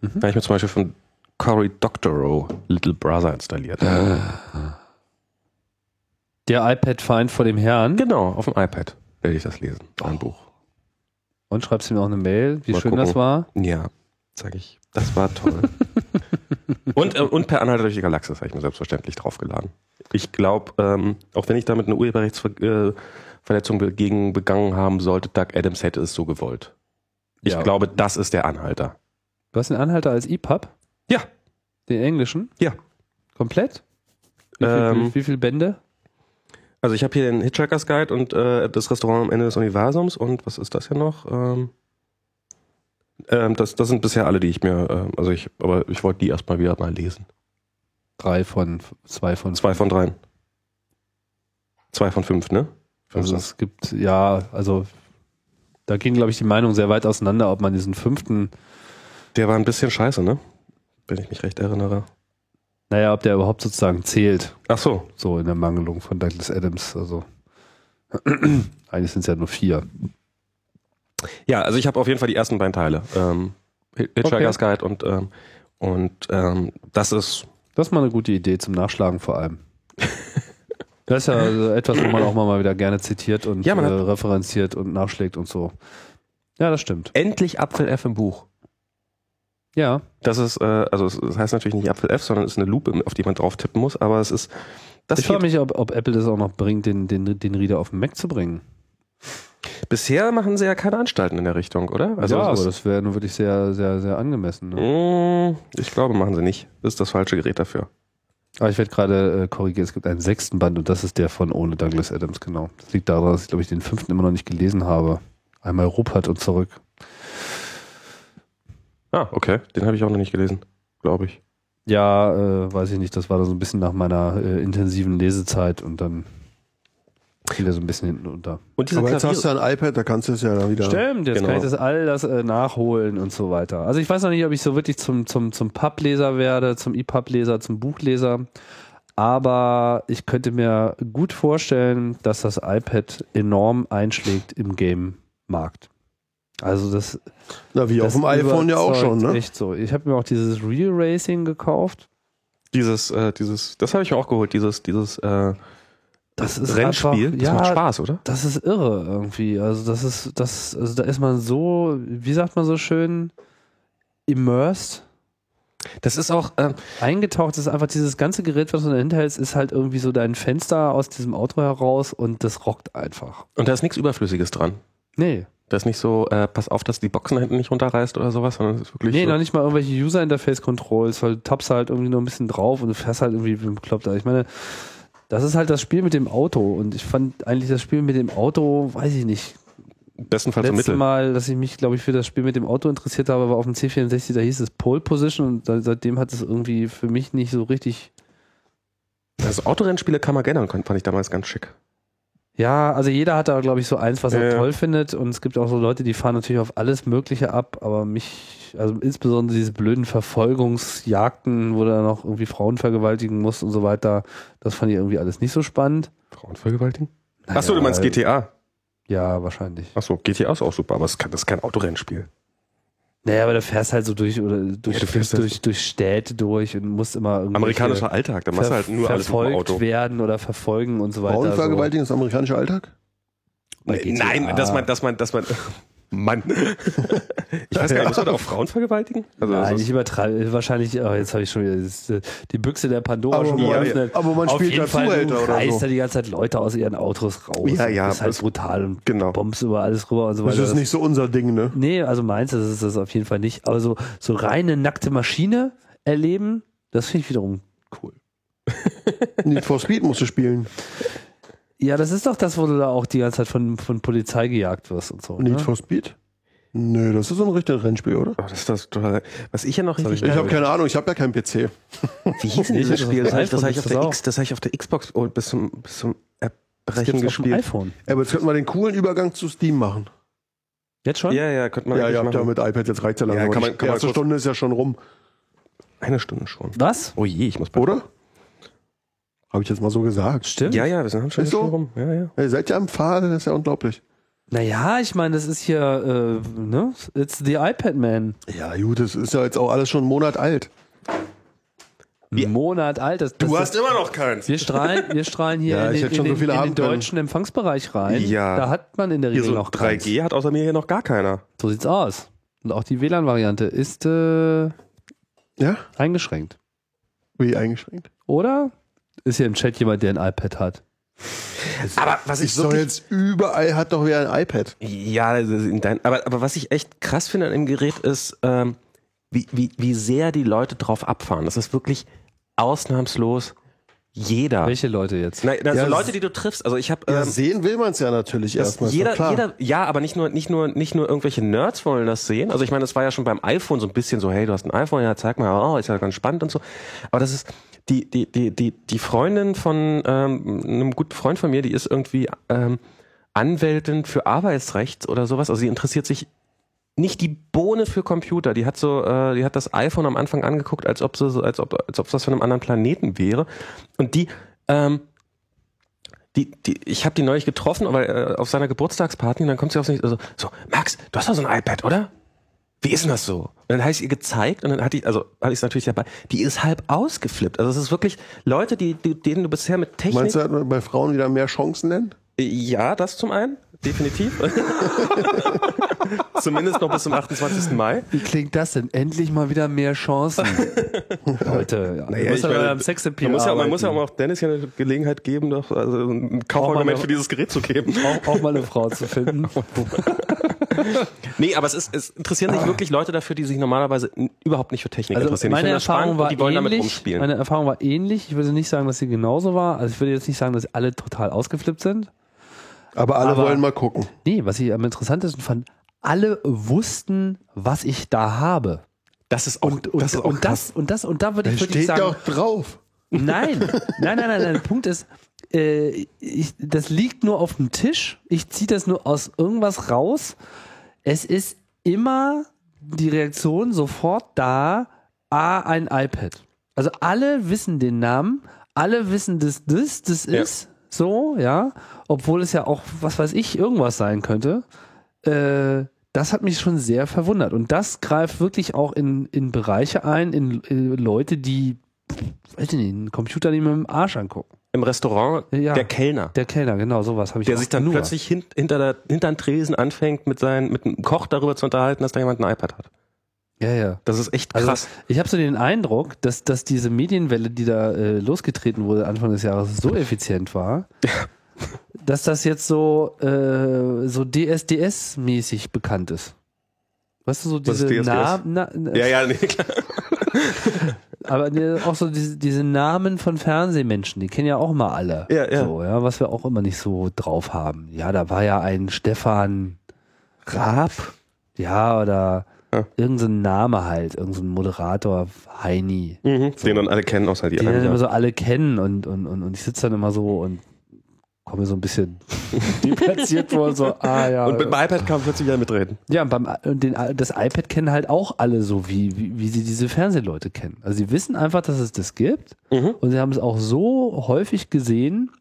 [SPEAKER 3] Da habe ich mir zum Beispiel von Cory Doctorow Little Brother installiert.
[SPEAKER 2] Der iPad-Feind vor dem Herrn.
[SPEAKER 3] Genau, auf dem iPad werde ich das lesen. Ein Buch.
[SPEAKER 2] Und schreibst ihm auch eine Mail, wie
[SPEAKER 3] Mal
[SPEAKER 2] schön
[SPEAKER 3] gucken.
[SPEAKER 2] das war.
[SPEAKER 3] Ja, sag ich. Das war toll. und, äh, und per Anhalter durch die Galaxis habe ich mir selbstverständlich draufgeladen. Ich glaube, ähm, auch wenn ich damit eine Urheberrechtsverletzung be gegen begangen haben sollte, Doug Adams hätte es so gewollt. Ich
[SPEAKER 2] Ja.
[SPEAKER 3] glaube, das ist der Anhalter.
[SPEAKER 2] Du hast den Anhalter als EPUB?
[SPEAKER 3] Ja.
[SPEAKER 2] Den englischen?
[SPEAKER 3] Ja.
[SPEAKER 2] Komplett? Wie viel,
[SPEAKER 3] Ähm.
[SPEAKER 2] wie viel Bände?
[SPEAKER 3] Also ich habe hier den Hitchhiker's Guide und äh, das Restaurant am Ende des Universums und was ist das hier noch? Ähm, ähm, das, das sind bisher alle, die ich mir, ähm, also ich, aber ich wollte die erstmal wieder mal lesen.
[SPEAKER 2] Drei von, zwei von
[SPEAKER 3] Zwei von dreien. Zwei von fünf, ne?
[SPEAKER 2] Also es gibt, ja, also da ging, glaube ich, die Meinung sehr weit auseinander, ob man diesen fünften,
[SPEAKER 3] Der war ein bisschen scheiße, ne? Wenn ich mich recht erinnere.
[SPEAKER 2] naja, ob der überhaupt sozusagen zählt,
[SPEAKER 3] Ach so.
[SPEAKER 2] so in der Mangelung von Douglas Adams. Also (clears throat) eigentlich sind es ja nur vier.
[SPEAKER 3] Ja, also ich habe auf jeden Fall die ersten beiden Teile. Ähm, Hit- Hitchhiker's Guide und, ähm, und ähm, das ist,
[SPEAKER 2] Das ist mal eine gute Idee zum Nachschlagen vor
[SPEAKER 3] (laughs)
[SPEAKER 2] allem. Das ist ja also etwas, wo man auch mal wieder gerne zitiert und
[SPEAKER 3] Ja, man
[SPEAKER 2] äh,
[SPEAKER 3] hat-
[SPEAKER 2] referenziert und nachschlägt und so. Ja, das stimmt.
[SPEAKER 3] endlich Apfel F im Buch.
[SPEAKER 2] Ja,
[SPEAKER 3] Das ist, äh, also es es heißt natürlich nicht Apfel F, sondern es ist eine Lupe, auf die man drauf tippen muss, aber es ist, das
[SPEAKER 2] ich frage
[SPEAKER 3] geht-
[SPEAKER 2] mich, ob, ob Apple das auch noch bringt, den, den, den Reader auf den Mac zu bringen.
[SPEAKER 3] bisher machen sie ja keine Anstalten in der Richtung, oder? Also
[SPEAKER 2] ja, aber
[SPEAKER 3] es ist,
[SPEAKER 2] Also das wäre nun wirklich sehr, sehr, sehr angemessen. Ne?
[SPEAKER 3] Mm, ich glaube, machen sie nicht. Das ist das falsche Gerät dafür.
[SPEAKER 2] Aber ich werde gerade äh, korrigiert, es gibt einen sechsten Band und das ist der von ohne Douglas Adams, genau. Das liegt daran, dass ich, glaube ich, den fünften immer noch nicht gelesen habe. Einmal Rupert und zurück.
[SPEAKER 3] Ah, okay. Den habe ich auch noch nicht gelesen, glaube ich.
[SPEAKER 2] Ja, äh, weiß ich nicht, das war da so ein bisschen nach meiner äh, intensiven Lesezeit und dann fiel er so ein bisschen hinten unter.
[SPEAKER 3] Und
[SPEAKER 1] Aber jetzt hast du ein iPad, da kannst du es ja dann wieder.
[SPEAKER 2] Stimmt, jetzt
[SPEAKER 3] Genau.
[SPEAKER 2] kann ich das all das äh, nachholen und so weiter. Also ich weiß noch nicht, ob ich so wirklich zum, zum, zum Pub-Leser werde, zum EPUB-Leser, zum Buchleser. Aber ich könnte mir gut vorstellen, dass das iPad enorm einschlägt im Game-Markt. Also das,
[SPEAKER 1] Na, wie auf
[SPEAKER 2] das
[SPEAKER 1] dem iPhone ja auch schon,
[SPEAKER 2] überzeugt
[SPEAKER 1] ne?
[SPEAKER 2] Echt so. Ich habe mir auch dieses Real Racing gekauft.
[SPEAKER 3] Dieses, äh, dieses, das habe ich mir auch geholt, dieses, dieses äh,
[SPEAKER 2] Das ist
[SPEAKER 3] Rennspiel.
[SPEAKER 2] Einfach,
[SPEAKER 3] das macht
[SPEAKER 2] ja,
[SPEAKER 3] Spaß, oder?
[SPEAKER 2] Das ist irre irgendwie. Also das ist, das, also da ist man so, wie sagt man so schön, immersed.
[SPEAKER 3] Das ist auch, ähm,
[SPEAKER 2] eingetaucht ist einfach dieses ganze Gerät, was du dahinter hältst, ist halt irgendwie so dein Fenster aus diesem Auto heraus und das rockt einfach.
[SPEAKER 3] und da ist nichts Überflüssiges dran.
[SPEAKER 2] Nee,
[SPEAKER 3] Da ist nicht so, äh, pass auf, dass die Boxen hinten nicht runterreißt oder sowas, sondern es ist wirklich
[SPEAKER 2] nee,
[SPEAKER 3] so,
[SPEAKER 2] noch nicht mal irgendwelche User Interface Controls, weil du tappst halt irgendwie nur ein bisschen drauf und du fährst halt irgendwie wie ein Bekloppter. Ich meine, das ist halt das Spiel mit dem Auto und ich fand eigentlich das Spiel mit dem Auto, weiß ich nicht.
[SPEAKER 3] bestenfalls im
[SPEAKER 2] Letztes
[SPEAKER 3] Mittel.
[SPEAKER 2] Mal, dass ich mich, glaube ich, für das Spiel mit dem Auto interessiert habe, war auf dem C64, da hieß es Pole Position und da, seitdem hat es irgendwie für mich nicht so richtig
[SPEAKER 3] Also Autorennspiele kann man gerne, fand ich damals ganz schick.
[SPEAKER 2] Ja, also jeder hat da, glaube ich, so eins, was er
[SPEAKER 3] Ja.
[SPEAKER 2] toll findet. Und es gibt auch so Leute, die fahren natürlich auf alles Mögliche ab, aber mich, also insbesondere diese blöden Verfolgungsjagden, wo du dann noch irgendwie Frauen vergewaltigen musst und so weiter, das fand ich irgendwie alles nicht so spannend.
[SPEAKER 3] Frauenvergewaltigung?
[SPEAKER 2] Naja,
[SPEAKER 3] Achso, du meinst
[SPEAKER 2] weil-
[SPEAKER 3] GTA.
[SPEAKER 2] Ja, wahrscheinlich.
[SPEAKER 3] Achso, GTA ist auch super, aber es ist kein- das ist kein Autorennspiel.
[SPEAKER 2] Naja, aber du fährst halt so durch oder durch,
[SPEAKER 3] Ja, du fährst halt
[SPEAKER 2] durch, durch Städte durch und musst immer irgendwie
[SPEAKER 3] Amerikanischer Alltag, da machst du halt nur alles mit dem
[SPEAKER 2] verfolgt
[SPEAKER 3] Auto.
[SPEAKER 2] werden oder verfolgen und so weiter.
[SPEAKER 1] Frauenvergewaltigung ist amerikanischer Alltag?
[SPEAKER 2] Bei GTA.
[SPEAKER 3] Nein, dass man, dass man, dass man. (laughs) Mann. Ich weiß gar nicht, muss man da auch Frauen vergewaltigen? Also, das
[SPEAKER 2] Nein,
[SPEAKER 3] ist-
[SPEAKER 2] ich übertreibe. Wahrscheinlich, oh, jetzt habe ich schon wieder das, äh, die Büchse der Pandora
[SPEAKER 1] Aber
[SPEAKER 2] schon
[SPEAKER 1] man-
[SPEAKER 2] geöffnet.
[SPEAKER 1] aber man
[SPEAKER 2] Auf
[SPEAKER 1] spielt
[SPEAKER 2] jeden
[SPEAKER 1] da
[SPEAKER 2] Fall
[SPEAKER 1] Zuhälter
[SPEAKER 2] du
[SPEAKER 1] oder
[SPEAKER 2] reißt
[SPEAKER 1] so.
[SPEAKER 2] da die ganze Zeit Leute aus ihren Autos raus.
[SPEAKER 3] Ja, ja,
[SPEAKER 2] Das ist halt
[SPEAKER 3] das-
[SPEAKER 2] brutal und
[SPEAKER 3] genau.
[SPEAKER 2] bombst überall alles rüber und so
[SPEAKER 1] Das
[SPEAKER 2] weiter.
[SPEAKER 1] ist nicht so unser Ding, ne?
[SPEAKER 2] nee, also meins ist es das auf jeden Fall nicht. Aber so, so reine nackte Maschine erleben, das finde ich wiederum cool.
[SPEAKER 1] Need for Speed musst du
[SPEAKER 2] (laughs)
[SPEAKER 1] spielen.
[SPEAKER 2] Ja, das ist doch das, wo du da auch die ganze Zeit von, von Polizei gejagt wirst und so.
[SPEAKER 1] Need
[SPEAKER 2] Ne?
[SPEAKER 1] for Speed? Nö, das ist so ein richtiges Rennspiel, oder?
[SPEAKER 3] Oh, das ist das, total- was ich ja noch richtig
[SPEAKER 1] Ich habe keine Ahnung, ich habe ja keinen PC. (laughs)
[SPEAKER 3] Wie hieß denn
[SPEAKER 2] Nee,
[SPEAKER 3] dieses
[SPEAKER 2] das
[SPEAKER 3] Spiel?
[SPEAKER 2] ist
[SPEAKER 3] Das habe ich,
[SPEAKER 2] iPhone,
[SPEAKER 3] das hab
[SPEAKER 2] ist
[SPEAKER 3] ich, auf
[SPEAKER 2] das
[SPEAKER 3] der
[SPEAKER 2] auch.
[SPEAKER 3] X- das hab ich auf der Xbox oh, bis zum, bis zum
[SPEAKER 2] Das
[SPEAKER 3] Erbrechen
[SPEAKER 2] gibt's auf dem
[SPEAKER 3] gespielt.
[SPEAKER 2] iPhone.
[SPEAKER 1] Aber jetzt könnten wir den coolen Übergang zu Steam machen.
[SPEAKER 2] Jetzt schon?
[SPEAKER 3] Ja, ja, könnte man
[SPEAKER 1] Ja,
[SPEAKER 3] eigentlich
[SPEAKER 1] ihr habt ja
[SPEAKER 3] machen.
[SPEAKER 1] mit iPad jetzt reicht ja lange.
[SPEAKER 3] Ja,
[SPEAKER 1] aber
[SPEAKER 3] kann man-
[SPEAKER 1] die
[SPEAKER 3] kann man
[SPEAKER 1] erste
[SPEAKER 3] kurz-
[SPEAKER 1] Stunde ist ja schon rum,
[SPEAKER 3] Eine Stunde schon.
[SPEAKER 2] Was?
[SPEAKER 3] Oh je, ich muss bald-
[SPEAKER 1] oder? Habe ich jetzt mal so gesagt.
[SPEAKER 2] Stimmt.
[SPEAKER 3] Ja, ja, wir sind schon
[SPEAKER 1] Ist so?
[SPEAKER 3] schon rum. Ja, ja.
[SPEAKER 1] Ihr seid ja am Faden, das ist ja unglaublich.
[SPEAKER 2] Naja, ich meine, das ist hier, äh, ne? It's the iPad Man.
[SPEAKER 1] Ja, gut, das ist ja jetzt auch alles schon einen Monat alt.
[SPEAKER 2] Ein Monat alt. Das, das,
[SPEAKER 3] immer noch keins.
[SPEAKER 2] wir strahlen, wir strahlen
[SPEAKER 3] (laughs)
[SPEAKER 2] hier
[SPEAKER 1] Ja,
[SPEAKER 2] in,
[SPEAKER 1] ich
[SPEAKER 2] den,
[SPEAKER 1] hätte
[SPEAKER 2] in,
[SPEAKER 1] schon so
[SPEAKER 2] den,
[SPEAKER 1] viele
[SPEAKER 2] in den
[SPEAKER 1] haben können.
[SPEAKER 2] deutschen Empfangsbereich rein.
[SPEAKER 3] Ja.
[SPEAKER 2] Da hat man in der
[SPEAKER 3] Hier
[SPEAKER 2] Regel
[SPEAKER 3] so
[SPEAKER 2] noch keins.
[SPEAKER 3] 3G hat außer mir hier noch gar keiner.
[SPEAKER 2] So sieht's aus. Und auch die WLAN-Variante ist äh,
[SPEAKER 1] Ja?
[SPEAKER 2] eingeschränkt.
[SPEAKER 1] Wie eingeschränkt.
[SPEAKER 2] Oder? Ist hier im Chat jemand, der ein iPad hat?
[SPEAKER 3] Aber was
[SPEAKER 1] Ich soll jetzt überall hat doch wer ein iPad.
[SPEAKER 3] Ja, das ist in dein, aber, aber was ich echt krass finde an dem Gerät ist, ähm, wie, wie, wie sehr die Leute drauf abfahren. Das ist wirklich ausnahmslos jeder.
[SPEAKER 2] Welche Leute jetzt?
[SPEAKER 3] Nein, also
[SPEAKER 1] Ja,
[SPEAKER 3] Leute,
[SPEAKER 1] das-
[SPEAKER 3] die du triffst. Also ich habe
[SPEAKER 1] Ja,
[SPEAKER 3] ähm,
[SPEAKER 1] sehen will man es ja natürlich
[SPEAKER 3] das
[SPEAKER 1] erstmal. ist
[SPEAKER 3] jeder,
[SPEAKER 1] doch klar.
[SPEAKER 3] jeder, ja, aber nicht nur, nicht nur, nicht nur irgendwelche Nerds wollen das sehen. Also ich meine, das war ja schon beim iPhone so ein bisschen so, hey, du hast ein iPhone, ja, zeig mal, oh, ist ja ganz spannend und so. Aber das ist die, die, die, die, die Freundin von ähm, einem guten Freund von mir, die ist irgendwie ähm, Anwältin für Arbeitsrecht oder sowas. Also sie interessiert sich nicht die Bohne für Computer. Die hat so, äh, die hat das iPhone am Anfang angeguckt, als ob sie, so- als ob, als ob das von einem anderen Planeten wäre. Und die, ähm, die, die, ich habe die neulich getroffen, aber äh, auf seiner Geburtstagsparty und dann kommt sie auf mich also, so, Max, du hast doch so ein iPad, oder? Wie ist denn das so? Und dann habe ich ihr gezeigt und dann hatte ich, also hatte ich es natürlich dabei, die ist halb ausgeflippt. Also es ist wirklich Leute, die, die, denen du bisher mit Technik.
[SPEAKER 1] Meinst du, hat man bei Frauen wieder mehr Chancen denn?
[SPEAKER 3] Ja, das zum einen,
[SPEAKER 1] (laughs)
[SPEAKER 3] definitiv. (laughs) Zumindest noch bis zum 28. Mai.
[SPEAKER 2] Wie klingt das denn? Endlich mal wieder mehr
[SPEAKER 3] (laughs)
[SPEAKER 2] Chancen. Leute, ja.
[SPEAKER 3] Naja, ich meine, man muss ja, man muss ja auch Dennis ja eine Gelegenheit geben, doch, also ein Kaufargument
[SPEAKER 2] Auch mal-
[SPEAKER 3] für dieses Gerät zu geben.
[SPEAKER 2] auch, auch mal eine Frau zu
[SPEAKER 3] (laughs)
[SPEAKER 2] finden.
[SPEAKER 3] Nee, aber es, ist, es interessieren sich wirklich Leute dafür, die sich normalerweise n- überhaupt nicht für Technik
[SPEAKER 2] Ah. Also
[SPEAKER 3] interessieren.
[SPEAKER 2] meine
[SPEAKER 3] ich
[SPEAKER 2] Erfahrung war
[SPEAKER 3] und die wollen damit
[SPEAKER 2] ähnlich.
[SPEAKER 3] rumspielen.
[SPEAKER 2] Meine Erfahrung war ähnlich. Ich würde nicht sagen, dass sie genauso war. Also ich würde jetzt nicht sagen, dass alle total ausgeflippt sind.
[SPEAKER 1] Aber alle
[SPEAKER 2] Aber-
[SPEAKER 1] wollen mal gucken.
[SPEAKER 2] Nee, was ich am interessantesten fand, alle wussten, was ich da habe.
[SPEAKER 3] das ist auch,
[SPEAKER 2] Und, und,
[SPEAKER 3] das ist auch
[SPEAKER 2] und,
[SPEAKER 3] krass.
[SPEAKER 2] das, und das und da würde
[SPEAKER 1] Da
[SPEAKER 2] ich, würde ich
[SPEAKER 1] steht
[SPEAKER 2] sagen,
[SPEAKER 1] ja auch drauf.
[SPEAKER 2] Nein, nein, nein, nein, nein. Der Punkt ist, äh, ich, das liegt nur auf dem Tisch. Ich ziehe das nur aus irgendwas raus. Es ist immer die Reaktion sofort da, ah, ein iPad. Also alle wissen den Namen, alle wissen, dass das das
[SPEAKER 3] Ja.
[SPEAKER 2] ist, so, ja. Obwohl es ja auch, was weiß ich, irgendwas sein könnte. Äh, das hat mich schon sehr verwundert. Und das greift wirklich auch in, in Bereiche ein, in, in Leute, die weiß ich nicht, einen Computer nicht mit dem Arsch angucken.
[SPEAKER 3] Im Restaurant
[SPEAKER 2] Ja.
[SPEAKER 3] der Kellner.
[SPEAKER 2] Der Kellner, genau, sowas habe ich
[SPEAKER 3] Der
[SPEAKER 2] auch
[SPEAKER 3] sich dann
[SPEAKER 2] nur.
[SPEAKER 3] plötzlich hin, hinter der, hinter den Tresen anfängt, mit seinen, mit einem Koch darüber zu unterhalten, dass da jemand ein iPad hat.
[SPEAKER 2] Ja, ja.
[SPEAKER 3] Das ist echt
[SPEAKER 2] Also,
[SPEAKER 3] krass.
[SPEAKER 2] ich habe so den Eindruck, dass, dass diese Medienwelle, die da äh, losgetreten wurde Anfang des Jahres, so effizient war, dass das jetzt so, äh, so DSDS-mäßig bekannt ist. Weißt du, so
[SPEAKER 3] Was
[SPEAKER 2] diese
[SPEAKER 3] ist DSDS?
[SPEAKER 2] Namen, na, na-
[SPEAKER 3] ja, ja, nee, klar.
[SPEAKER 2] (laughs) aber die- auch so diese, diese Namen von Fernsehmenschen, die kennen ja auch mal alle.
[SPEAKER 3] Ja, ja.
[SPEAKER 2] So, ja, was wir auch immer nicht so drauf haben. Ja, da war ja ein Stefan,
[SPEAKER 3] Raab.
[SPEAKER 2] Ja, oder
[SPEAKER 3] Ja.
[SPEAKER 2] irgendein Name halt, irgendein Moderator, Heini,
[SPEAKER 3] Mhm. Den dann alle kennen, außer die
[SPEAKER 2] die dann immer
[SPEAKER 3] anderen.
[SPEAKER 2] so alle kennen und, und, und, und ich sitze dann immer so und
[SPEAKER 4] komme so ein
[SPEAKER 2] (laughs)
[SPEAKER 3] (laughs)
[SPEAKER 4] bisschen deplatziert vor, so, ah ja.
[SPEAKER 3] Und mit dem iPad kann man plötzlich wieder mitreden.
[SPEAKER 2] Ja, und beim, und den, das iPad kennen halt auch alle so, wie, wie, wie sie diese Fernsehleute kennen. Also sie wissen einfach, dass es das gibt
[SPEAKER 3] Mhm.
[SPEAKER 2] und sie haben es auch so häufig gesehen,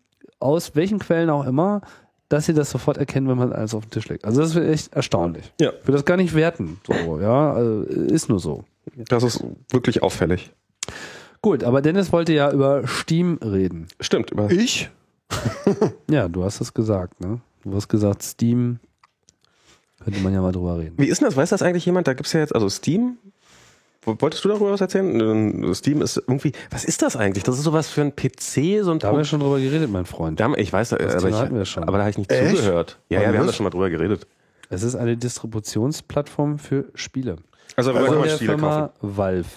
[SPEAKER 2] aus welchen Quellen auch immer, dass sie das sofort erkennen, wenn man alles auf den Tisch legt. Also das ist echt erstaunlich.
[SPEAKER 3] Ja.
[SPEAKER 2] Ich will das gar nicht werten. So, ja, also, ist nur so.
[SPEAKER 3] Das ist wirklich auffällig.
[SPEAKER 2] Gut, aber Dennis wollte ja über Steam reden.
[SPEAKER 3] Stimmt. Über
[SPEAKER 1] Ich?
[SPEAKER 2] Ja, du hast es gesagt, ne? Du hast gesagt, Steam könnte man ja mal drüber reden.
[SPEAKER 3] Wie ist denn das? Weiß das eigentlich jemand? Da gibt's ja jetzt, also Steam. W- Wolltest du darüber was erzählen? Ähm, Steam ist irgendwie, was ist das eigentlich? Das ist sowas für ein PC, so ein
[SPEAKER 2] Da haben wir schon drüber geredet, mein Freund.
[SPEAKER 3] Da haben- ich weiß, äh, aber,
[SPEAKER 2] Thema
[SPEAKER 3] ich,
[SPEAKER 2] hatten wir schon.
[SPEAKER 3] aber da habe ich nicht
[SPEAKER 1] Echt?
[SPEAKER 3] zugehört. Ja,
[SPEAKER 1] Wann
[SPEAKER 3] ja, wir haben
[SPEAKER 1] das?
[SPEAKER 3] da schon mal drüber geredet.
[SPEAKER 2] Es ist eine Distributionsplattform für Spiele.
[SPEAKER 3] Also, wir
[SPEAKER 2] Von
[SPEAKER 3] können
[SPEAKER 2] der
[SPEAKER 3] mal Spiele kaufen.
[SPEAKER 2] Firma Valve.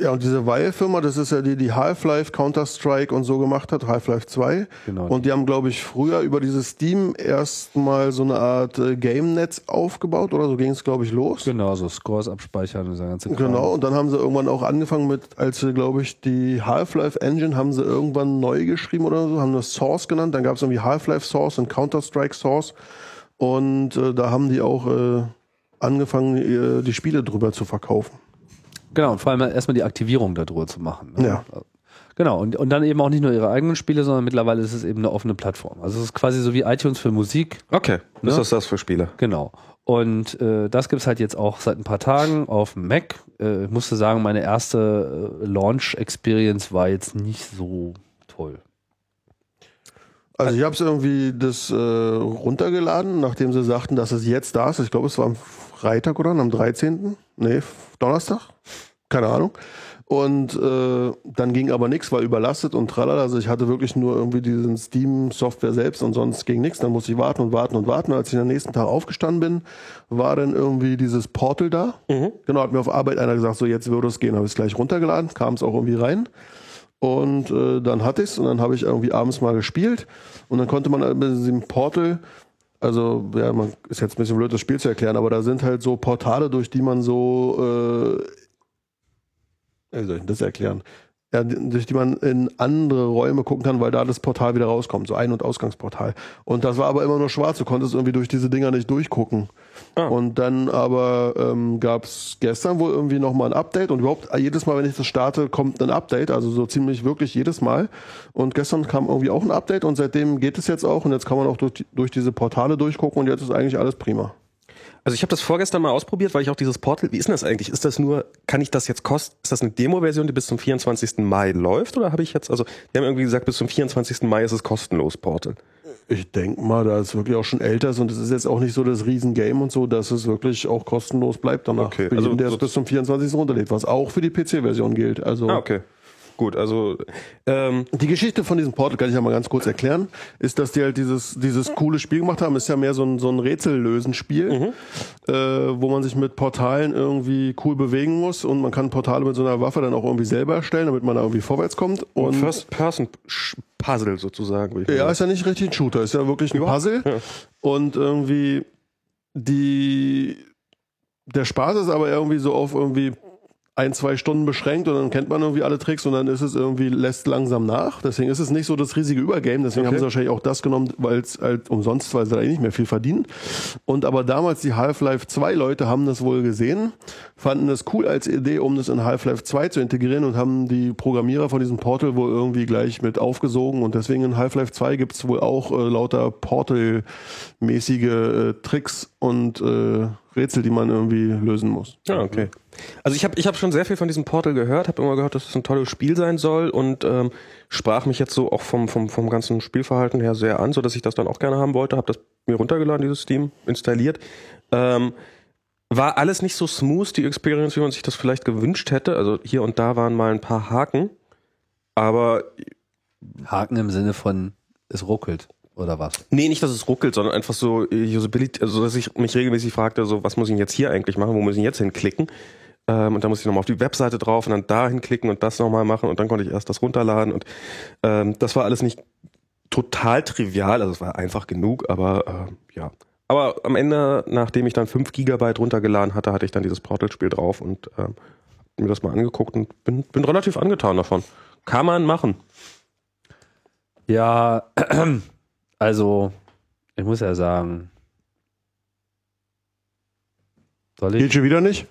[SPEAKER 1] Ja, und diese Valve-Firma, das ist ja die, die Half-Life, Counter-Strike und so gemacht hat, Half-Life 2.
[SPEAKER 2] Genau.
[SPEAKER 1] Und die haben, glaube ich, früher über dieses Steam erstmal so eine Art äh, Game-Netz aufgebaut oder so ging es, glaube ich, los.
[SPEAKER 2] Genau, so Scores abspeichern und dieser ganze Kram.
[SPEAKER 1] Genau, und dann haben sie irgendwann auch angefangen mit, als sie, glaube ich, die Half-Life-Engine haben sie irgendwann neu geschrieben oder so, haben das Source genannt, dann gab es irgendwie Half-Life-Source und Counter-Strike-Source und äh, da haben die auch äh, angefangen, äh, die Spiele drüber zu verkaufen.
[SPEAKER 2] Genau, und vor allem erstmal die Aktivierung darüber zu machen. ne?
[SPEAKER 1] Ja.
[SPEAKER 2] Genau, und, und dann eben auch nicht nur ihre eigenen Spiele, sondern mittlerweile ist es eben eine offene Plattform. Also es ist quasi so wie iTunes für Musik.
[SPEAKER 3] Okay,
[SPEAKER 2] Ne?
[SPEAKER 3] was ist das für Spiele?
[SPEAKER 2] Genau. Und äh, das gibt's halt jetzt auch seit ein paar Tagen auf dem Mac. Äh, ich musste sagen, meine erste äh, Launch-Experience war jetzt nicht so toll.
[SPEAKER 1] Also ich habe es irgendwie das äh, runtergeladen, nachdem sie sagten, dass es jetzt da ist. Ich glaube, es war am Freitag oder am 13. Nee, F- Donnerstag. Keine Ahnung. Und äh, dann ging aber nichts, war überlastet und tralala. Also ich hatte wirklich nur irgendwie diesen Steam-Software selbst und sonst ging nichts. Dann musste ich warten und warten und warten. Als ich am nächsten Tag aufgestanden bin, war dann irgendwie dieses Portal da. Genau, hat mir auf Arbeit einer gesagt, so jetzt würde es gehen. Habe ich es gleich runtergeladen, kam es auch irgendwie rein. Und äh, dann hatte ich es und dann habe ich irgendwie abends mal gespielt. Und dann konnte man halt mit diesem Portal, also ja, man ist jetzt ein bisschen blöd, das Spiel zu erklären, aber da sind halt so Portale, durch die man so, äh, wie soll ich denn das erklären? Ja, die- durch die man in andere Räume gucken kann, weil da das Portal wieder rauskommt, so Ein- und Ausgangsportal. Und das war aber immer nur schwarz, du konntest irgendwie durch diese Dinger nicht durchgucken. Und dann aber ähm, gab es gestern wohl irgendwie nochmal ein Update und überhaupt äh, jedes Mal, wenn ich das starte, kommt ein Update, also so ziemlich wirklich jedes Mal. Und gestern kam irgendwie auch ein Update und seitdem geht es jetzt auch und jetzt kann man auch durch, die- durch diese Portale durchgucken und jetzt ist eigentlich alles prima.
[SPEAKER 3] Also ich habe das vorgestern mal ausprobiert, weil ich auch dieses Portal, wie ist denn das eigentlich? Ist das nur, kann ich das jetzt kosten? Ist das eine Demo-Version, die bis zum 24. Mai läuft? Oder habe ich jetzt, also die haben irgendwie gesagt, bis zum 24. Mai ist es kostenlos, Portal.
[SPEAKER 1] Ich denke mal, da es wirklich auch schon älter ist und es ist jetzt auch nicht so das Riesengame und so, dass es wirklich auch kostenlos bleibt danach.
[SPEAKER 3] Okay,
[SPEAKER 1] Für
[SPEAKER 3] also
[SPEAKER 1] jeden, der
[SPEAKER 3] so-
[SPEAKER 1] es bis zum 24. runterlädt, was auch für die PC-Version gilt. Also
[SPEAKER 3] Ah, okay. Gut, also ähm,
[SPEAKER 1] Die Geschichte von diesem Portal kann ich ja mal ganz kurz erklären, ist, dass die halt dieses, dieses coole Spiel gemacht haben. Ist ja mehr so ein, so ein Rätsellösenspiel, äh, wo man sich mit Portalen irgendwie cool bewegen muss und man kann Portale mit so einer Waffe dann auch irgendwie selber erstellen, damit man da irgendwie vorwärts kommt. Und
[SPEAKER 3] First-Person-Puzzle sozusagen. würde ich
[SPEAKER 1] ja,
[SPEAKER 3] sagen.
[SPEAKER 1] ist ja nicht richtig ein Shooter, ist ja wirklich ein Puzzle. Und irgendwie die der Spaß ist aber irgendwie so auf irgendwie ein, zwei Stunden beschränkt und dann kennt man irgendwie alle Tricks und dann ist es irgendwie, lässt langsam nach. Deswegen ist es nicht so das riesige Übergame, deswegen haben sie wahrscheinlich auch das genommen, weil es halt umsonst, weil sie da eh nicht mehr viel verdienen. Und aber damals die Half-Life 2 Leute haben das wohl gesehen, fanden das cool als Idee, um das in Half-Life 2 zu integrieren und haben die Programmierer von diesem Portal wohl irgendwie gleich mit aufgesogen und deswegen in Half-Life 2 gibt's wohl auch äh, lauter Portal-mäßige äh, Tricks und äh, Rätsel, die man irgendwie lösen muss.
[SPEAKER 3] Ja, okay. Also ich habe ich hab schon sehr viel von diesem Portal gehört, habe immer gehört, dass es ein tolles Spiel sein soll und ähm, sprach mich jetzt so auch vom, vom, vom ganzen Spielverhalten her sehr an, so dass ich das dann auch gerne haben wollte. Habe das mir runtergeladen, dieses Steam, installiert. Ähm, war alles nicht so smooth, die Experience, wie man sich das vielleicht gewünscht hätte. Also hier und da waren mal ein paar Haken, aber
[SPEAKER 2] Haken im Sinne von, es ruckelt oder was?
[SPEAKER 3] Nee, nicht, dass es ruckelt, sondern einfach so äh, Usability, also dass ich mich regelmäßig fragte, so was muss ich denn jetzt hier eigentlich machen, wo muss ich denn jetzt hinklicken? Ähm, und dann muss ich nochmal auf die Webseite drauf und dann da hinklicken und das nochmal machen und dann konnte ich erst das runterladen und ähm, das war alles nicht total trivial, also es war einfach genug, aber äh, ja. Aber am Ende, nachdem ich dann 5 Gigabyte runtergeladen hatte, hatte ich dann dieses Portal-Spiel drauf und ähm, hab mir das mal angeguckt und bin, bin relativ angetan davon. Kann man machen.
[SPEAKER 2] Ja, (clears throat) Also, ich muss ja sagen. Soll ich?
[SPEAKER 1] Geht schon wieder nicht?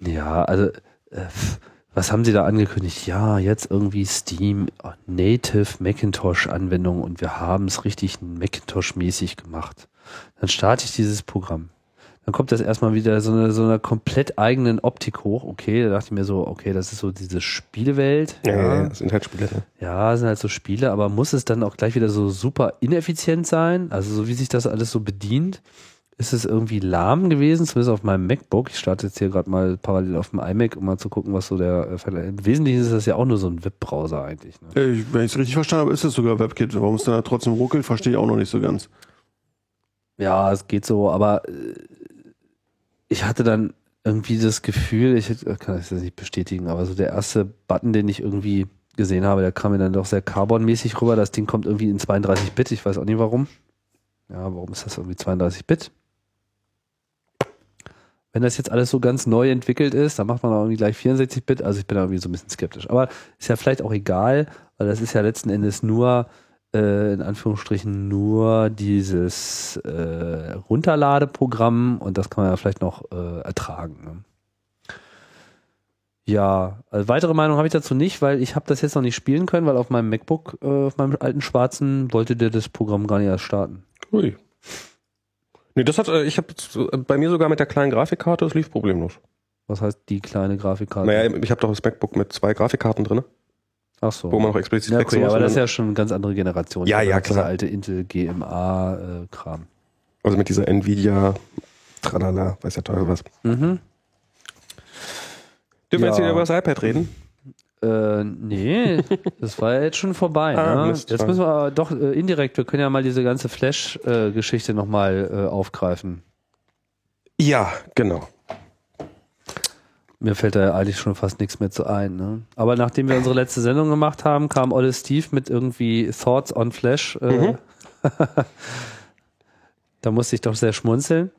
[SPEAKER 2] Ja, also, äh, pf, was haben sie da angekündigt? Ja, jetzt irgendwie Steam äh, Native Macintosh-Anwendung und wir haben es richtig Macintosh-mäßig gemacht. Dann starte ich dieses Programm. Dann kommt das erstmal wieder so eine, so einer komplett eigenen Optik hoch. Okay, da dachte ich mir so, okay, das ist so diese Spielewelt.
[SPEAKER 3] das sind halt Spiele. ne?
[SPEAKER 2] Ja, sind halt so Spiele, aber muss es dann auch gleich wieder so super ineffizient sein? Also so wie sich das alles so bedient, ist es irgendwie lahm gewesen, zumindest auf meinem MacBook. Ich starte jetzt hier gerade mal parallel auf dem iMac, um mal zu gucken, was so der äh, Vergleich- Im Wesentlichen ist das ja auch nur so ein Webbrowser eigentlich. Ne?
[SPEAKER 1] Ey, Äh, wenn ich es richtig verstanden habe, ist es sogar WebKit. Warum es dann da trotzdem ruckelt, verstehe ich auch noch nicht so ganz.
[SPEAKER 2] Ja, es geht so, aber äh, ich hatte dann irgendwie das Gefühl, ich hätte- kann das jetzt nicht bestätigen, aber so der erste Button, den ich irgendwie gesehen habe, der kam mir dann doch sehr Carbon-mäßig rüber. Das Ding kommt irgendwie in 32-Bit, ich weiß auch nicht warum. Ja, warum ist das irgendwie 32-Bit? Wenn das jetzt alles so ganz neu entwickelt ist, dann macht man auch irgendwie gleich 64-Bit, also ich bin da irgendwie so ein bisschen skeptisch. Aber ist ja vielleicht auch egal, weil das ist ja letzten Endes nur äh, in Anführungsstrichen nur dieses äh, Runterladeprogramm und das kann man ja vielleicht noch äh, ertragen. Ne? Ja, also weitere Meinung habe ich dazu nicht, weil ich habe das jetzt noch nicht spielen können, weil auf meinem MacBook, äh, auf meinem alten schwarzen, wollte der das Programm gar nicht erst starten.
[SPEAKER 3] Ui. Nee, das hat, äh, ich habe bei mir sogar mit der kleinen Grafikkarte, das lief problemlos.
[SPEAKER 2] Was heißt die kleine Grafikkarte?
[SPEAKER 3] Naja, ich habe doch das MacBook mit zwei Grafikkarten drin,
[SPEAKER 2] Ach so.
[SPEAKER 3] wo man auch explizit
[SPEAKER 2] Ja,
[SPEAKER 3] wechseln
[SPEAKER 2] okay,
[SPEAKER 3] muss.
[SPEAKER 2] aber das ist
[SPEAKER 3] und
[SPEAKER 2] ja schon eine ganz andere Generation. Also
[SPEAKER 3] Ja, ja,
[SPEAKER 2] Das
[SPEAKER 3] klar.
[SPEAKER 2] alte Intel GMA-Kram.
[SPEAKER 3] dann- also mit dieser Nvidia, tralala, weiß ja teuer was.
[SPEAKER 2] mhm.
[SPEAKER 3] Dürfen wir
[SPEAKER 2] Ja.
[SPEAKER 3] jetzt wieder über das iPad reden?
[SPEAKER 2] Äh, nee, das war ja jetzt schon
[SPEAKER 3] (laughs)
[SPEAKER 2] vorbei.
[SPEAKER 3] Ah,
[SPEAKER 2] ne?
[SPEAKER 3] Mist,
[SPEAKER 2] Jetzt
[SPEAKER 3] sorry.
[SPEAKER 2] müssen wir aber doch äh, indirekt, wir können ja mal diese ganze äh, Flash-Geschichte nochmal äh, aufgreifen.
[SPEAKER 3] Ja, genau.
[SPEAKER 2] Mir fällt da ja eigentlich schon fast nichts mehr zu ein. Ne? Aber nachdem wir unsere letzte Sendung gemacht haben, kam Olle Steve mit irgendwie Thoughts on Flash. Äh,
[SPEAKER 3] Mhm.
[SPEAKER 2] (laughs) da musste ich doch sehr schmunzeln.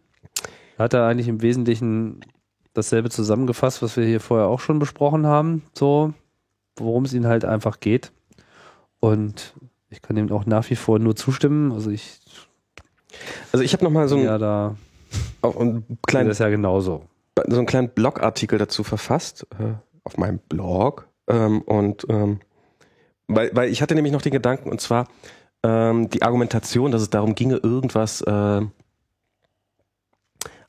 [SPEAKER 2] Hat er eigentlich im Wesentlichen dasselbe zusammengefasst, was wir hier vorher auch schon besprochen haben, so worum es ihn halt einfach geht. Und ich kann ihm auch nach wie vor nur zustimmen. Also ich
[SPEAKER 3] Also ich habe nochmal so,
[SPEAKER 2] bin
[SPEAKER 3] ein,
[SPEAKER 2] ja da
[SPEAKER 3] auch einen
[SPEAKER 2] sehe
[SPEAKER 3] kleinen
[SPEAKER 2] das ja genauso.
[SPEAKER 3] so einen kleinen Blogartikel dazu verfasst, äh, auf meinem Blog. Ähm, und ähm, weil, weil ich hatte nämlich noch den Gedanken, und zwar ähm, die Argumentation, dass es darum ginge, irgendwas äh,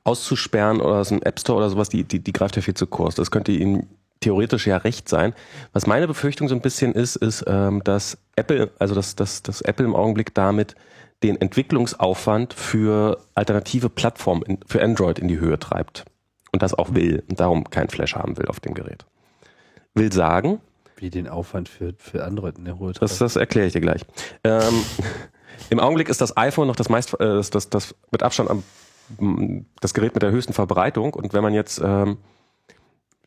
[SPEAKER 3] auszusperren oder aus dem App Store oder sowas, die, die, die greift ja viel zu kurz. Das könnte ihnen theoretisch ja recht sein. Was meine Befürchtung so ein bisschen ist, ist, ähm, dass Apple, also dass, dass, dass Apple im Augenblick damit den Entwicklungsaufwand für alternative Plattformen in, für Android in die Höhe treibt und das auch will und darum kein Flash haben will auf dem Gerät. Will sagen,
[SPEAKER 2] Wie den Aufwand für, für Android in der Ruhe
[SPEAKER 3] das, das erkläre ich dir gleich. Ähm, (laughs) Im Augenblick ist das iPhone noch das meist, äh, das, das, das mit Abstand am, m, das Gerät mit der höchsten Verbreitung und wenn man jetzt ähm,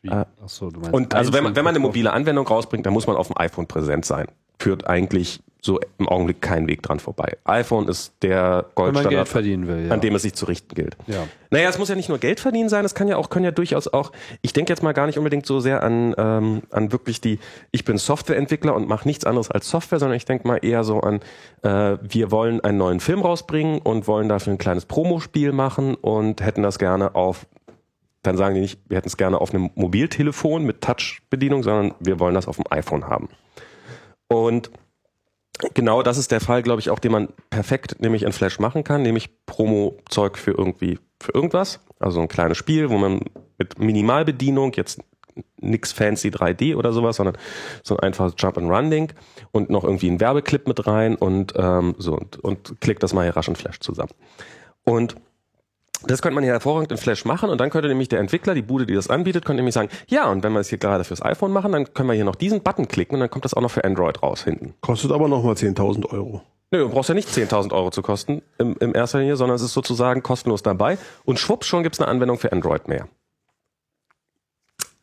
[SPEAKER 5] Ah.
[SPEAKER 3] äh,
[SPEAKER 2] Achso, du meinst
[SPEAKER 3] und also wenn man, wenn man eine
[SPEAKER 2] einzeln-
[SPEAKER 3] mobile Anwendung rausbringt, dann muss man auf dem iPhone präsent sein. Führt eigentlich so im Augenblick kein Weg dran vorbei. iPhone ist der
[SPEAKER 2] wenn man Geld
[SPEAKER 3] Goldstandard,
[SPEAKER 2] verdienen will. Ja.
[SPEAKER 3] an dem es sich zu richten gilt.
[SPEAKER 2] ja.
[SPEAKER 3] Naja, es muss ja nicht nur Geld verdienen sein, es kann ja auch, können ja durchaus auch, ich denke jetzt mal gar nicht unbedingt so sehr an, ähm, an wirklich die, ich bin Softwareentwickler und mache nichts anderes als Software, sondern ich denke mal eher so an, äh, wir wollen einen neuen Film rausbringen und wollen dafür ein kleines Promospiel machen und hätten das gerne auf, dann sagen die nicht, wir hätten es gerne auf einem Mobiltelefon mit Touch-Bedienung, sondern wir wollen das auf dem iPhone haben. Und genau das ist der Fall, glaube ich, auch den man perfekt nämlich in Flash machen kann, nämlich Promo-Zeug für irgendwie, für irgendwas. Also ein kleines Spiel, wo man mit Minimalbedienung jetzt nix fancy 3D oder sowas, sondern so ein einfaches Jump-and-Run-Ding und noch irgendwie einen Werbeclip mit rein und ähm, so und, und klickt das mal hier rasch in Flash zusammen. Und das könnte man ja hervorragend in Flash machen und dann könnte nämlich der Entwickler, die Bude, die das anbietet, könnte nämlich sagen, ja, und wenn wir es hier gerade fürs iPhone machen, dann können wir hier noch diesen Button klicken und dann kommt das auch noch für Android raus hinten.
[SPEAKER 1] Kostet aber nochmal 10.000 Euro.
[SPEAKER 3] Nö, du brauchst ja nicht 10.000 Euro zu kosten im, im erster Linie, sondern es ist sozusagen kostenlos dabei. Und schwupps, schon gibt's eine Anwendung für Android mehr.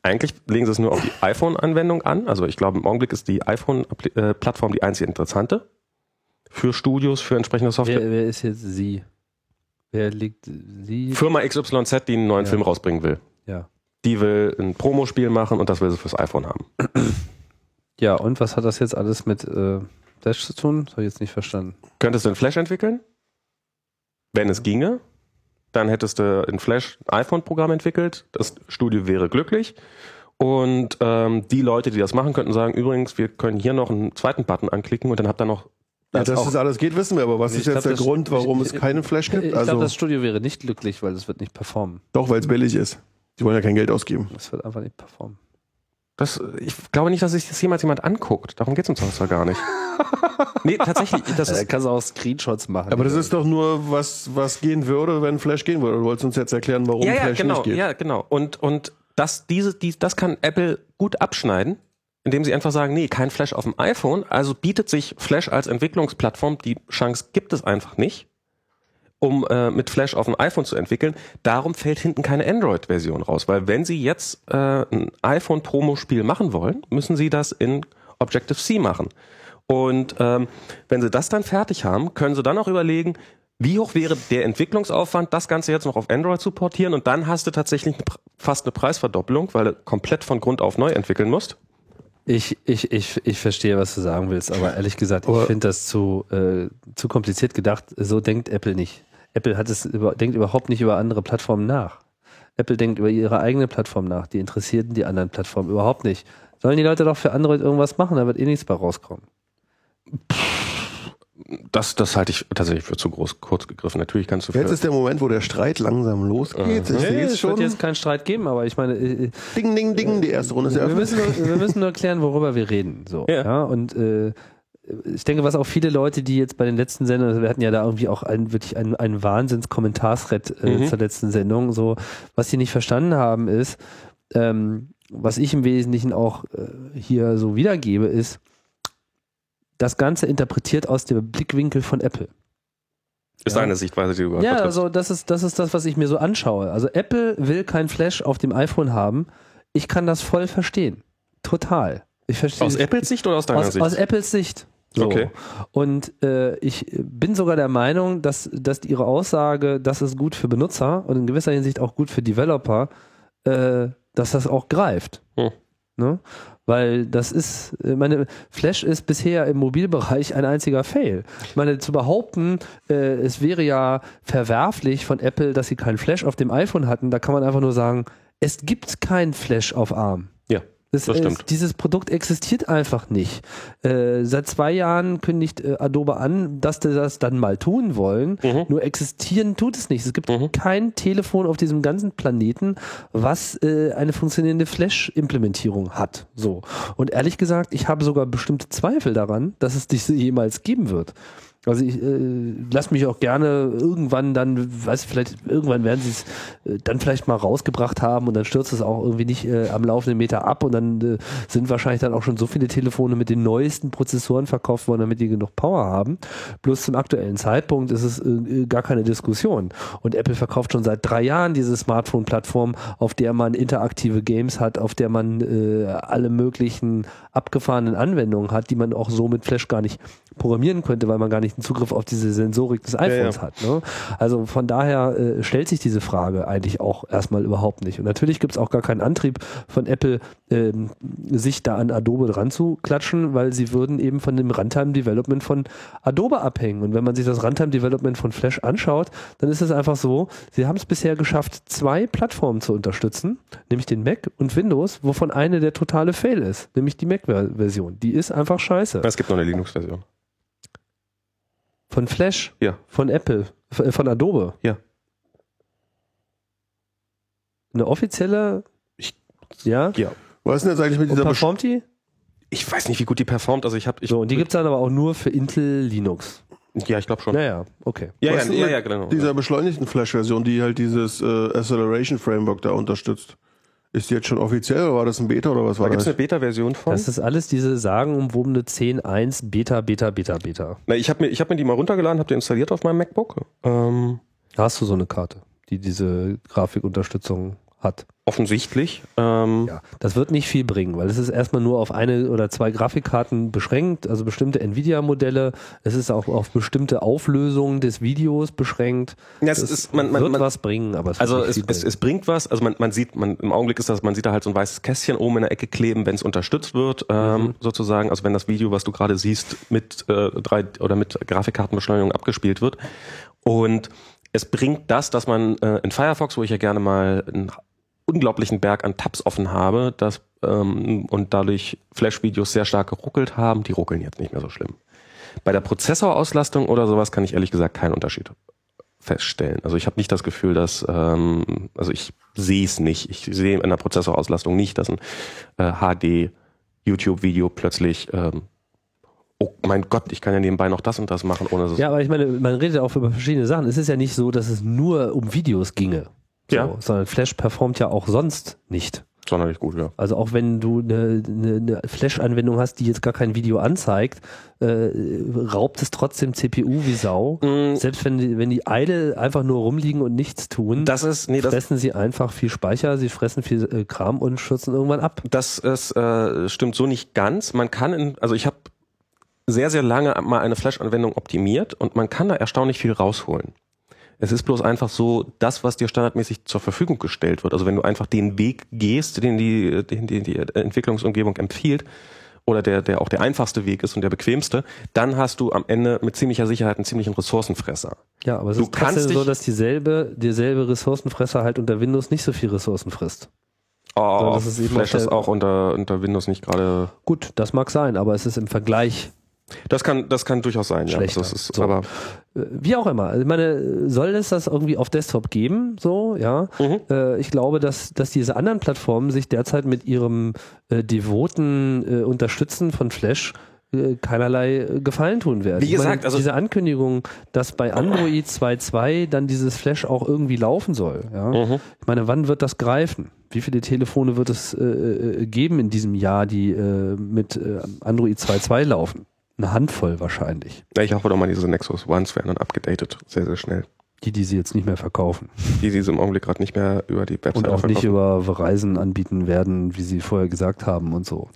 [SPEAKER 3] Eigentlich legen sie es nur auf die iPhone-Anwendung an. Also ich glaube, im Augenblick ist die iPhone-Plattform die einzige interessante. Für Studios, für entsprechende Software.
[SPEAKER 2] Wer, wer ist jetzt sie? Wer liegt sie?
[SPEAKER 3] Firma XYZ, die einen neuen
[SPEAKER 2] Ja.
[SPEAKER 3] Film rausbringen will.
[SPEAKER 2] Ja.
[SPEAKER 3] Die will ein Promospiel machen und das will sie fürs iPhone haben.
[SPEAKER 2] Ja, und was hat das jetzt alles mit äh,
[SPEAKER 5] Flash zu tun? Das habe ich jetzt nicht verstanden.
[SPEAKER 3] Könntest du einen Flash entwickeln? Wenn es ginge, dann hättest du in Flash ein iPhone-Programm entwickelt. Das Studio wäre glücklich. Und ähm, die Leute, die das machen, könnten sagen, übrigens, wir können hier noch einen zweiten Button anklicken und dann habt ihr noch
[SPEAKER 1] Ja,
[SPEAKER 3] als
[SPEAKER 1] dass
[SPEAKER 3] auch-
[SPEAKER 1] das alles geht, wissen wir, aber was
[SPEAKER 5] Nee,
[SPEAKER 1] ist
[SPEAKER 5] ich glaub,
[SPEAKER 1] jetzt der
[SPEAKER 5] das-
[SPEAKER 1] Grund, warum
[SPEAKER 5] ich-
[SPEAKER 1] es keinen Flash
[SPEAKER 5] Ich
[SPEAKER 1] gibt?
[SPEAKER 5] glaube,
[SPEAKER 1] Also,
[SPEAKER 5] das Studio wäre nicht glücklich, weil es wird nicht performen.
[SPEAKER 1] doch, weil es billig ist. Die wollen ja kein Geld ausgeben.
[SPEAKER 5] Es wird einfach nicht performen.
[SPEAKER 3] Das, ich glaube nicht, dass sich das jemals jemand anguckt. Darum geht es uns zwar gar nicht.
[SPEAKER 1] (laughs)
[SPEAKER 3] nee, tatsächlich. Das
[SPEAKER 2] Da
[SPEAKER 3] ist,
[SPEAKER 2] kannst du auch Screenshots machen.
[SPEAKER 1] Aber das ist doch nur, was, was gehen würde, wenn Flash gehen würde. Du wolltest uns jetzt erklären, warum
[SPEAKER 3] ja, ja,
[SPEAKER 1] Flash
[SPEAKER 3] genau.
[SPEAKER 1] nicht geht.
[SPEAKER 3] Ja, genau. Und, und das, diese, die, das kann Apple gut abschneiden, indem sie einfach sagen, nee, kein Flash auf dem iPhone. Also bietet sich Flash als Entwicklungsplattform, die Chance gibt es einfach nicht, um äh, mit Flash auf dem iPhone zu entwickeln. Darum fällt hinten keine Android-Version raus. Weil wenn sie jetzt äh, ein iPhone-Promo-Spiel machen wollen, müssen sie das in Objective-C machen. Und ähm, wenn sie das dann fertig haben, können sie dann auch überlegen, wie hoch wäre der Entwicklungsaufwand, das Ganze jetzt noch auf Android zu portieren und dann hast du tatsächlich eine, Pre- fast eine Preisverdoppelung, weil du komplett von Grund auf neu entwickeln musst.
[SPEAKER 2] Ich, ich, ich, ich verstehe, was du sagen
[SPEAKER 1] (laughs)
[SPEAKER 2] willst, aber ehrlich gesagt, ich finde das zu, äh, zu kompliziert gedacht. So denkt Apple nicht. Apple hat es über, denkt überhaupt nicht über andere Plattformen nach. Apple denkt über ihre eigene Plattform nach. Die interessierten die anderen Plattformen überhaupt nicht. Sollen die Leute doch für Android irgendwas machen, da wird eh nichts bei rauskommen.
[SPEAKER 3] Das, das halte ich tatsächlich für zu groß, kurz gegriffen. Natürlich kannst du für,
[SPEAKER 1] Jetzt ist der Moment, wo der Streit langsam losgeht. Ich sehe es schon.
[SPEAKER 2] wird jetzt keinen Streit geben, aber ich meine, äh, äh,
[SPEAKER 1] Ding, ding, ding, die erste Runde ist
[SPEAKER 2] wir
[SPEAKER 1] eröffnet.
[SPEAKER 2] müssen, nur, wir müssen nur klären, worüber wir reden. So,
[SPEAKER 3] Ja.
[SPEAKER 2] ja. und äh, ich denke, was auch viele Leute, die jetzt bei den letzten Sendungen, wir hatten ja da irgendwie auch einen, wirklich einen, einen Wahnsinns-Kommentarsred äh,
[SPEAKER 3] Mhm.
[SPEAKER 2] zur letzten Sendung, so, was sie nicht verstanden haben, ist, ähm, was ich im Wesentlichen auch äh, hier so wiedergebe, ist, das Ganze interpretiert aus dem Blickwinkel von Apple.
[SPEAKER 3] ist
[SPEAKER 2] ja.
[SPEAKER 3] eine Sichtweise, die du gerade
[SPEAKER 2] Ja,
[SPEAKER 3] vertrittst.
[SPEAKER 2] also das ist, das ist das, was ich mir so anschaue. Also Apple will kein Flash auf dem iPhone haben. Ich kann das voll verstehen. Total. Ich verstehe
[SPEAKER 3] Aus Apples Sicht oder aus deiner
[SPEAKER 2] aus,
[SPEAKER 3] Sicht?
[SPEAKER 2] aus Apples Sicht. So.
[SPEAKER 3] Okay.
[SPEAKER 2] Und äh, ich bin sogar der Meinung, dass, dass ihre Aussage, das ist gut für Benutzer und in gewisser Hinsicht auch gut für Developer, äh, dass das auch greift.
[SPEAKER 3] Hm.
[SPEAKER 2] Ne? Weil das ist, äh, meine, Flash ist bisher im Mobilbereich ein einziger Fail. Ich meine, zu behaupten, äh, es wäre ja verwerflich von Apple, dass sie keinen Flash auf dem iPhone hatten, da kann man einfach nur sagen, es gibt keinen Flash auf ARM.
[SPEAKER 3] ja.
[SPEAKER 2] Das,
[SPEAKER 3] Das
[SPEAKER 2] ist-
[SPEAKER 3] stimmt.
[SPEAKER 2] dieses Produkt existiert einfach nicht. Äh, seit zwei Jahren kündigt äh, Adobe an, dass sie das dann mal tun wollen.
[SPEAKER 3] Mhm.
[SPEAKER 2] Nur existieren tut es nicht. Es gibt kein Telefon auf diesem ganzen Planeten, was äh, eine funktionierende Flash-Implementierung hat. So. Und ehrlich gesagt, ich habe sogar bestimmte Zweifel daran, dass es diese jemals geben wird. Also ich äh, lass mich auch gerne irgendwann dann, weiß vielleicht irgendwann werden sie es äh, dann vielleicht mal rausgebracht haben und dann stürzt es auch irgendwie nicht äh, am laufenden Meter ab und dann äh, sind wahrscheinlich dann auch schon so viele Telefone mit den neuesten Prozessoren verkauft worden, damit die genug Power haben. Bloß zum aktuellen Zeitpunkt ist es äh, äh, gar keine Diskussion und Apple verkauft schon seit drei Jahren diese Smartphone-Plattform, auf der man interaktive Games hat, auf der man äh, alle möglichen abgefahrenen Anwendungen hat, die man auch so mit Flash gar nicht programmieren könnte, weil man gar nicht einen Zugriff auf diese Sensorik des iPhones
[SPEAKER 1] ja.
[SPEAKER 2] hat. Ne? Also von daher äh, stellt sich diese Frage eigentlich auch erstmal überhaupt nicht. Und natürlich gibt es auch gar keinen Antrieb von Apple, ähm, sich da an Adobe dran zu klatschen, weil sie würden eben von dem Runtime Development von Adobe abhängen. Und wenn man sich das Runtime Development von Flash anschaut, dann ist es einfach so, sie haben es bisher geschafft, zwei Plattformen zu unterstützen, nämlich den Mac und Windows, wovon eine der totale Fail ist, nämlich die Mac-Version. Die ist einfach scheiße.
[SPEAKER 3] Es gibt noch eine Linux-Version.
[SPEAKER 2] Von Flash,
[SPEAKER 3] Ja.
[SPEAKER 2] von Apple, f- äh, von Adobe.
[SPEAKER 3] Ja.
[SPEAKER 2] Eine offizielle.
[SPEAKER 3] Ich-
[SPEAKER 2] ja.
[SPEAKER 1] Was ist denn jetzt eigentlich mit
[SPEAKER 2] Und
[SPEAKER 1] dieser Besch
[SPEAKER 2] performt die?
[SPEAKER 3] Ich weiß nicht, wie gut die performt. Also ich habe, ich,
[SPEAKER 2] So, und die gibt es dann aber auch nur für Intel Linux.
[SPEAKER 3] ja, ich glaube schon.
[SPEAKER 2] Naja, okay.
[SPEAKER 3] Ja,
[SPEAKER 1] Was
[SPEAKER 3] ja,
[SPEAKER 1] ist
[SPEAKER 3] ja,
[SPEAKER 1] mit
[SPEAKER 3] ja, genau.
[SPEAKER 1] dieser beschleunigten Flash-Version, die halt dieses äh, Acceleration Framework da unterstützt? Ist die jetzt schon offiziell oder war das ein Beta oder was
[SPEAKER 3] da
[SPEAKER 1] war
[SPEAKER 3] gibt es
[SPEAKER 1] das?
[SPEAKER 3] eine Beta-Version von.
[SPEAKER 2] Das ist alles diese sagenumwobene 10.1 Beta, Beta, Beta, Beta.
[SPEAKER 3] Na, ich habe mir, ich hab mir die mal runtergeladen, habe die installiert auf meinem MacBook. Ähm,
[SPEAKER 2] Da hast du so eine Karte, die diese Grafikunterstützung hat.
[SPEAKER 3] Offensichtlich. Ähm,
[SPEAKER 2] Ja, das wird nicht viel bringen, weil es ist erstmal nur auf eine oder zwei Grafikkarten beschränkt, also bestimmte Nvidia-Modelle. Es ist auch auf bestimmte Auflösungen des Videos beschränkt.
[SPEAKER 3] Ja, es
[SPEAKER 2] Das
[SPEAKER 3] ist- man- man-
[SPEAKER 2] wird
[SPEAKER 3] man-
[SPEAKER 2] was bringen, aber es wird
[SPEAKER 3] Also
[SPEAKER 2] nicht
[SPEAKER 3] es,
[SPEAKER 2] viel
[SPEAKER 3] es,
[SPEAKER 2] bringen.
[SPEAKER 3] es bringt was. Also man, man sieht, man, im Augenblick ist das, man sieht da halt so ein weißes Kästchen oben in der Ecke kleben, wenn es unterstützt wird, ähm, sozusagen. Also wenn das Video, was du gerade siehst, mit äh, drei oder mit Grafikkartenbeschleunigung abgespielt wird. Und es bringt das, dass man äh, in Firefox, wo ich ja gerne mal einen unglaublichen Berg an Tabs offen habe, dass ähm, und dadurch Flash-Videos sehr stark geruckelt haben, die ruckeln jetzt nicht mehr so schlimm. Bei der Prozessorauslastung oder sowas kann ich ehrlich gesagt keinen Unterschied feststellen. Also ich habe nicht das Gefühl, dass, ähm, also ich sehe es nicht. Ich sehe in der Prozessorauslastung nicht, dass ein äh, HD YouTube-Video plötzlich, ähm, oh mein Gott, ich kann ja nebenbei noch das und das machen, ohne dass es
[SPEAKER 2] ja, aber ich meine, man redet ja auch über verschiedene Sachen. Es ist ja nicht so, dass es nur um Videos ginge. So,
[SPEAKER 3] Ja.
[SPEAKER 2] Sondern Flash performt ja auch sonst nicht.
[SPEAKER 3] sonderlich gut wäre.
[SPEAKER 2] Also auch wenn du eine, eine, eine Flash-Anwendung hast, die jetzt gar kein Video anzeigt, äh, raubt es trotzdem CPU wie Sau.
[SPEAKER 3] Mm.
[SPEAKER 2] Selbst wenn die, wenn die idle einfach nur rumliegen und nichts tun,
[SPEAKER 3] Das ist, nee, das,
[SPEAKER 2] fressen sie einfach viel Speicher, sie fressen viel äh, Kram und schürzen irgendwann ab.
[SPEAKER 3] Das ist, äh, stimmt so nicht ganz. Man kann, in, also ich habe sehr, sehr lange mal eine Flash-Anwendung optimiert und man kann da erstaunlich viel rausholen. Es ist bloß einfach so, das, was dir standardmäßig zur Verfügung gestellt wird. Also wenn du einfach den Weg gehst, den die, den, den die Entwicklungsumgebung empfiehlt, oder der, der auch der einfachste Weg ist und der bequemste, dann hast du am Ende mit ziemlicher Sicherheit einen ziemlichen Ressourcenfresser.
[SPEAKER 2] Ja, aber es
[SPEAKER 3] Du
[SPEAKER 2] ist trotzdem
[SPEAKER 3] kannst dich-
[SPEAKER 2] so, dass dieselbe, derselbe Ressourcenfresser halt unter Windows nicht so viel Ressourcen frisst.
[SPEAKER 3] Oh,
[SPEAKER 2] das ist eben
[SPEAKER 3] Flash
[SPEAKER 2] auch der-
[SPEAKER 3] ist auch unter, unter Windows nicht gerade
[SPEAKER 2] Gut, das mag sein, aber es ist im Vergleich,
[SPEAKER 3] Das kann, das kann durchaus sein,
[SPEAKER 2] Schlechter.
[SPEAKER 3] ja. Das ist,
[SPEAKER 2] So.
[SPEAKER 3] aber,
[SPEAKER 2] äh, wie auch immer. Ich meine, soll es das irgendwie auf Desktop geben? So, ja.
[SPEAKER 3] mhm.
[SPEAKER 2] Äh, ich glaube, dass, dass diese anderen Plattformen sich derzeit mit ihrem äh, devoten äh, Unterstützen von Flash äh, keinerlei äh, Gefallen tun werden.
[SPEAKER 3] Wie
[SPEAKER 2] Ich meine,
[SPEAKER 3] gesagt, also-
[SPEAKER 2] diese Ankündigung, dass bei Android 2.2 dann dieses Flash auch irgendwie laufen soll. Ja?
[SPEAKER 3] Mhm.
[SPEAKER 2] Ich meine, wann wird das greifen? Wie viele Telefone wird es äh, äh, geben in diesem Jahr, die äh, mit äh, Android 2.2 laufen? Eine Handvoll wahrscheinlich,
[SPEAKER 3] Ja, ich hoffe doch mal, diese Nexus Ones werden dann abgedatet. Sehr, sehr schnell.
[SPEAKER 2] die die sie jetzt nicht mehr verkaufen.
[SPEAKER 3] Die sie im Augenblick gerade nicht mehr über die Webseite
[SPEAKER 2] und auch nicht
[SPEAKER 3] verkaufen.
[SPEAKER 2] über Verizon anbieten werden, wie sie vorher gesagt haben und so.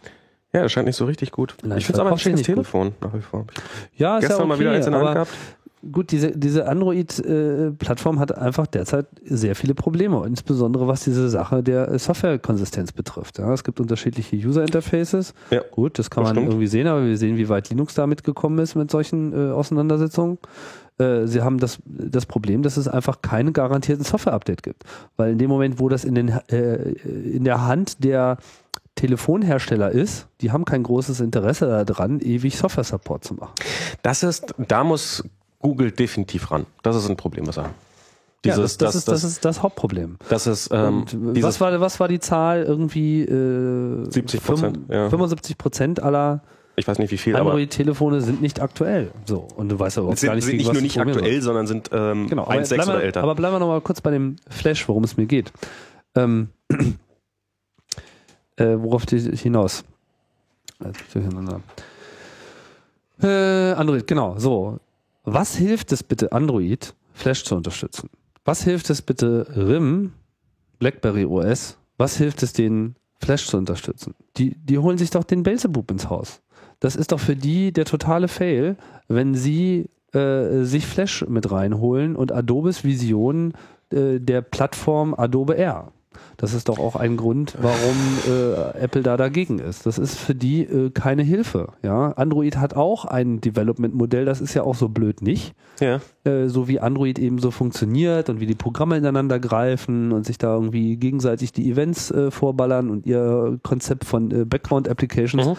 [SPEAKER 3] Ja, das scheint nicht so richtig gut.
[SPEAKER 2] Nein,
[SPEAKER 3] ich finde es aber ein
[SPEAKER 2] verkauft sich
[SPEAKER 3] schönes
[SPEAKER 2] nicht gut.
[SPEAKER 3] Telefon nach wie vor. Ich
[SPEAKER 2] Ja,
[SPEAKER 3] hab
[SPEAKER 2] ist
[SPEAKER 3] gestern
[SPEAKER 2] ja okay,
[SPEAKER 3] mal wieder eins in der Hand
[SPEAKER 2] aber
[SPEAKER 3] gehabt.
[SPEAKER 2] gut, diese, diese Android-Plattform hat einfach derzeit sehr viele Probleme, insbesondere was diese Sache der äh, Softwarekonsistenz betrifft. Ja, es gibt unterschiedliche User-Interfaces.
[SPEAKER 3] Ja.
[SPEAKER 2] Gut, das kann
[SPEAKER 3] Das
[SPEAKER 2] man
[SPEAKER 3] stimmt.
[SPEAKER 2] irgendwie sehen, aber wir sehen, wie weit Linux da mitgekommen ist mit solchen äh, Auseinandersetzungen. Äh, Sie haben das, das Problem, dass es einfach keine garantierten Software-Update gibt. Weil in dem Moment, wo das in, den, äh, in der Hand der Telefonhersteller ist, die haben kein großes Interesse daran, ewig Software-Support zu machen.
[SPEAKER 3] Das ist, da muss Google definitiv ran. Das ist ein Problem, was er.
[SPEAKER 2] ja,
[SPEAKER 3] Dieses,
[SPEAKER 2] das, das, ist, das, ist das Hauptproblem.
[SPEAKER 3] das ist, ähm,
[SPEAKER 2] Und was,
[SPEAKER 3] dieses,
[SPEAKER 2] war, was war die Zahl? Irgendwie äh,
[SPEAKER 3] 70%,
[SPEAKER 2] fünf-
[SPEAKER 3] ja.
[SPEAKER 2] 75 Prozent aller
[SPEAKER 3] ich weiß nicht wie viel, aber
[SPEAKER 2] Android-Telefone sind nicht aktuell. So Und du weißt aber auch
[SPEAKER 3] sind,
[SPEAKER 2] gar nicht,
[SPEAKER 3] sind
[SPEAKER 2] gegen
[SPEAKER 3] nicht
[SPEAKER 2] was
[SPEAKER 3] nur
[SPEAKER 2] du
[SPEAKER 3] nicht
[SPEAKER 2] programmieren
[SPEAKER 3] aktuell, sondern sind ähm,
[SPEAKER 2] Genau, aber,
[SPEAKER 3] 1,6
[SPEAKER 2] bleiben wir,
[SPEAKER 3] oder älter.
[SPEAKER 2] aber bleiben wir nochmal kurz bei dem Flash, worum es mir geht. Ähm, (clears throat) äh, worauf die ich hinaus? Also, durcheinander. Äh, Android, genau, so. Was hilft es bitte, Android Flash zu unterstützen? Was hilft es bitte RIM, BlackBerry OS, was hilft es denen, Flash zu unterstützen? Die, die holen sich doch den Belzebub ins Haus. Das ist doch für die der totale Fail, wenn sie äh, sich Flash mit reinholen und Adobes Vision äh, der Plattform Adobe Air. Das ist doch auch ein Grund, warum äh, Apple da dagegen ist. Das ist für die äh, keine Hilfe. Ja? Android hat auch ein Development-Modell, das ist ja auch so blöd nicht
[SPEAKER 3] ja.
[SPEAKER 2] äh, so wie Android eben so funktioniert und wie die Programme ineinander greifen und sich da irgendwie gegenseitig die Events äh, vorballern und ihr Konzept von äh, Background Applications.
[SPEAKER 3] Mhm.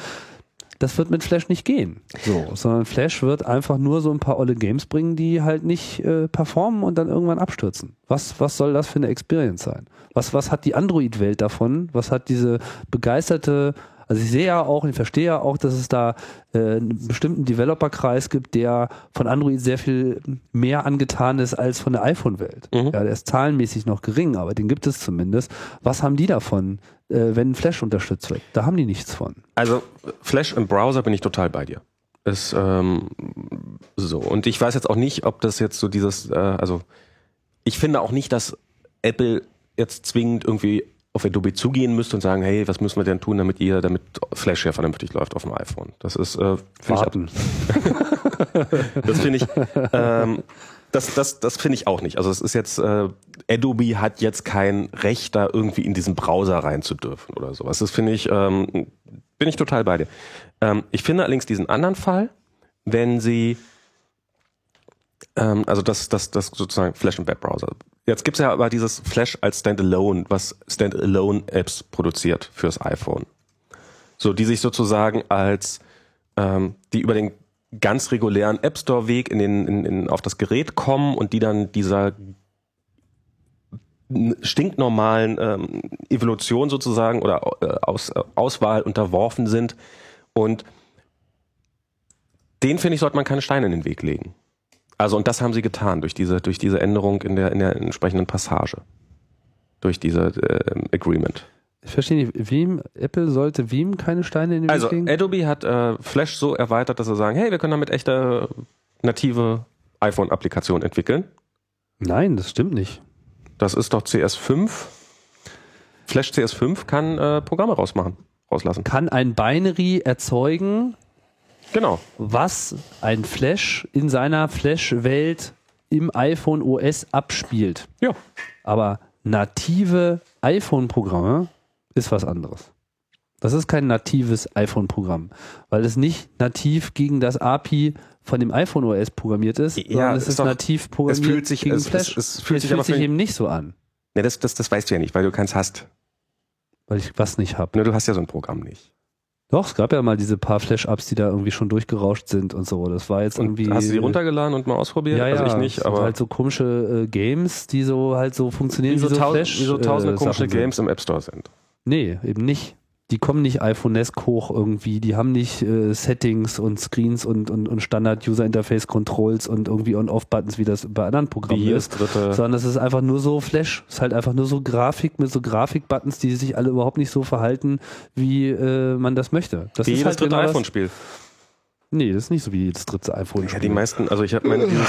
[SPEAKER 2] Das wird mit Flash nicht gehen. So, sondern Flash wird einfach nur so ein paar olle Games bringen, die halt nicht äh, performen und dann irgendwann abstürzen. Was, was soll das für eine Experience sein? Was, was hat die Android-Welt davon? Was hat diese begeisterte also ich sehe ja auch und ich verstehe ja auch, dass es da äh, einen bestimmten Developerkreis gibt, der von Android sehr viel mehr angetan ist als von der iPhone-Welt.
[SPEAKER 3] Mhm.
[SPEAKER 2] Ja, der ist zahlenmäßig noch gering, aber den gibt es zumindest. Was haben die davon, äh, wenn Flash unterstützt wird? Da haben die nichts von.
[SPEAKER 3] Also Flash im Browser bin ich total bei dir. Ist ähm, so. Und ich weiß jetzt auch nicht, ob das jetzt so dieses, äh, also ich finde auch nicht, dass Apple jetzt zwingend irgendwie auf Adobe zugehen müsst und sagen, hey, was müssen wir denn tun, damit jeder, damit Flash ja vernünftig läuft auf dem iPhone. Das ist, äh, finde ich,
[SPEAKER 2] Warten.
[SPEAKER 3] das finde ich, ähm, das, das, das finde ich auch nicht. Also es ist jetzt, äh, Adobe hat jetzt kein Recht, da irgendwie in diesen Browser rein zu dürfen oder sowas. Das finde ich, ähm, bin ich total bei dir. Ähm, ich finde allerdings diesen anderen Fall, wenn sie, ähm, also das, das, das sozusagen Flash im Webbrowser. Jetzt gibt's ja aber dieses Flash als Standalone, was Standalone-Apps produziert fürs iPhone. So, die sich sozusagen als ähm, die über den ganz regulären App Store Weg in den, in, in, auf das Gerät kommen und die dann dieser stinknormalen ähm, Evolution sozusagen oder äh, aus, äh, Auswahl unterworfen sind. Und den finde ich, sollte man keine Steine in den Weg legen. Also, und das haben sie getan durch diese, durch diese Änderung in der, in der entsprechenden Passage. Durch diese ähm, Agreement.
[SPEAKER 2] Ich verstehe nicht, Veeam, Apple sollte Veeam keine Steine in den
[SPEAKER 3] Also
[SPEAKER 2] Weg legen?
[SPEAKER 3] Adobe hat äh, Flash so erweitert, dass sie sagen, hey, wir können damit echte native iPhone-Applikationen entwickeln.
[SPEAKER 2] Nein, das stimmt nicht.
[SPEAKER 3] Das ist doch CS5. Flash CS5 kann äh, Programme rausmachen, rauslassen.
[SPEAKER 2] Kann ein Binary erzeugen,
[SPEAKER 3] Genau.
[SPEAKER 2] was ein Flash in seiner Flash-Welt im iPhone OS abspielt.
[SPEAKER 3] Ja.
[SPEAKER 2] Aber native iPhone-Programme ist was anderes. Das ist kein natives iPhone-Programm, weil es nicht nativ gegen das API von dem iPhone OS programmiert ist,
[SPEAKER 3] Ja,
[SPEAKER 2] sondern es
[SPEAKER 3] ist
[SPEAKER 2] ist,
[SPEAKER 3] doch-
[SPEAKER 2] nativ programmiert
[SPEAKER 3] fühlt sich-
[SPEAKER 2] gegen
[SPEAKER 3] es- es-
[SPEAKER 2] Flash.
[SPEAKER 3] es fühlt sich aber für-
[SPEAKER 2] eben nicht so an,
[SPEAKER 3] Ne, das, das, das weißt du ja nicht, weil du keins hast.
[SPEAKER 2] weil ich was nicht habe.
[SPEAKER 3] Ne, du hast ja so ein Programm nicht.
[SPEAKER 2] Doch, es gab ja mal diese paar Flash-Ups, die da irgendwie schon durchgerauscht sind und so. Das war jetzt
[SPEAKER 3] Und
[SPEAKER 2] irgendwie.
[SPEAKER 3] hast du die runtergeladen und mal ausprobiert?
[SPEAKER 2] Ja, ja,
[SPEAKER 3] also ich
[SPEAKER 2] das
[SPEAKER 3] nicht,
[SPEAKER 2] sind
[SPEAKER 3] aber
[SPEAKER 2] halt so komische äh, Games, die so halt so funktionieren
[SPEAKER 3] wie so, taus
[SPEAKER 2] Flash,
[SPEAKER 3] wie so tausende
[SPEAKER 2] äh,
[SPEAKER 3] komische
[SPEAKER 2] Sachen sind.
[SPEAKER 3] Games im App Store sind.
[SPEAKER 2] Nee, eben nicht. Die kommen nicht iPhone-esque hoch irgendwie, die haben nicht äh, Settings und Screens und, und, und Standard-User-Interface-Controls und irgendwie On-Off-Buttons, wie das bei anderen
[SPEAKER 3] Wie
[SPEAKER 2] Programmen
[SPEAKER 3] hier
[SPEAKER 2] ist.
[SPEAKER 3] ist dritte.
[SPEAKER 2] Sondern es ist einfach nur so Flash. Es ist halt einfach nur so Grafik mit so Grafik-Buttons, die sich alle überhaupt nicht so verhalten, wie äh, man das möchte. Das
[SPEAKER 3] Wie
[SPEAKER 2] ist
[SPEAKER 3] jedes
[SPEAKER 2] halt
[SPEAKER 3] dritte
[SPEAKER 2] genau das-
[SPEAKER 3] iPhone-Spiel.
[SPEAKER 2] Nee, das ist nicht so wie jedes dritte iPhone.
[SPEAKER 3] Ja, die meisten, also ich habe meine dieses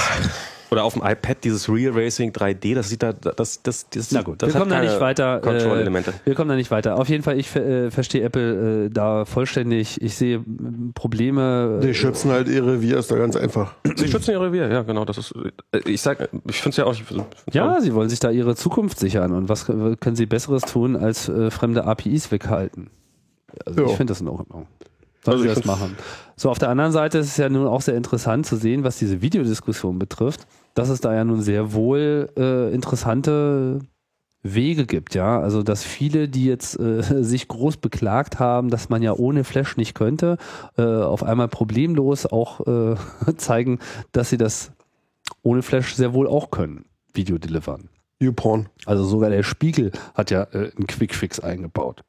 [SPEAKER 3] oder auf dem iPad dieses Real Racing 3D, das sieht da das das das
[SPEAKER 2] Na gut,
[SPEAKER 3] das
[SPEAKER 2] wir kommen da
[SPEAKER 3] keine
[SPEAKER 2] nicht weiter.
[SPEAKER 3] Control
[SPEAKER 2] Äh,
[SPEAKER 3] Elemente.
[SPEAKER 2] wir kommen da nicht weiter. Auf jeden Fall, ich ver- äh, verstehe Apple äh, da vollständig. Ich sehe mm, Probleme.
[SPEAKER 1] Die
[SPEAKER 2] äh,
[SPEAKER 1] schützen halt ihre Vias da ganz einfach.
[SPEAKER 3] Sie schützen ihr Revier, ja, genau, das ist äh, ich sag ich finde es ja auch ich,
[SPEAKER 2] ja, sie wollen sich da ihre Zukunft sichern. Und was äh, können sie Besseres tun, als äh, fremde APIs weghalten? Also
[SPEAKER 1] Ja.
[SPEAKER 2] ich finde das in Ordnung. Sollen
[SPEAKER 3] Also
[SPEAKER 2] sie
[SPEAKER 3] ich
[SPEAKER 2] das
[SPEAKER 3] find's-
[SPEAKER 2] machen. So, auf der anderen Seite ist es ja nun auch sehr interessant zu sehen, was diese Videodiskussion betrifft, dass es da ja nun sehr wohl äh, interessante Wege gibt, ja. Also, dass viele, die jetzt äh, (laughs) sich groß beklagt haben, dass man ja ohne Flash nicht könnte, äh, auf einmal problemlos auch äh, (laughs) zeigen, dass sie das ohne Flash sehr wohl auch können, Video delivern.
[SPEAKER 1] YouPorn.
[SPEAKER 2] Also sogar der Spiegel hat ja äh, einen Quickfix eingebaut.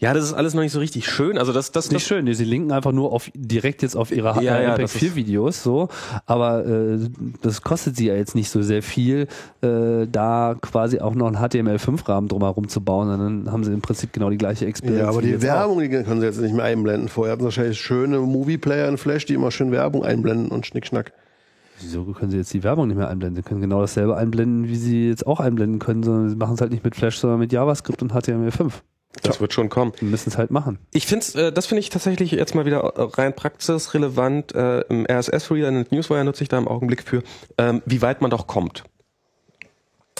[SPEAKER 3] Ja, das ist alles noch nicht so richtig schön. Also das, das,
[SPEAKER 2] Nicht
[SPEAKER 3] das
[SPEAKER 2] schön, nee, sie linken einfach nur auf direkt jetzt auf ihre
[SPEAKER 3] Ja, ja,
[SPEAKER 2] iPad
[SPEAKER 3] das ist-
[SPEAKER 2] 4 Videos so, aber äh, das kostet sie ja jetzt nicht so sehr viel, äh, da quasi auch noch einen HTML5 Rahmen drumherum zu bauen, und dann haben sie im Prinzip genau die gleiche Experience.
[SPEAKER 1] Ja, aber
[SPEAKER 2] wie
[SPEAKER 1] die
[SPEAKER 2] jetzt
[SPEAKER 1] Werbung, die können sie jetzt nicht mehr einblenden. Vorher hatten sie wahrscheinlich schöne Movieplayer in Flash, die immer schön Werbung einblenden und schnickschnack.
[SPEAKER 2] auch. Wieso können sie jetzt die Werbung nicht mehr einblenden? Sie können genau dasselbe einblenden, wie sie jetzt auch einblenden können, sondern sie machen es halt nicht mit Flash, sondern mit JavaScript und HTML5.
[SPEAKER 3] das wird schon kommen.
[SPEAKER 2] Die müssen es halt machen.
[SPEAKER 3] Ich find's, äh, das finde ich tatsächlich jetzt mal wieder äh, rein praxisrelevant. Äh, Im RSS-Reader, in den Newswire nutze ich da im Augenblick für, ähm, wie weit man doch kommt.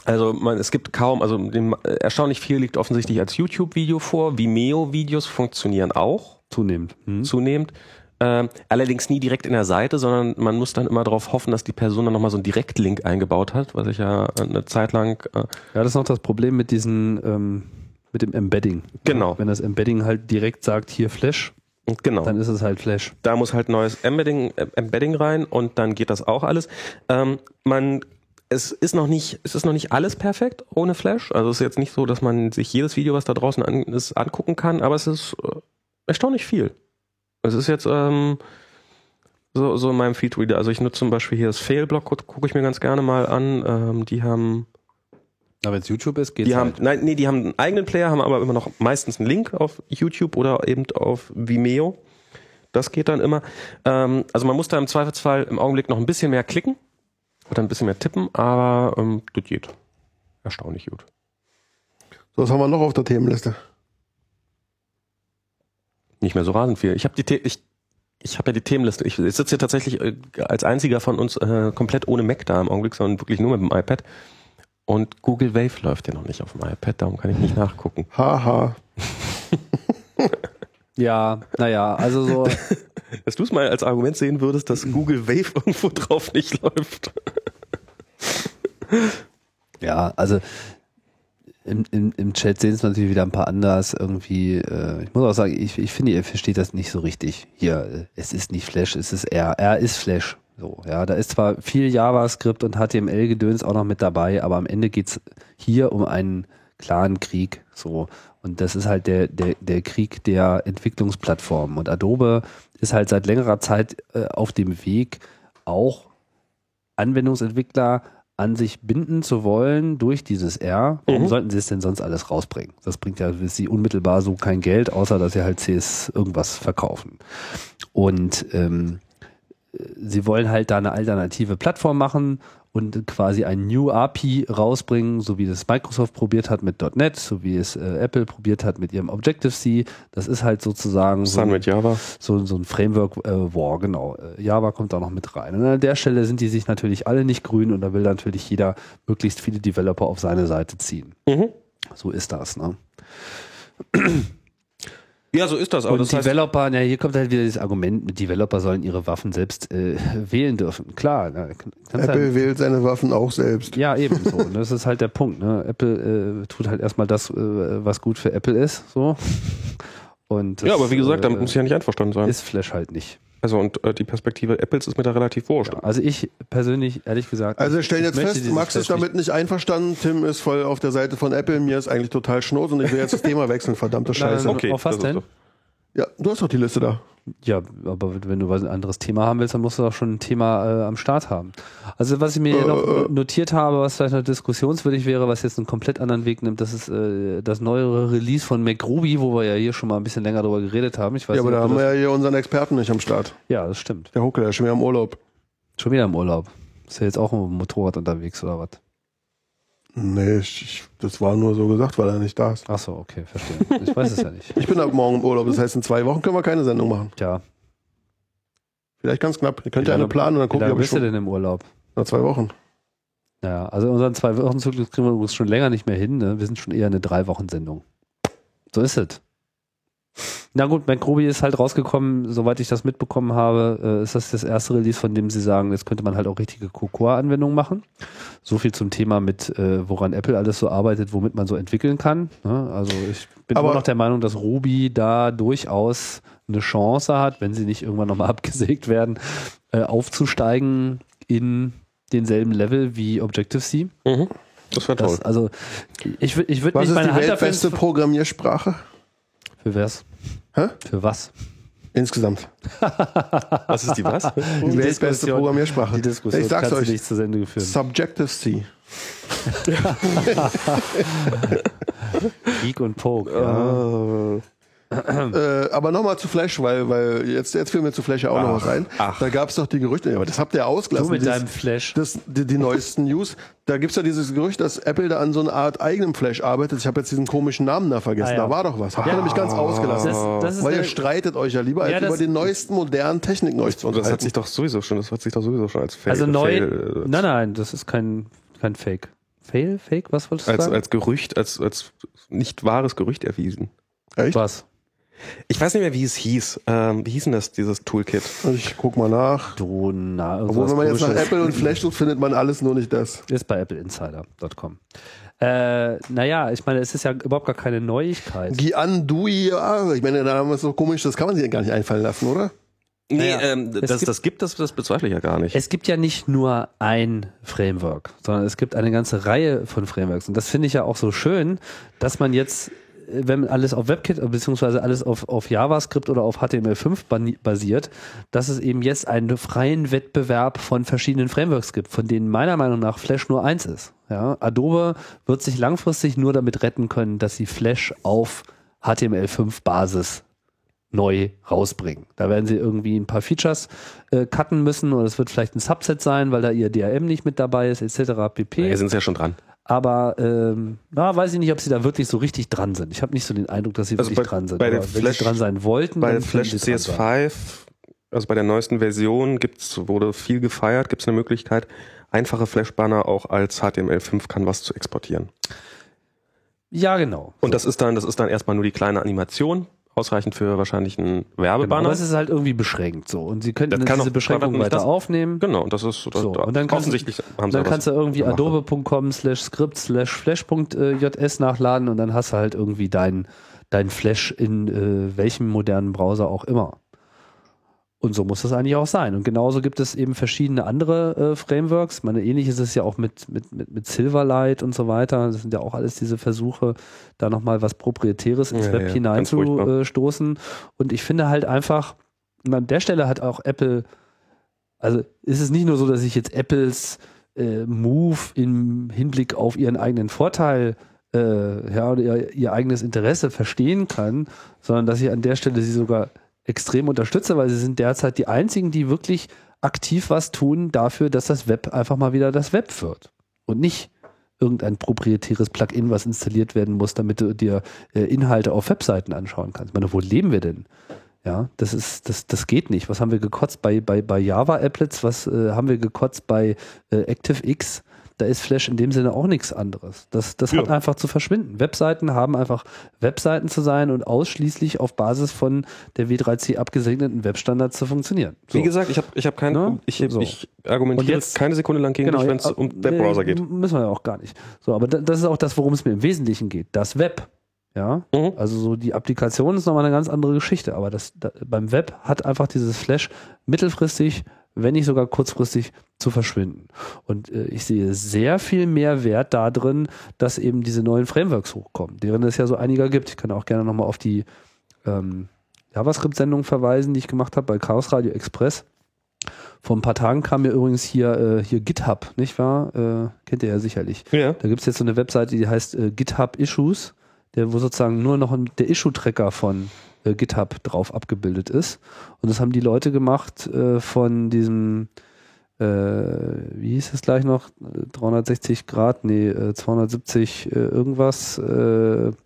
[SPEAKER 3] Also man, es gibt kaum, also dem, äh, erstaunlich viel liegt offensichtlich als YouTube-Video vor. Vimeo-Videos funktionieren auch
[SPEAKER 2] Zunehmend. Hm?
[SPEAKER 3] zunehmend. Ähm, allerdings nie direkt in der Seite, sondern man muss dann immer darauf hoffen, dass die Person dann nochmal so einen Direktlink eingebaut hat, was ich ja eine Zeit lang... Äh,
[SPEAKER 2] Ja, das ist noch das Problem mit diesen, ähm, mit dem Embedding.
[SPEAKER 3] Genau.
[SPEAKER 2] Wenn das Embedding halt direkt sagt, hier Flash,
[SPEAKER 3] genau.
[SPEAKER 2] dann ist es halt Flash.
[SPEAKER 3] Da muss halt neues Embedding, äh, Embedding rein und dann geht das auch alles. Ähm, man, es ist noch nicht, es ist noch nicht alles perfekt ohne Flash. Also es ist jetzt nicht so, dass man sich jedes Video, was da draußen an, ist, angucken kann, aber es ist äh, erstaunlich viel. Es ist jetzt ähm, so, so in meinem Feedreader. Also ich nutze zum Beispiel hier das Failblock, gucke guck ich mir ganz gerne mal an. Ähm, die haben,
[SPEAKER 4] Aber wenn es YouTube ist, geht's
[SPEAKER 3] die haben,
[SPEAKER 4] halt.
[SPEAKER 3] nein, nee, die haben einen eigenen Player, haben aber immer noch meistens einen Link auf YouTube oder eben auf Vimeo. Das geht dann immer. Ähm, also man muss da im Zweifelsfall im Augenblick noch ein bisschen mehr klicken oder ein bisschen mehr tippen, aber ähm, das geht. Erstaunlich gut.
[SPEAKER 1] So, was haben wir noch auf der Themenliste?
[SPEAKER 3] Nicht mehr so rasend viel. Ich habe die The ich, ich habe ja die Themenliste. Ich sitze hier tatsächlich äh, als einziger von uns äh, komplett ohne Mac da im Augenblick, sondern wirklich nur mit dem iPad. Und Google Wave läuft ja noch nicht auf dem iPad, darum kann ich nicht nachgucken.
[SPEAKER 1] Haha.
[SPEAKER 2] Ja, naja, also
[SPEAKER 3] (laughs)
[SPEAKER 2] so.
[SPEAKER 3] Dass du es mal als Argument sehen würdest, dass Google Wave (laughs) irgendwo drauf nicht läuft.
[SPEAKER 2] ja, also im, im, im Chat sehen es natürlich wieder ein paar anders irgendwie. Äh, ich muss auch sagen, ich, ich finde, ihr versteht das nicht so richtig. Hier, äh, es ist nicht Flash, es ist R. R ist Flash. So, ja, da ist zwar viel JavaScript und HTML-Gedöns auch noch mit dabei, aber am Ende geht's hier um einen klaren Krieg. So. Und das ist halt der, der, der Krieg der Entwicklungsplattformen. Und Adobe ist halt seit längerer Zeit äh, auf dem Weg, auch Anwendungsentwickler an sich binden zu wollen durch dieses R. Warum
[SPEAKER 3] Mhm.
[SPEAKER 2] sollten sie es denn sonst alles rausbringen? Das bringt ja für sie unmittelbar so kein Geld, außer dass sie halt CS irgendwas verkaufen. Und ähm, äh, sie wollen halt da eine alternative Plattform machen und quasi ein New API rausbringen, so wie das Microsoft probiert hat mit .NET, so wie es äh, Apple probiert hat mit ihrem Objective-C. Das ist halt sozusagen so
[SPEAKER 3] Sun mit Java.
[SPEAKER 2] so, so ein Framework äh, War, genau. Äh, Java kommt da noch mit rein. Und an der Stelle sind die sich natürlich alle nicht grün und da will natürlich jeder möglichst viele Developer auf seine Seite ziehen.
[SPEAKER 3] Mhm.
[SPEAKER 2] So ist das, ne?
[SPEAKER 3] Ja, so ist das. Aber
[SPEAKER 2] Und
[SPEAKER 3] das heißt,
[SPEAKER 2] Developer, na, hier kommt halt wieder das Argument, mit Developer sollen ihre Waffen selbst äh, wählen dürfen. Klar, na, kann- kannst halt,
[SPEAKER 1] Apple wählt seine Waffen auch selbst.
[SPEAKER 2] ja, ebenso. Und das ist halt der Punkt. Ne? Apple äh, tut halt erstmal das, äh, was gut für Apple ist. So. Und das,
[SPEAKER 3] ja, aber wie gesagt, damit
[SPEAKER 2] äh,
[SPEAKER 3] muss ich ja nicht einverstanden sein.
[SPEAKER 2] ist Flash halt nicht.
[SPEAKER 3] Also und äh, die Perspektive Apples ist mir da relativ wurscht.
[SPEAKER 2] Also ich persönlich, ehrlich gesagt.
[SPEAKER 1] Also wir
[SPEAKER 2] ich-
[SPEAKER 1] stellen
[SPEAKER 2] ich
[SPEAKER 1] jetzt
[SPEAKER 2] möchte
[SPEAKER 1] fest,
[SPEAKER 2] dieses
[SPEAKER 1] Max ist
[SPEAKER 2] Flash nicht
[SPEAKER 1] damit nicht einverstanden, Tim ist voll auf der Seite von Apple, mir ist eigentlich total schnurz und ich will jetzt das Thema wechseln, verdammte Scheiße.
[SPEAKER 2] Nein, Also, auf was
[SPEAKER 3] das ist
[SPEAKER 2] denn?
[SPEAKER 3] doch-
[SPEAKER 1] Ja, du hast doch die Liste da.
[SPEAKER 2] Ja, aber wenn du was- ein anderes Thema haben willst, dann musst du auch schon ein Thema äh, am Start haben. Also was ich mir hier
[SPEAKER 1] Äh,
[SPEAKER 2] noch notiert habe, was vielleicht noch diskussionswürdig wäre, was jetzt einen komplett anderen Weg nimmt, das ist äh, das neuere Release von MacRuby, wo wir ja hier schon mal ein bisschen länger drüber geredet haben. Ich weiß
[SPEAKER 1] Ja, aber
[SPEAKER 2] nicht,
[SPEAKER 1] da
[SPEAKER 2] ob du
[SPEAKER 1] haben wir
[SPEAKER 2] das,
[SPEAKER 1] ja hier unseren Experten nicht am Start.
[SPEAKER 2] ja, das stimmt.
[SPEAKER 1] Der Huckel, der ist schon wieder im Urlaub.
[SPEAKER 2] Schon wieder im Urlaub. Ist ja jetzt auch im Motorrad unterwegs oder was?
[SPEAKER 1] Nee, ich, ich, das war nur so gesagt, weil er nicht da ist.
[SPEAKER 2] Ach so, okay, verstehe. Ich weiß es ja nicht.
[SPEAKER 1] Ich bin ab morgen im Urlaub, das heißt, in zwei Wochen können wir keine Sendung machen.
[SPEAKER 2] Tja,
[SPEAKER 1] Vielleicht ganz knapp. Ihr könnt
[SPEAKER 2] Wie
[SPEAKER 1] ja eine
[SPEAKER 2] lange-
[SPEAKER 1] planen und dann
[SPEAKER 2] wie
[SPEAKER 1] gucken,
[SPEAKER 2] lange
[SPEAKER 1] ob ich
[SPEAKER 2] bist du
[SPEAKER 1] schon
[SPEAKER 2] denn im Urlaub?
[SPEAKER 1] nach zwei Wochen.
[SPEAKER 2] Ja, also unseren zwei Wochen Zyklus kriegen wir übrigens schon länger nicht mehr hin. Ne? Wir sind schon eher eine drei Wochen Sendung. So ist es. Na gut, McRuby ist halt rausgekommen, soweit ich das mitbekommen habe, äh, ist das das erste Release, von dem sie sagen, jetzt könnte man halt auch richtige Cocoa-Anwendungen machen. So viel zum Thema mit, äh, woran Apple alles so arbeitet, womit man so entwickeln kann. Ne? Also ich bin
[SPEAKER 1] Aber-
[SPEAKER 2] immer noch der Meinung, dass Ruby da durchaus eine Chance hat, wenn sie nicht irgendwann nochmal (laughs) abgesägt werden, äh, aufzusteigen in denselben Level wie Objective-C.
[SPEAKER 3] Mhm. Das wäre toll.
[SPEAKER 2] Das, also ich, wür- ich würde
[SPEAKER 1] Was
[SPEAKER 2] nicht
[SPEAKER 1] ist
[SPEAKER 2] meine
[SPEAKER 1] die
[SPEAKER 2] Hand dafür ins-
[SPEAKER 1] weltbeste Programmiersprache?
[SPEAKER 2] Für was?
[SPEAKER 1] Hä?
[SPEAKER 2] Für was?
[SPEAKER 1] Insgesamt.
[SPEAKER 3] Was ist
[SPEAKER 2] (laughs)
[SPEAKER 3] die was?
[SPEAKER 1] Die weltbeste
[SPEAKER 2] Diskussion-
[SPEAKER 1] Programmiersprache.
[SPEAKER 2] Die Diskussion
[SPEAKER 1] ich sag's
[SPEAKER 2] kannst
[SPEAKER 1] euch.
[SPEAKER 2] du nicht zur Sendung führen.
[SPEAKER 1] Subjective-C.
[SPEAKER 2] Geek und Poke.
[SPEAKER 1] Ah.
[SPEAKER 2] Ja.
[SPEAKER 1] Äh, aber nochmal zu Flash, weil, weil jetzt, jetzt fiel mir zu Flash ja auch noch was ein.
[SPEAKER 3] ach.
[SPEAKER 1] Da gab es doch die Gerüchte, ja, aber das habt ihr ausgelassen.
[SPEAKER 2] Du mit
[SPEAKER 1] dieses-
[SPEAKER 2] deinem Flash.
[SPEAKER 1] Das, die, die neuesten News. Da gibt es ja dieses Gerücht, dass Apple da an so einer Art eigenem Flash arbeitet. Ich habe jetzt diesen komischen Namen da vergessen.
[SPEAKER 2] Ah, ja. Ah.
[SPEAKER 1] Da war doch was. Habt ihr nämlich ganz ausgelassen.
[SPEAKER 2] Das- das ist
[SPEAKER 1] weil ihr
[SPEAKER 2] eine-
[SPEAKER 1] streitet euch ja lieber,
[SPEAKER 2] Ja,
[SPEAKER 1] als über
[SPEAKER 2] das-
[SPEAKER 1] die neuesten modernen Techniken euch zu
[SPEAKER 3] Und das hat
[SPEAKER 1] unterhalten.
[SPEAKER 3] sich doch sowieso schon, das hat sich doch sowieso schon als Fail,
[SPEAKER 2] Halt also neu.
[SPEAKER 3] Fail, äh,
[SPEAKER 2] nein, nein, das ist kein, kein Fake. Fail? Fake? Was wolltest du
[SPEAKER 3] äh, als,
[SPEAKER 2] sagen?
[SPEAKER 3] als Gerücht, als, als nicht wahres Gerücht erwiesen.
[SPEAKER 1] Echt?
[SPEAKER 2] was?
[SPEAKER 3] Ich weiß nicht mehr, wie es hieß. Ähm, wie hieß denn das, dieses Toolkit?
[SPEAKER 1] Ich guck mal nach.
[SPEAKER 2] Du, na,
[SPEAKER 1] Obwohl,
[SPEAKER 2] irgendwas
[SPEAKER 1] wenn man jetzt nach
[SPEAKER 2] also Komisches.
[SPEAKER 1] Apple und Flash sucht, findet man alles nur nicht das.
[SPEAKER 2] Ist bei appleinsider.com. Äh, naja, ich meine, es ist ja überhaupt gar keine Neuigkeit.
[SPEAKER 1] Gianduia. Ich meine, der Name ist so komisch, das kann man sich ja gar nicht einfallen lassen, oder?
[SPEAKER 3] Nee,
[SPEAKER 2] Naja,
[SPEAKER 3] ähm,
[SPEAKER 2] es
[SPEAKER 3] das,
[SPEAKER 2] gibt-
[SPEAKER 3] das gibt das, das bezweifle ich ja gar nicht.
[SPEAKER 2] Es gibt ja nicht nur ein Framework, sondern es gibt eine ganze Reihe von Frameworks. Und das finde ich ja auch so schön, dass man jetzt, äh, wenn alles auf WebKit äh, beziehungsweise alles auf, auf JavaScript oder auf HTML5 bani- basiert, dass es eben jetzt einen freien Wettbewerb von verschiedenen Frameworks gibt, von denen meiner Meinung nach Flash nur eins ist. Ja, Adobe wird sich langfristig nur damit retten können, dass sie Flash auf HTML5-Basis neu rausbringen. Da werden sie irgendwie ein paar Features äh, cutten müssen oder es wird vielleicht ein Subset sein, weil da ihr DRM nicht mit dabei ist, etc. pp.
[SPEAKER 3] Wir sind ja schon dran.
[SPEAKER 2] Aber ähm, na, weiß ich nicht, ob sie da wirklich so richtig dran sind. Ich habe nicht so den Eindruck, dass sie
[SPEAKER 3] Also
[SPEAKER 2] wirklich
[SPEAKER 3] bei-
[SPEAKER 2] dran sind.
[SPEAKER 3] bei
[SPEAKER 2] Aber
[SPEAKER 3] den
[SPEAKER 2] wenn
[SPEAKER 3] Flash-
[SPEAKER 2] sie dran sein wollten,
[SPEAKER 3] Bei
[SPEAKER 2] dann können
[SPEAKER 3] Flash
[SPEAKER 2] sie dran sein.
[SPEAKER 3] CS5, also bei der neuesten Version, gibt's, wurde viel gefeiert, gibt es eine Möglichkeit, einfache Flash-Banner auch als HTML5 kann was zu exportieren.
[SPEAKER 2] Ja, genau.
[SPEAKER 3] Und das ist dann, das ist dann erstmal nur die kleine Animation, ausreichend für wahrscheinlich einen
[SPEAKER 2] Genau,
[SPEAKER 3] Werbebanner.
[SPEAKER 2] aber es ist halt irgendwie beschränkt so. Und sie könnten
[SPEAKER 3] Das
[SPEAKER 2] dann
[SPEAKER 3] kann
[SPEAKER 2] diese
[SPEAKER 3] auch-
[SPEAKER 2] Beschränkung
[SPEAKER 3] aber nicht
[SPEAKER 2] weiter
[SPEAKER 3] das-
[SPEAKER 2] aufnehmen.
[SPEAKER 3] Genau, und das ist das,
[SPEAKER 2] So, und dann kannst-
[SPEAKER 3] offensichtlich haben sie
[SPEAKER 2] Dann
[SPEAKER 3] da
[SPEAKER 2] kannst du
[SPEAKER 3] was
[SPEAKER 2] irgendwie
[SPEAKER 3] gemacht.
[SPEAKER 2] adobe.com slash script slash flash.js nachladen und dann hast du halt irgendwie deinen dein Flash in äh, welchem modernen Browser auch immer. Und so muss das eigentlich auch sein. Und genauso gibt es eben verschiedene andere äh, Frameworks. Ich Meine, ähnlich ist es ja auch mit, mit, mit, mit Silverlight und so weiter. Das sind ja auch alles diese Versuche, da nochmal was Proprietäres ins
[SPEAKER 3] Ja,
[SPEAKER 2] Web
[SPEAKER 3] ja, ganz furchtbar.
[SPEAKER 2] hineinzustoßen. Und ich finde halt einfach, an der Stelle hat auch Apple, also ist es nicht nur so, dass ich jetzt Apples äh, Move im Hinblick auf ihren eigenen Vorteil äh, ja, oder ihr, ihr eigenes Interesse verstehen kann, sondern dass ich an der Stelle sie sogar extrem unterstütze, weil sie sind derzeit die einzigen, die wirklich aktiv was tun dafür, dass das Web einfach mal wieder das Web wird und nicht irgendein proprietäres Plugin, was installiert werden muss, damit du dir äh, Inhalte auf Webseiten anschauen kannst. Ich meine, wo leben wir denn? Ja, das ist, das, das geht nicht. Was haben wir gekotzt bei, bei, bei Java-Applets? Was äh, haben wir gekotzt bei äh, ActiveX? Da ist Flash in dem Sinne auch nichts anderes. Das, das hat einfach zu verschwinden. Webseiten haben einfach Webseiten zu sein und ausschließlich auf Basis von der W3C abgesegneten Webstandards zu funktionieren. So.
[SPEAKER 3] Wie gesagt, ich habe ich hab kein,
[SPEAKER 2] Ne?
[SPEAKER 3] ich,
[SPEAKER 2] So.
[SPEAKER 3] ich argumentiere
[SPEAKER 2] Und jetzt-
[SPEAKER 3] keine Sekunde lang gegen dich, wenn es
[SPEAKER 2] ja,
[SPEAKER 3] um
[SPEAKER 2] äh,
[SPEAKER 3] Webbrowser
[SPEAKER 2] nee,
[SPEAKER 3] geht.
[SPEAKER 2] Müssen wir ja auch gar nicht. So, aber da, das ist auch das, worum es mir im Wesentlichen geht. Das Web. Ja.
[SPEAKER 3] Mhm.
[SPEAKER 2] Also so die Applikation ist nochmal eine ganz andere Geschichte, aber das da, beim Web hat einfach dieses Flash mittelfristig, wenn nicht sogar kurzfristig zu verschwinden. Und äh, ich sehe sehr viel mehr Wert darin, dass eben diese neuen Frameworks hochkommen, deren es ja so einiger gibt. Ich kann auch gerne nochmal auf die ähm, JavaScript-Sendung verweisen, die ich gemacht habe bei Chaos Radio Express. Vor ein paar Tagen kam mir übrigens hier, äh, hier GitHub, nicht wahr? Äh, kennt ihr ja sicherlich.
[SPEAKER 3] Ja.
[SPEAKER 2] Da gibt es jetzt so eine Webseite, die heißt äh, GitHub Issues, der, wo sozusagen nur noch ein, der Issue-Tracker von äh, GitHub drauf abgebildet ist. Und das haben die Leute gemacht äh, von diesem, äh, wie hieß es gleich noch? 360 Grad, nee, äh, 270 äh, irgendwas. Äh, warte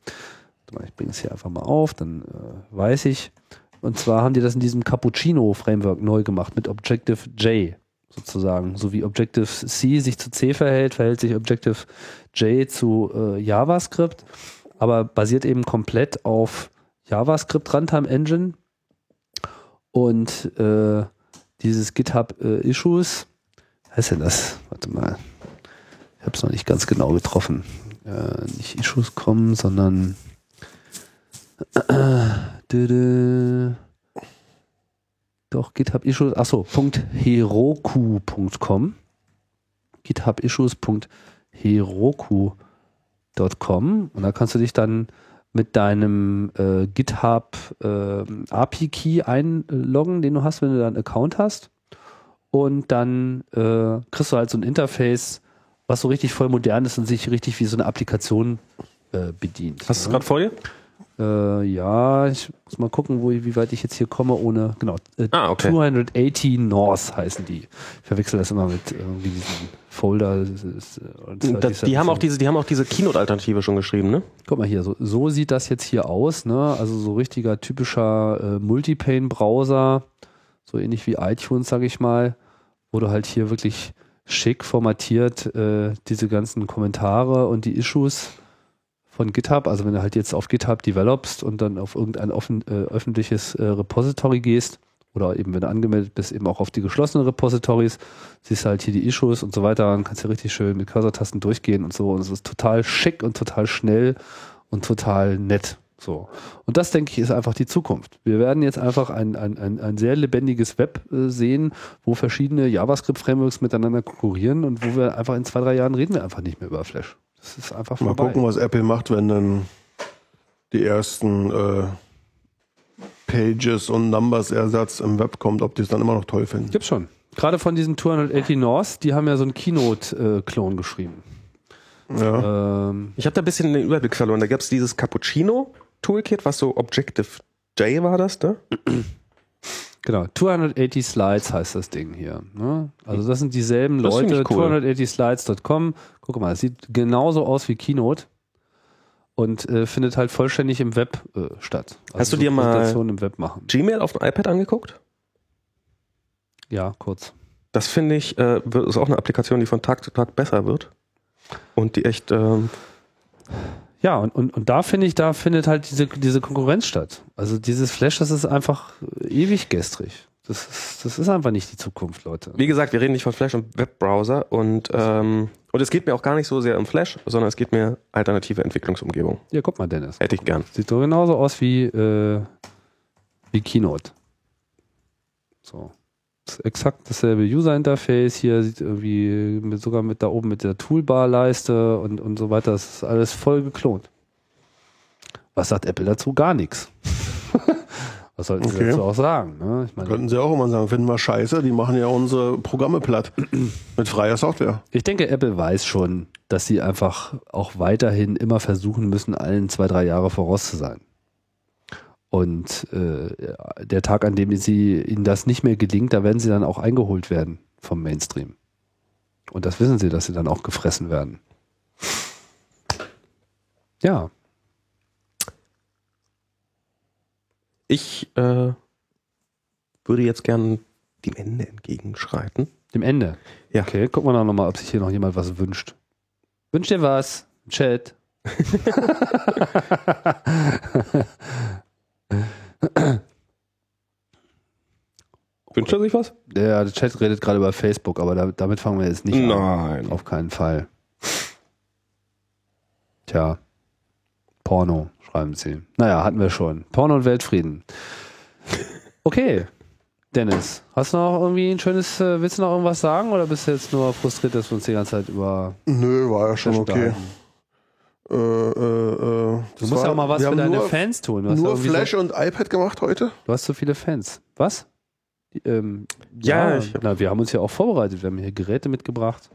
[SPEAKER 2] mal, ich bringe es hier einfach mal auf, dann äh, weiß ich. Und zwar haben die das in diesem Cappuccino-Framework neu gemacht mit Objective J sozusagen. So wie Objective C sich zu C verhält, verhält sich Objective J zu äh, JavaScript, aber basiert eben komplett auf JavaScript Runtime Engine und äh, dieses GitHub äh, Issues. Was heißt denn das? Warte mal. Ich habe es noch nicht ganz genau getroffen. Äh, nicht Issues kommen, sondern Dödö. Doch, GitHub-Issues, achso, .heroku.com githubissues.heroku.com und da kannst du dich dann mit deinem äh, GitHub ähm, API-Key einloggen, den du hast, wenn du dann einen Account hast und dann äh, kriegst du halt so ein Interface, was so richtig voll modern ist und sich richtig wie so eine Applikation äh, bedient.
[SPEAKER 3] Hast du es
[SPEAKER 2] ne?
[SPEAKER 3] gerade vor dir?
[SPEAKER 2] Äh, ja, ich muss mal gucken, wo, wie weit ich jetzt hier komme, ohne. Genau. Äh,
[SPEAKER 3] Ah, okay.
[SPEAKER 2] 280 North heißen die. Ich verwechsel das immer mit irgendwie diesen Folder. das ist, äh, und das
[SPEAKER 3] Da,
[SPEAKER 2] ist
[SPEAKER 3] die,
[SPEAKER 2] ja
[SPEAKER 3] haben
[SPEAKER 2] so-
[SPEAKER 3] auch diese, die haben auch diese Keynote-Alternative schon geschrieben, ne?
[SPEAKER 2] Guck mal hier, so, so sieht das jetzt hier aus, ne? Also so richtiger typischer äh, Multipane-Browser, so ähnlich wie iTunes, sag ich mal, wo du halt hier wirklich schick formatiert äh, diese ganzen Kommentare und die Issues von GitHub, also wenn du halt jetzt auf GitHub developst und dann auf irgendein offen, äh, öffentliches äh, Repository gehst oder eben wenn du angemeldet bist, eben auch auf die geschlossenen Repositories, siehst halt hier die Issues und so weiter und kannst hier richtig schön mit Cursor-Tasten durchgehen und so und es ist total schick und total schnell und total nett. So. Und das, denke ich, ist einfach die Zukunft. Wir werden jetzt einfach ein, ein, ein, ein sehr lebendiges Web äh, sehen, wo verschiedene JavaScript-Frameworks miteinander konkurrieren und wo wir einfach in zwei, drei Jahren reden wir einfach nicht mehr über Flash. Das ist einfach
[SPEAKER 1] Mal
[SPEAKER 2] vorbei.
[SPEAKER 1] gucken, was Apple macht, wenn dann die ersten äh, Pages und Numbers-Ersatz im Web kommt, ob die es dann immer noch toll finden.
[SPEAKER 2] Gibt's schon. Gerade von diesen 280 North, die haben ja so einen Keynote-Klon geschrieben.
[SPEAKER 1] Ja.
[SPEAKER 2] Ähm,
[SPEAKER 3] Ich habe da ein bisschen den Überblick verloren. Da gab es dieses Cappuccino-Toolkit, was so Objective J war das, ne?
[SPEAKER 2] Genau, 280 Slides heißt das Ding hier. Ne? Also das sind dieselben
[SPEAKER 3] Das finde
[SPEAKER 2] Leute,
[SPEAKER 3] ich cool.
[SPEAKER 2] 280slides.com. Guck mal, es sieht genauso aus wie Keynote und äh, findet halt vollständig im Web äh, statt. Also
[SPEAKER 3] Hast du dir mal-
[SPEAKER 2] Präsentationen im Web machen?
[SPEAKER 3] Gmail auf dem iPad angeguckt?
[SPEAKER 2] Ja, kurz.
[SPEAKER 3] Das finde ich, äh, wird- ist auch eine Applikation, die von Tag zu Tag besser wird. Und die echt, ähm,
[SPEAKER 2] Ja, und, und, und da finde ich, da findet halt diese, diese Konkurrenz statt. Also dieses Flash, das ist einfach äh, ewig gestrig. Das ist, das ist einfach nicht die Zukunft, Leute.
[SPEAKER 3] wie gesagt, wir reden nicht von Flash und Webbrowser und, ähm, und es geht mir auch gar nicht so sehr um Flash, sondern es geht mir alternative Entwicklungsumgebung.
[SPEAKER 2] Ja, guck mal, Dennis.
[SPEAKER 3] Hätte ich gern.
[SPEAKER 2] Sieht doch genauso aus wie, äh, wie Keynote. So. Ist exakt dasselbe User-Interface. Hier sieht irgendwie mit, sogar mit da oben mit der Toolbar-Leiste und, und so weiter. Das ist alles voll geklont. Was sagt Apple dazu? Gar nichts. (laughs) Was sollten sie
[SPEAKER 1] Okay.
[SPEAKER 2] dazu auch sagen? Ne? Ich meine,
[SPEAKER 1] Könnten sie auch immer sagen, finden wir scheiße, die machen ja unsere Programme
[SPEAKER 2] (clears throat)
[SPEAKER 1] platt. Mit freier Software.
[SPEAKER 2] Ich denke, Apple weiß schon, dass sie einfach auch weiterhin immer versuchen müssen, allen zwei, drei Jahre voraus zu sein. Und äh, der Tag, an dem sie ihnen das nicht mehr gelingt, da werden sie dann auch eingeholt werden vom Mainstream. Und das wissen sie, dass sie dann auch gefressen werden. Ja,
[SPEAKER 3] Ich äh, würde jetzt gern dem Ende entgegenschreiten.
[SPEAKER 2] dem Ende.
[SPEAKER 3] Ja.
[SPEAKER 2] Okay, gucken wir doch nochmal, ob sich hier noch jemand was wünscht. Wünscht ihr was? Chat.
[SPEAKER 3] Wünscht er sich was?
[SPEAKER 2] Ja, der Chat redet gerade über Facebook, aber da, damit fangen wir jetzt nicht an.
[SPEAKER 3] Nein.
[SPEAKER 2] Auf keinen Fall. Tja. Porno, schreiben sie. Naja, hatten wir schon. Porno und Weltfrieden. Okay. Dennis, hast du noch irgendwie ein schönes, äh, willst du noch irgendwas sagen oder bist du jetzt nur frustriert, dass wir uns die ganze Zeit über
[SPEAKER 1] Nö, war ja schon okay.
[SPEAKER 2] unterhalten?
[SPEAKER 1] Äh, äh, äh,
[SPEAKER 2] Du musst ja auch mal was für deine
[SPEAKER 1] nur,
[SPEAKER 2] Fans tun. Du hast, ja
[SPEAKER 1] Nur
[SPEAKER 2] irgendwie
[SPEAKER 1] Flash und iPad gemacht heute?
[SPEAKER 2] so, du hast so viele Fans. Was? Die, Ähm,
[SPEAKER 3] Ja, ich-
[SPEAKER 2] na, wir haben uns ja auch vorbereitet. Wir haben hier Geräte mitgebracht.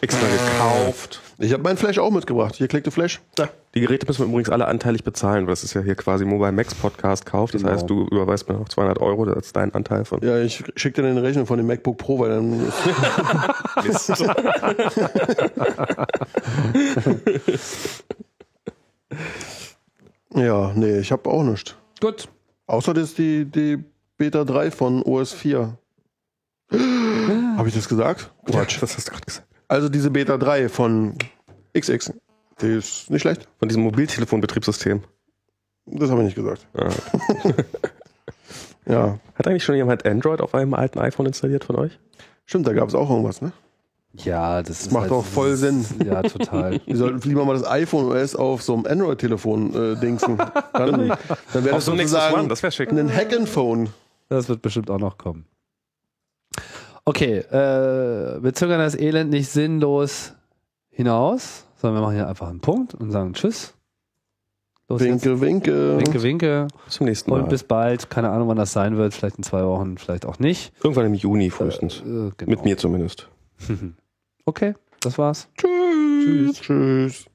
[SPEAKER 3] Extra gekauft.
[SPEAKER 1] Ich habe meinen Flash auch mitgebracht. Hier klickte Flash. Da.
[SPEAKER 3] Die Geräte müssen wir übrigens alle anteilig bezahlen, weil das ist ja hier quasi Mobile Max Podcast Kauf. Das
[SPEAKER 2] Genau.
[SPEAKER 3] heißt, du überweist mir noch 200 Euro, das ist dein Anteil von.
[SPEAKER 1] Ja, ich schicke dir eine Rechnung von dem MacBook Pro, weil dann Ja, nee, ich habe auch nichts.
[SPEAKER 2] Gut.
[SPEAKER 1] Außer das die, die Beta 3 von OS 4. Habe ich das gesagt?
[SPEAKER 3] Quatsch. (laughs) Das hast du gerade gesagt.
[SPEAKER 1] Also diese Beta 3 von XX. Die ist nicht schlecht.
[SPEAKER 3] Von diesem Mobiltelefonbetriebssystem.
[SPEAKER 1] Das habe ich nicht gesagt.
[SPEAKER 3] Ah.
[SPEAKER 1] Ja,
[SPEAKER 3] Hat eigentlich schon jemand Android auf einem alten iPhone installiert von euch?
[SPEAKER 1] stimmt, da gab es auch irgendwas, ne?
[SPEAKER 2] Ja, das, ist halt
[SPEAKER 1] macht doch voll Sinn. (laughs)
[SPEAKER 2] Ja, total.
[SPEAKER 1] Die sollten lieber mal das iPhone OS auf so einem Android-Telefon äh, dingsen. Dann, dann wäre das sozusagen
[SPEAKER 3] das wäre schick.
[SPEAKER 1] ein Hack-and-Phone.
[SPEAKER 2] Das wird bestimmt auch noch kommen. Okay, äh, wir zögern das Elend nicht sinnlos hinaus, sondern wir machen hier einfach einen Punkt und sagen Tschüss. Los jetzt.
[SPEAKER 1] Winke, winke.
[SPEAKER 2] Winke, winke.
[SPEAKER 3] Bis zum nächsten Mal.
[SPEAKER 2] Und bis bald. Keine Ahnung, wann das sein wird. Vielleicht in zwei Wochen, vielleicht auch nicht.
[SPEAKER 3] Irgendwann im Juni frühestens.
[SPEAKER 2] Äh, genau.
[SPEAKER 3] Mit mir zumindest.
[SPEAKER 2] (laughs) Okay, das war's.
[SPEAKER 1] Tschüss. Tschüss.